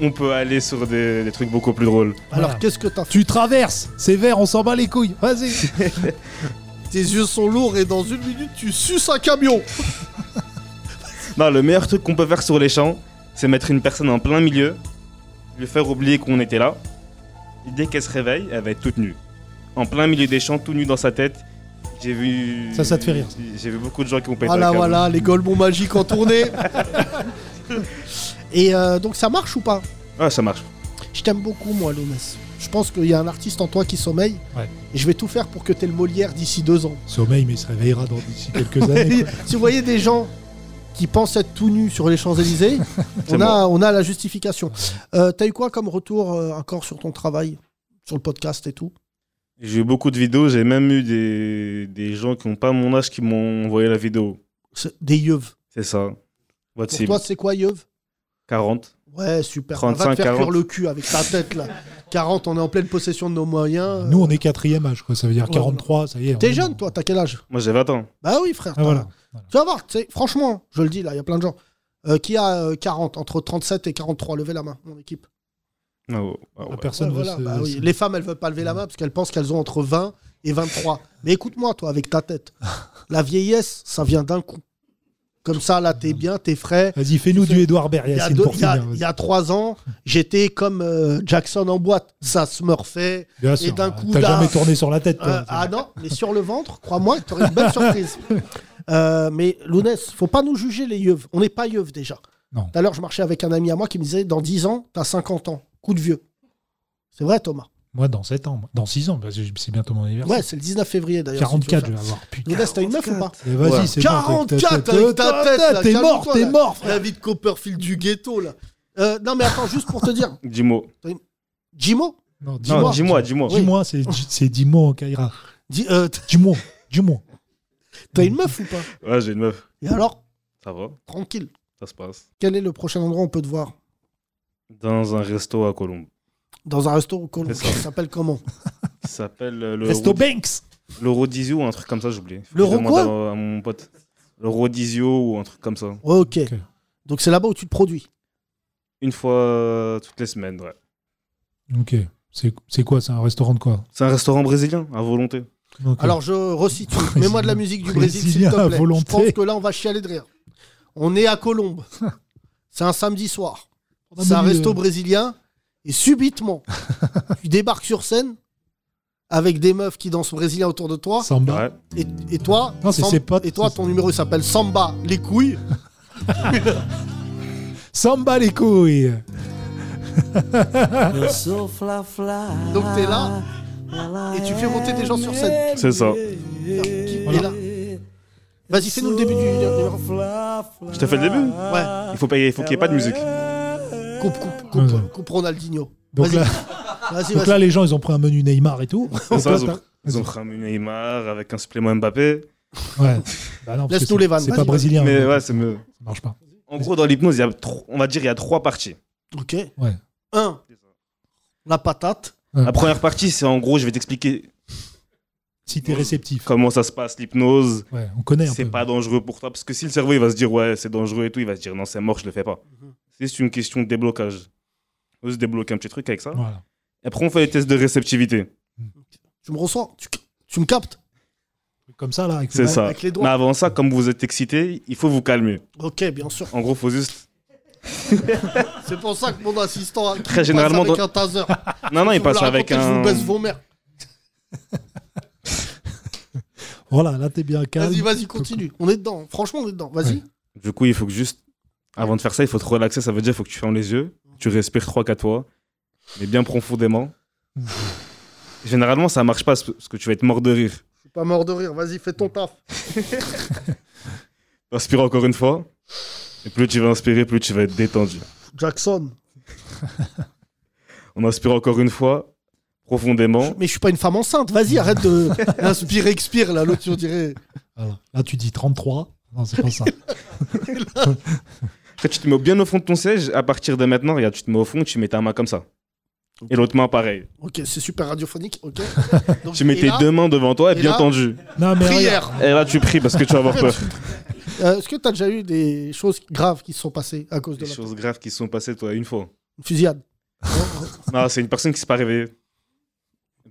[SPEAKER 8] on peut aller sur des, des trucs beaucoup plus drôles.
[SPEAKER 3] Alors, qu'est-ce que t'as fait
[SPEAKER 4] Tu traverses C'est vert, on s'en bat les couilles. Vas-y.
[SPEAKER 3] Tes yeux sont lourds et dans une minute, tu suces un camion
[SPEAKER 8] Non, le meilleur truc qu'on peut faire sur les champs, c'est mettre une personne en plein milieu, lui faire oublier qu'on était là. Et dès qu'elle se réveille, elle va être toute nue. En plein milieu des champs, tout nu dans sa tête. J'ai vu.
[SPEAKER 4] Ça, ça te fait rire,
[SPEAKER 8] J'ai vu beaucoup de gens qui ont pété un
[SPEAKER 3] Voilà,
[SPEAKER 8] câble.
[SPEAKER 3] Ah voilà, les golemons magiques en tournée Et euh, donc, ça marche ou pas
[SPEAKER 8] Ouais, Ah, ça marche.
[SPEAKER 3] Je t'aime beaucoup, moi, Lounès. Je pense qu'il y a un artiste en toi qui sommeille.
[SPEAKER 4] Ouais.
[SPEAKER 3] Et je vais tout faire pour que t'aies le Molière d'ici deux ans.
[SPEAKER 4] Sommeil, mais il se réveillera dans d'ici quelques années. quoi.
[SPEAKER 3] si vous voyez des gens qui pensent être tout nus sur les Champs-Élysées,
[SPEAKER 4] C'est
[SPEAKER 3] on, a, on a la justification. Euh, T'as eu quoi comme retour euh, encore sur ton travail, sur le podcast et tout
[SPEAKER 8] J'ai eu beaucoup de vidéos, j'ai même eu des, des gens qui n'ont pas mon âge qui m'ont envoyé la vidéo.
[SPEAKER 3] Des yeux.
[SPEAKER 8] C'est ça. Votre
[SPEAKER 3] Pour
[SPEAKER 8] cible.
[SPEAKER 3] toi, c'est quoi, Yeuve
[SPEAKER 8] 40.
[SPEAKER 3] Ouais, super. va
[SPEAKER 8] 35,
[SPEAKER 3] te faire
[SPEAKER 8] 40.
[SPEAKER 3] cuire le cul avec ta tête là. 40, on est en pleine possession de nos moyens.
[SPEAKER 4] Nous, on est quatrième âge, quoi. Ça veut dire
[SPEAKER 3] Ouais. bah.
[SPEAKER 4] 43, ça y est.
[SPEAKER 3] T'es jeune, toi, t'as quel âge
[SPEAKER 8] Moi, j'ai 20 ans.
[SPEAKER 3] Bah oui, frère.
[SPEAKER 4] Ah,
[SPEAKER 3] t'as-
[SPEAKER 4] voilà.
[SPEAKER 3] Tu vas voir, tu sais, franchement, je le dis là, il y a plein de gens. Euh, qui a euh, 40, entre 37 et 43 Levez la main, mon équipe.
[SPEAKER 8] Ah
[SPEAKER 4] Ah, personne
[SPEAKER 3] Ouais,
[SPEAKER 4] veut
[SPEAKER 3] voilà,
[SPEAKER 4] se-
[SPEAKER 3] bah oui.
[SPEAKER 4] se-
[SPEAKER 3] Les femmes, elles veulent pas lever la main parce qu'elles pensent qu'elles ont entre 20 et 23. Mais écoute-moi, toi, avec ta tête. La vieillesse, ça vient d'un coup. Comme ça, là, t'es bien, t'es frais.
[SPEAKER 4] Vas-y, fais-nous du Édouard
[SPEAKER 3] Il
[SPEAKER 4] Berry,
[SPEAKER 3] y a
[SPEAKER 4] Yacine,
[SPEAKER 3] deux-
[SPEAKER 4] pour
[SPEAKER 3] il y a-
[SPEAKER 4] finir, vas-y.
[SPEAKER 3] il y a trois ans, j'étais comme euh, Jackson en boîte. Ça se morfait.
[SPEAKER 4] Bien
[SPEAKER 3] et
[SPEAKER 4] sûr, Ah,
[SPEAKER 3] d'un coup,
[SPEAKER 4] t'as
[SPEAKER 3] là-
[SPEAKER 4] jamais tourné sur la tête, toi.
[SPEAKER 3] Euh, ah non, mais sur le ventre, crois-moi, t'aurais une bonne surprise. Euh, mais Lounès, faut pas nous juger les yeux. On n'est pas yeux déjà.
[SPEAKER 4] Non.
[SPEAKER 3] Tout à l'heure, je marchais avec un ami à moi qui me disait dans 10 ans, t'as 50 ans. Coup de vieux. C'est vrai, Thomas.
[SPEAKER 4] Moi, dans 7 ans, moi. dans 6 ans, parce que c'est bientôt mon anniversaire.
[SPEAKER 3] Ouais, c'est le 19 février d'ailleurs. si
[SPEAKER 4] 44,
[SPEAKER 3] tu veux
[SPEAKER 4] je vais
[SPEAKER 3] faire.
[SPEAKER 4] avoir, putain.
[SPEAKER 3] Lounès, t'as une meuf ou pas
[SPEAKER 4] Et vas-y,
[SPEAKER 3] Ouais.
[SPEAKER 4] c'est bon, avec ta
[SPEAKER 3] 44
[SPEAKER 4] tête.
[SPEAKER 3] avec ta
[SPEAKER 4] Ta
[SPEAKER 3] tête.
[SPEAKER 4] tête,
[SPEAKER 3] là,
[SPEAKER 4] t'es mort,
[SPEAKER 3] calme-toi,
[SPEAKER 4] t'es
[SPEAKER 3] là.
[SPEAKER 4] mort,
[SPEAKER 3] La vie de Copperfield du ghetto, là. Euh, non, mais attends, juste pour te dire.
[SPEAKER 8] Dis-moi.
[SPEAKER 3] Jimo
[SPEAKER 4] Non,
[SPEAKER 8] Non, dis-moi, dis-moi.
[SPEAKER 4] Dis-moi, c'est- c'est dis-moi en Kaira. Dis-moi, dis-moi.
[SPEAKER 3] euh, T'as une meuf ou pas
[SPEAKER 8] Ouais, j'ai une meuf.
[SPEAKER 3] Et alors
[SPEAKER 8] Ça va
[SPEAKER 3] Tranquille.
[SPEAKER 8] Ça se passe.
[SPEAKER 3] Quel est le prochain endroit où on peut te voir
[SPEAKER 8] Dans un resto à Colombes.
[SPEAKER 3] Dans un resto au Colombe.
[SPEAKER 8] C'est ça.
[SPEAKER 3] Ça s'appelle comment
[SPEAKER 8] Ça s'appelle euh, le.
[SPEAKER 3] Resto
[SPEAKER 8] Rod-
[SPEAKER 3] Banks.
[SPEAKER 8] Le Rodizio ou un truc comme ça, j'ai oublié. Faut
[SPEAKER 3] Le
[SPEAKER 8] que je demande
[SPEAKER 3] Rocco
[SPEAKER 8] à, à mon pote. Le Rodizio ou un truc comme ça.
[SPEAKER 3] Ouais, ok. Donc c'est là-bas où tu te produis.
[SPEAKER 8] Une fois euh, toutes les semaines, ouais.
[SPEAKER 4] Ok. C'est c'est quoi C'est un restaurant de quoi
[SPEAKER 8] C'est un restaurant brésilien, à volonté.
[SPEAKER 4] Ok.
[SPEAKER 3] Alors je resitue. Mets-moi de la musique du Brésil, s'il
[SPEAKER 4] Brésilien à
[SPEAKER 3] te plaît. Je
[SPEAKER 4] volonté.
[SPEAKER 3] pense que là, on va chialer de rire. On est à Colombe. C'est un samedi soir. C'est un
[SPEAKER 4] Probablement,
[SPEAKER 3] resto
[SPEAKER 4] euh,
[SPEAKER 3] brésilien. Et subitement, tu débarques sur scène avec des meufs qui dansent brésilien autour de toi.
[SPEAKER 4] Samba.
[SPEAKER 3] Et, et toi,
[SPEAKER 4] Non, c'est
[SPEAKER 3] Sam-
[SPEAKER 4] ses potes,
[SPEAKER 3] et toi ton numéro il s'appelle Samba les couilles.
[SPEAKER 4] Samba les
[SPEAKER 3] euh,
[SPEAKER 4] couilles
[SPEAKER 3] Donc t'es là et tu fais monter des gens sur scène.
[SPEAKER 8] C'est ça.
[SPEAKER 3] Et là. Vas-y, fais-nous le début du numéro.
[SPEAKER 8] Je te fais le début
[SPEAKER 3] Ouais. Ah
[SPEAKER 8] Il faut, pas- il faut qu'il n'y ait pas de musique.
[SPEAKER 3] Coupe, coupe,
[SPEAKER 4] Ouais, ouais.
[SPEAKER 3] coupe, coupe Ronaldinho.
[SPEAKER 4] Donc
[SPEAKER 3] Vas-y.
[SPEAKER 4] là-
[SPEAKER 3] Vas-y,
[SPEAKER 4] Donc
[SPEAKER 3] vas-y.
[SPEAKER 4] là, les gens, ils ont pris un menu Neymar et tout.
[SPEAKER 8] C'est
[SPEAKER 4] Donc
[SPEAKER 8] Ah, ça,
[SPEAKER 4] là,
[SPEAKER 8] ils ont,
[SPEAKER 4] t'as-
[SPEAKER 8] ils ont ramené Neymar avec un supplément Mbappé.
[SPEAKER 4] Ouais. Bah non, parce que
[SPEAKER 3] Laisse-nous
[SPEAKER 4] c'est-
[SPEAKER 3] les vannes,
[SPEAKER 4] C'est pas
[SPEAKER 3] vas-y.
[SPEAKER 4] brésilien.
[SPEAKER 8] Mais
[SPEAKER 4] hein.
[SPEAKER 8] ouais, c'est mieux.
[SPEAKER 4] Ça marche pas.
[SPEAKER 8] En gros, dans l'hypnose, il y a tro- on va dire il y a trois parties.
[SPEAKER 3] Ok.
[SPEAKER 4] Ouais.
[SPEAKER 3] 1. La patate.
[SPEAKER 8] La première partie, c'est en gros, je vais t'expliquer.
[SPEAKER 4] Si t'es réceptif.
[SPEAKER 8] Comment ça se passe, l'hypnose.
[SPEAKER 4] Ouais, on connaît un
[SPEAKER 8] C'est
[SPEAKER 4] peu.
[SPEAKER 8] pas dangereux pour toi. Parce que si le cerveau, il va se dire, ouais, c'est dangereux et tout, il va se dire, non, c'est mort, je le fais pas.
[SPEAKER 3] Mhm.
[SPEAKER 8] C'est juste une question de déblocage. On se débloquer un petit truc avec ça.
[SPEAKER 4] Voilà.
[SPEAKER 8] Et après, on fait les tests de réceptivité.
[SPEAKER 3] Tu me ressens tu, tu me captes
[SPEAKER 4] Comme ça, là. avec-
[SPEAKER 8] C'est
[SPEAKER 3] Ouais,
[SPEAKER 8] ça.
[SPEAKER 3] avec les doigts.
[SPEAKER 8] Mais avant ça, comme vous êtes excité, il faut vous calmer.
[SPEAKER 3] Ok, bien sûr.
[SPEAKER 8] En gros, faut juste.
[SPEAKER 3] C'est pour ça que mon assistant. qui
[SPEAKER 8] Très
[SPEAKER 3] passe
[SPEAKER 8] généralement,
[SPEAKER 3] Avec
[SPEAKER 8] dans-
[SPEAKER 3] un taser.
[SPEAKER 8] Non, non, il
[SPEAKER 3] Vous me
[SPEAKER 8] passe
[SPEAKER 3] la
[SPEAKER 8] avec
[SPEAKER 3] racontez, Je vous
[SPEAKER 8] un.
[SPEAKER 3] baisse vos mères.
[SPEAKER 4] Voilà, là, t'es bien calme.
[SPEAKER 3] Vas-y, vas-y, continue. On est dedans. Franchement, on est dedans. Vas-y.
[SPEAKER 8] Du coup, il faut que juste, avant de faire ça, il faut te relaxer. Ça veut dire, il faut que tu fermes les yeux, tu respires 3-4 fois, mais bien profondément. Généralement, ça marche pas parce que tu vas être mort de rire.
[SPEAKER 3] Je suis pas mort de rire. Vas-y, fais ton taf.
[SPEAKER 8] Inspire encore une fois, et plus tu vas inspirer, plus tu vas être détendu.
[SPEAKER 3] Jackson.
[SPEAKER 8] On inspire encore une fois, profondément.
[SPEAKER 3] Mais je suis pas une femme enceinte. Vas-y, arrête de. Inspire, expire. Là, l'autre, on dirait.
[SPEAKER 4] Voilà. Là, tu dis 33. Non, c'est pas ça.
[SPEAKER 8] Après, tu te mets bien au fond de ton siège. À partir de maintenant, regarde, tu te mets au fond, tu mets ta main comme ça. Et l'autre main, pareil.
[SPEAKER 3] Ok, c'est super radiophonique. Ok. Donc,
[SPEAKER 8] Tu mets
[SPEAKER 3] et
[SPEAKER 8] tes
[SPEAKER 3] là-
[SPEAKER 8] deux mains devant toi et,
[SPEAKER 3] et
[SPEAKER 8] bien
[SPEAKER 3] là-
[SPEAKER 8] tendu.
[SPEAKER 4] Non, mais
[SPEAKER 3] Prière.
[SPEAKER 8] Et là, tu pries parce que tu vas avoir peur.
[SPEAKER 3] Euh, Est-ce que t'as déjà eu des choses graves qui se sont passées à cause de
[SPEAKER 8] Des
[SPEAKER 3] la
[SPEAKER 8] choses graves qui se sont passées, toi, une fois.
[SPEAKER 3] une fusillade
[SPEAKER 8] Non, c'est une personne qui s'est pas réveillée.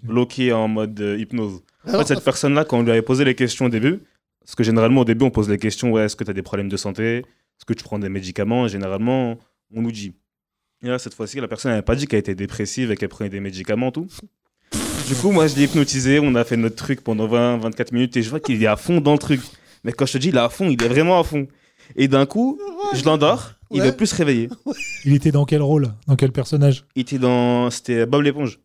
[SPEAKER 8] Bloquée en mode euh, hypnose. En
[SPEAKER 3] Alors,
[SPEAKER 8] fait, cette personne-là, quand on lui avait posé les questions au début, parce que généralement, au début, on pose les questions ouais, est-ce que tu as des problèmes de santé Est-ce que tu prends des médicaments Et Généralement, on nous dit. Et là, cette fois-ci, la personne n'avait pas dit qu'elle était dépressive et qu'elle prenait des médicaments, tout. Du coup, moi, je l'ai hypnotisé, on a fait notre truc pendant 20-24 minutes et je vois qu'il est à fond dans le truc. Mais quand je te dis, il est à fond, il est vraiment à fond. Et d'un coup, je l'endors, il veut plus se réveiller.
[SPEAKER 4] Il était dans quel rôle Dans quel personnage
[SPEAKER 8] Il était dans. C'était Bob l'éponge.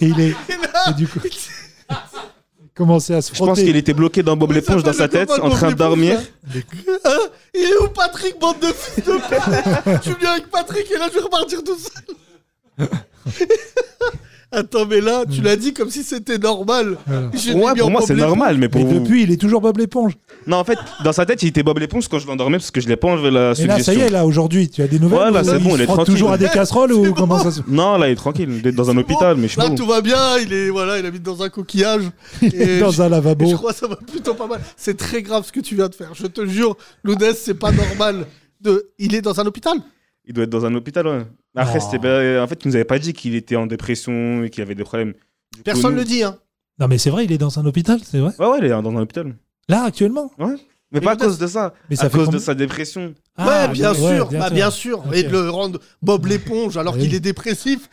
[SPEAKER 4] Et il est. et du coup. il commençait à se
[SPEAKER 8] Je pense
[SPEAKER 4] frotter.
[SPEAKER 8] qu'il était bloqué dans Bob l'éponge dans sa tête, en train de dormir.
[SPEAKER 3] Hein Il est où Patrick, bande de fils de pute Je suis venu avec Patrick et là je vais repartir tout seul. Attends, mais là,
[SPEAKER 4] Mm.
[SPEAKER 3] tu l'as dit comme si c'était normal. J'ai
[SPEAKER 8] Ouais,
[SPEAKER 3] mis
[SPEAKER 8] pour
[SPEAKER 3] en
[SPEAKER 8] moi, c'est
[SPEAKER 3] Bob l'éponge.
[SPEAKER 8] normal, mais pour vous-
[SPEAKER 4] Puis il est toujours Bob l'éponge.
[SPEAKER 8] Non, en fait, dans sa tête, il était Bob l'éponge quand je l'endormais parce que je l'ai pas enlevé la
[SPEAKER 4] Et
[SPEAKER 8] suggestion.
[SPEAKER 4] là, ça y est, là, aujourd'hui, tu as des nouvelles.
[SPEAKER 8] Ouais, là,
[SPEAKER 4] ou
[SPEAKER 8] c'est
[SPEAKER 4] il
[SPEAKER 8] bon,
[SPEAKER 4] se
[SPEAKER 8] il est
[SPEAKER 4] frotte
[SPEAKER 8] tranquille.
[SPEAKER 4] toujours à des casseroles ou comment ça se
[SPEAKER 8] Non, là, il est tranquille. Il est dans un hôpital, mais je suis
[SPEAKER 3] Là,
[SPEAKER 8] pas bon.
[SPEAKER 3] tout va bien, il est voilà, il habite dans un coquillage. Et
[SPEAKER 4] Dans
[SPEAKER 3] je-
[SPEAKER 4] un lavabo.
[SPEAKER 3] et Je crois que ça va plutôt pas mal. C'est très grave ce que tu viens de faire. Je te jure, Lounès, c'est pas normal. De... Il est dans un hôpital.
[SPEAKER 8] Il doit être dans un hôpital, ouais. Après,
[SPEAKER 4] Ah.
[SPEAKER 3] Oh.
[SPEAKER 8] c'était pas- en fait, il nous avait pas dit qu'il était en dépression et qu'il avait des problèmes. Du coup,
[SPEAKER 3] Personne
[SPEAKER 8] nous-
[SPEAKER 3] le dit, hein.
[SPEAKER 4] Non, mais c'est vrai, il est dans un hôpital, c'est vrai.
[SPEAKER 8] Ouais, ouais, il est dans un hôpital.
[SPEAKER 4] Là, actuellement
[SPEAKER 8] Ouais. Mais pas à cause de ça.
[SPEAKER 4] Mais
[SPEAKER 8] à
[SPEAKER 4] ça fait
[SPEAKER 8] cause de
[SPEAKER 4] combien-
[SPEAKER 8] sa dépression.
[SPEAKER 4] Ah,
[SPEAKER 3] ouais, bien sûr, bah, bien sûr. Et de le rendre Bob l'éponge alors qu'il est dépressif,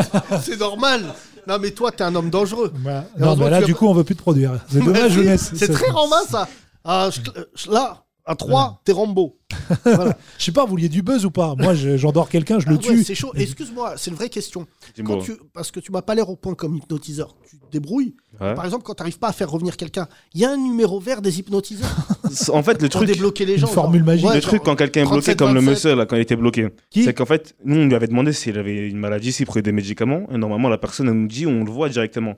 [SPEAKER 3] c'est normal. Non, mais toi, t'es un homme dangereux.
[SPEAKER 4] Bah, Non,
[SPEAKER 3] Heureusement que
[SPEAKER 4] mais là,
[SPEAKER 3] tu as
[SPEAKER 4] du
[SPEAKER 3] pas-
[SPEAKER 4] coup, on veut plus te produire. C'est dommage,
[SPEAKER 3] Merci.
[SPEAKER 4] jeunesse.
[SPEAKER 3] C'est
[SPEAKER 4] Ça-
[SPEAKER 3] très Rambo, ça. Ah, je- je- là, à 3, t'es Rambo.
[SPEAKER 4] Je sais pas, vous vouliez du buzz ou pas Moi, je- j'endors quelqu'un, je
[SPEAKER 3] Ah
[SPEAKER 4] le
[SPEAKER 3] ouais,
[SPEAKER 4] tue.
[SPEAKER 3] c'est chaud. Excuse-moi, c'est une vraie question.
[SPEAKER 4] Dis-moi.
[SPEAKER 3] Quand tu- parce que tu m'as pas l'air au point comme hypnotiseur. Tu te débrouilles.
[SPEAKER 8] Ouais.
[SPEAKER 3] Par exemple, quand t'arrives pas à faire revenir quelqu'un, il y a un numéro vert des hypnotiseurs.
[SPEAKER 8] En fait, le
[SPEAKER 3] Pour
[SPEAKER 8] truc.
[SPEAKER 3] débloquer les gens. genre. Ouais,
[SPEAKER 8] le
[SPEAKER 3] genre,
[SPEAKER 8] truc quand quelqu'un est bloqué,
[SPEAKER 3] 37,
[SPEAKER 8] comme le
[SPEAKER 3] 27.
[SPEAKER 8] monsieur, là, quand il était bloqué. C'est qu'en fait, nous, on lui avait demandé s'il avait une maladie, s'il prenait des médicaments. Et normalement, la personne, elle nous dit, on le voit directement.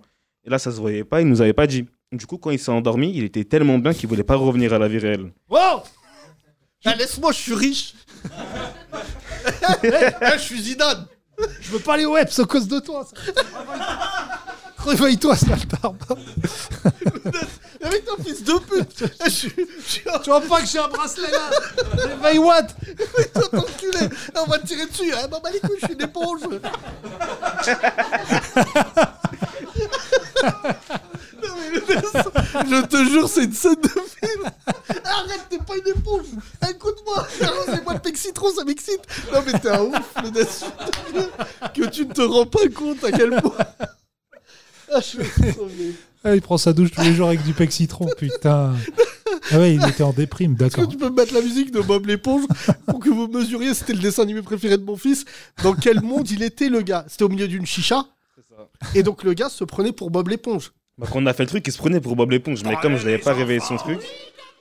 [SPEAKER 8] Et là, ça se voyait pas, il nous avait pas dit. Du coup, quand il s'est endormi, il était tellement bien qu'il voulait pas revenir à la vie réelle.
[SPEAKER 3] Wow
[SPEAKER 4] Bah,
[SPEAKER 3] Ah, Laisse-moi, je suis riche. Ah, je suis Zidane.
[SPEAKER 4] Je veux pas aller au Weps à cause de toi. ça. Réveille-toi, Snapdard.
[SPEAKER 3] Avec ton fils de pute. Ah, je suis- je suis-
[SPEAKER 4] Tu vois pas que j'ai un bracelet là Réveille what
[SPEAKER 3] Mais toi, ton culé. Ah, On va te tirer dessus. Ah, non, bah les couilles, je suis une éponge. Non, mais le dessin, Je te jure, c'est une scène de film. Arrête, t'es pas une éponge. Écoute-moi, arrosez-moi le pexitron, ça m'excite. Non, mais t'es un ouf, le dessin. Que tu ne te rends pas compte à quel point. Ah, je vais sauver.
[SPEAKER 4] Ah, il prend sa douche tous les jours avec du pexitron, putain. Ah ouais, il était en déprime,
[SPEAKER 3] Est-ce
[SPEAKER 4] d'accord.
[SPEAKER 3] que tu peux me mettre la musique de Bob l'éponge pour que vous mesuriez C'était le dessin animé préféré de mon fils. Dans quel monde il était, le gars C'était au milieu d'une chicha. Et donc, le gars se prenait pour Bob l'éponge.
[SPEAKER 8] Bah, quand on a fait le truc, il se prenait pour Bob l'éponge. Mais comme je l'avais pas réveillé son truc,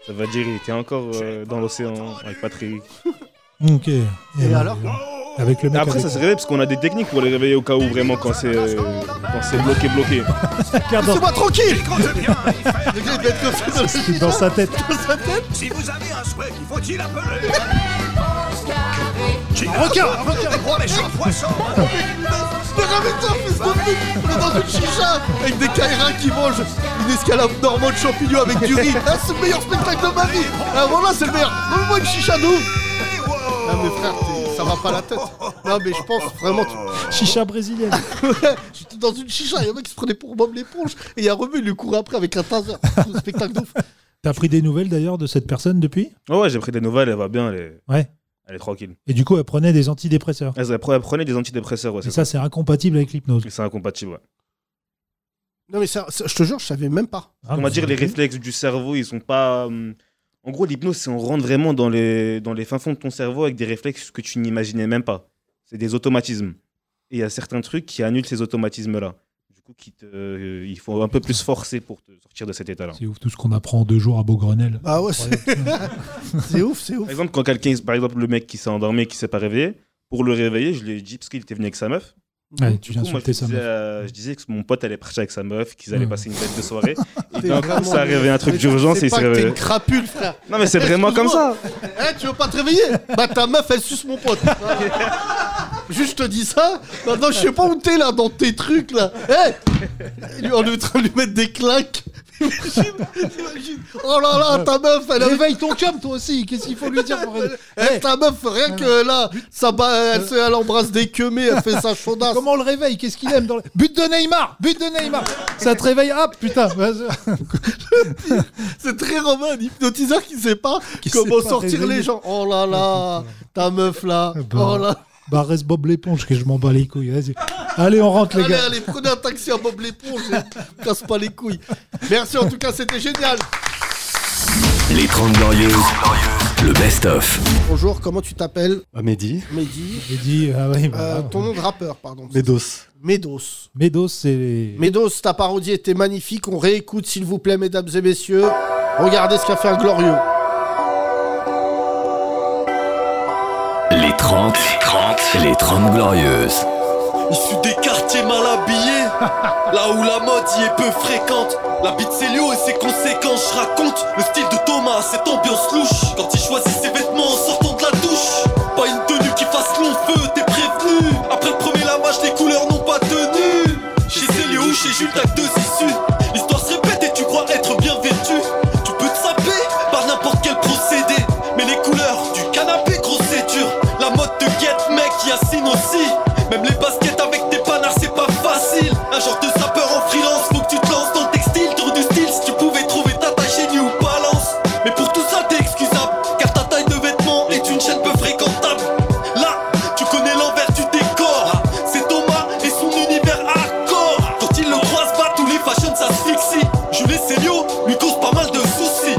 [SPEAKER 8] ça veut dire il était encore euh, dans l'océan avec Patrick.
[SPEAKER 4] Ok. Et,
[SPEAKER 3] alors
[SPEAKER 4] Avec le mec.
[SPEAKER 8] Après,
[SPEAKER 4] avec-
[SPEAKER 8] ça se réveille parce qu'on a des techniques pour les réveiller au cas où vraiment quand c'est euh, quand c'est bloqué, bloqué.
[SPEAKER 3] Laissez-moi tranquille Le gars, il devait être comme ça dans la chicha.
[SPEAKER 4] dans sa tête.
[SPEAKER 3] Dans sa tête
[SPEAKER 15] Si vous avez un souhait, qu'il faut-il appeler
[SPEAKER 3] Un requin, un requin.
[SPEAKER 15] Un gros méchant poisson
[SPEAKER 3] Mais ramène-toi, fils de pute On est dans une chicha Avec des caïrins qui mangent une escalade normale de champignons avec du riz Ah, c'est le meilleur spectacle de ma vie Ah, voilà, c'est le meilleur Donne-moi une chicha de ouf Ah, mais frère, t'es- ça va pas la tête Non, mais je pense vraiment... tu-
[SPEAKER 4] Chicha brésilienne.
[SPEAKER 3] Ouais, J'étais dans une chicha, il y a un mec qui se prenait pour Bob l'éponge et il y a Remu, il lui courait après avec un taser. C'est un spectacle de ouf.
[SPEAKER 4] T'as pris des nouvelles d'ailleurs de cette personne depuis
[SPEAKER 8] Oh Ouais, ouais, j'ai pris des nouvelles, elle va bien, elle est,
[SPEAKER 4] Ouais.
[SPEAKER 8] elle est tranquille.
[SPEAKER 4] Et du coup, elle prenait des antidépresseurs.
[SPEAKER 8] Elle, elle pre- elle prenait des antidépresseurs, ouais,
[SPEAKER 4] Et
[SPEAKER 8] c'est
[SPEAKER 4] ça, c'est incompatible avec l'hypnose.
[SPEAKER 8] C'est incompatible, ouais.
[SPEAKER 3] Non, mais ça, ça, je te jure, je savais même pas.
[SPEAKER 4] Ah,
[SPEAKER 8] Comment dire, les réflexes du cerveau, ils sont pas. hum, En gros, l'hypnose, c'est on rentre vraiment dans les, dans les fins fonds de ton cerveau avec des réflexes que tu n'imaginais même pas. C'est des automatismes. Et il y a certains trucs qui annulent ces automatismes-là. Du coup, qui te- euh, il faut un peu plus forcer pour te sortir de cet état-là.
[SPEAKER 4] C'est ouf tout ce qu'on apprend en deux jours à Beaugrenelle.
[SPEAKER 3] Ah ouais, c'est c'est ouf, c'est ouf.
[SPEAKER 8] Par exemple, quand quelqu'un, par exemple, le mec qui s'est endormi et qui s'est pas réveillé, pour le réveiller, je lui ai dit parce qu'il était venu avec sa meuf.
[SPEAKER 4] Ouais,
[SPEAKER 8] Du
[SPEAKER 4] tu viens
[SPEAKER 8] coup, moi, je
[SPEAKER 4] insulter sa
[SPEAKER 8] disais,
[SPEAKER 4] meuf.
[SPEAKER 8] euh, je disais que mon pote allait partir avec sa meuf, qu'ils allaient
[SPEAKER 4] Hmm.
[SPEAKER 8] passer une bête de soirée. et
[SPEAKER 3] T'es
[SPEAKER 8] d'un coup,
[SPEAKER 3] vraiment-
[SPEAKER 8] ça a réveillé un truc
[SPEAKER 3] Mais
[SPEAKER 8] d'urgence
[SPEAKER 3] c'est
[SPEAKER 8] et il s'est
[SPEAKER 3] pas que T'es
[SPEAKER 8] réveillé.
[SPEAKER 3] une crapule, frère.
[SPEAKER 8] Non, mais c'est vraiment comme ça.
[SPEAKER 3] Eh, tu veux pas te réveiller Bah, ta meuf, elle suce mon pote. Juste, je te dis ça. Maintenant, je sais pas où t'es là, dans tes trucs là. Eh Lui, On est en train de lui mettre des claques. Imagine, imagine. Oh là là, ta meuf, elle Réveille ton chum, toi aussi. Qu'est-ce qu'il faut lui dire
[SPEAKER 4] Eh,
[SPEAKER 3] Ta meuf, rien que là, ça bat, elle, se- elle embrasse des queues, elle fait sa chaudasse.
[SPEAKER 4] euh, Comment on le réveille Qu'est-ce qu'il aime dans le... But de Neymar But de Neymar Ça te réveille Hop, putain
[SPEAKER 3] C'est très romain, un hypnotiseur qui sait pas comment
[SPEAKER 4] sait pas
[SPEAKER 3] sortir
[SPEAKER 4] réveiller. Ah,
[SPEAKER 3] les gens. Oh là là, ta meuf là. Oh là.
[SPEAKER 4] bah, bah, reste Bob l'éponge que je m'en bats les couilles. Vas-y. Allez, on rentre, les
[SPEAKER 3] Allez,
[SPEAKER 4] gars.
[SPEAKER 3] allez, prenez un taxi à Bob l'éponge, et casse pas les couilles. Merci en tout cas, c'était génial.
[SPEAKER 2] Les 30 Glorieuses, le best-of.
[SPEAKER 3] Bonjour, comment tu t'appelles
[SPEAKER 16] Mehdi.
[SPEAKER 3] Mehdi.
[SPEAKER 4] Mehdi, ah oui,
[SPEAKER 3] Euh,
[SPEAKER 4] bah,
[SPEAKER 3] ton nom de rappeur, pardon.
[SPEAKER 16] Médos.
[SPEAKER 3] Médos.
[SPEAKER 4] Médos, c'est.
[SPEAKER 3] Médos, ta parodie était magnifique. On réécoute, s'il vous plaît, mesdames et messieurs. Regardez ce qu'a fait un glorieux.
[SPEAKER 2] Les 30, les 30, les 30 Glorieuses.
[SPEAKER 16] Issu des quartiers mal habillés, là où la mode y est peu fréquente. La bite c'est lieu et ses conséquences, je raconte le style de Thomas, cette ambiance louche. Quand il choisit ses vêtements en sortant de la douche, pas une tenue qui fasse long feu, t'es prévenu. Après le premier lavage, les couleurs n'ont pas tenu. Chez Célio ou chez Jules, t'as deux issues. L'histoire se répète et tu crois être bien vêtu. Tu peux te saper par n'importe quel procédé. Mais les couleurs du canapé, grosse c'est dur. La mode te guette, mec, Yacine aussi. Même les baskets avec tes panards, c'est pas facile. Un genre de sapeur en freelance, faut que tu te lances dans le textile. Tour du style, si tu pouvais trouver ta taille chez New Balance. Mais pour tout ça, t'es excusable. Car ta taille de vêtements est une chaîne peu fréquentable. Là, tu connais l'envers du décor. C'est Thomas et son univers hardcore. Quand il le croise, pas tous les fashions s'asphyxient. Jules Célio lui cause pas mal de soucis.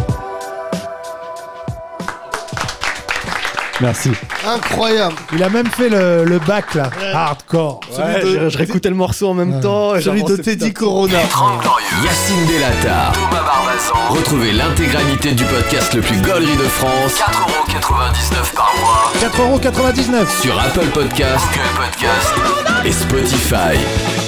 [SPEAKER 4] Merci.
[SPEAKER 3] Incroyable.
[SPEAKER 4] Il a même fait le, le bac là, hardcore.
[SPEAKER 9] Celui de- je- je réécoutais
[SPEAKER 4] le morceau en
[SPEAKER 9] même temps, et
[SPEAKER 3] Celui de
[SPEAKER 9] j'avançais,
[SPEAKER 3] Teddy
[SPEAKER 9] putain.
[SPEAKER 3] Corona.
[SPEAKER 9] Les Trente
[SPEAKER 2] Yacine Delata, Thomas Barbazan. Retrouvez l'intégralité du podcast le plus gaulerie de France. 4,99€ par mois.
[SPEAKER 4] 4,99€
[SPEAKER 2] Sur Apple Podcast, Google Podcast et Spotify.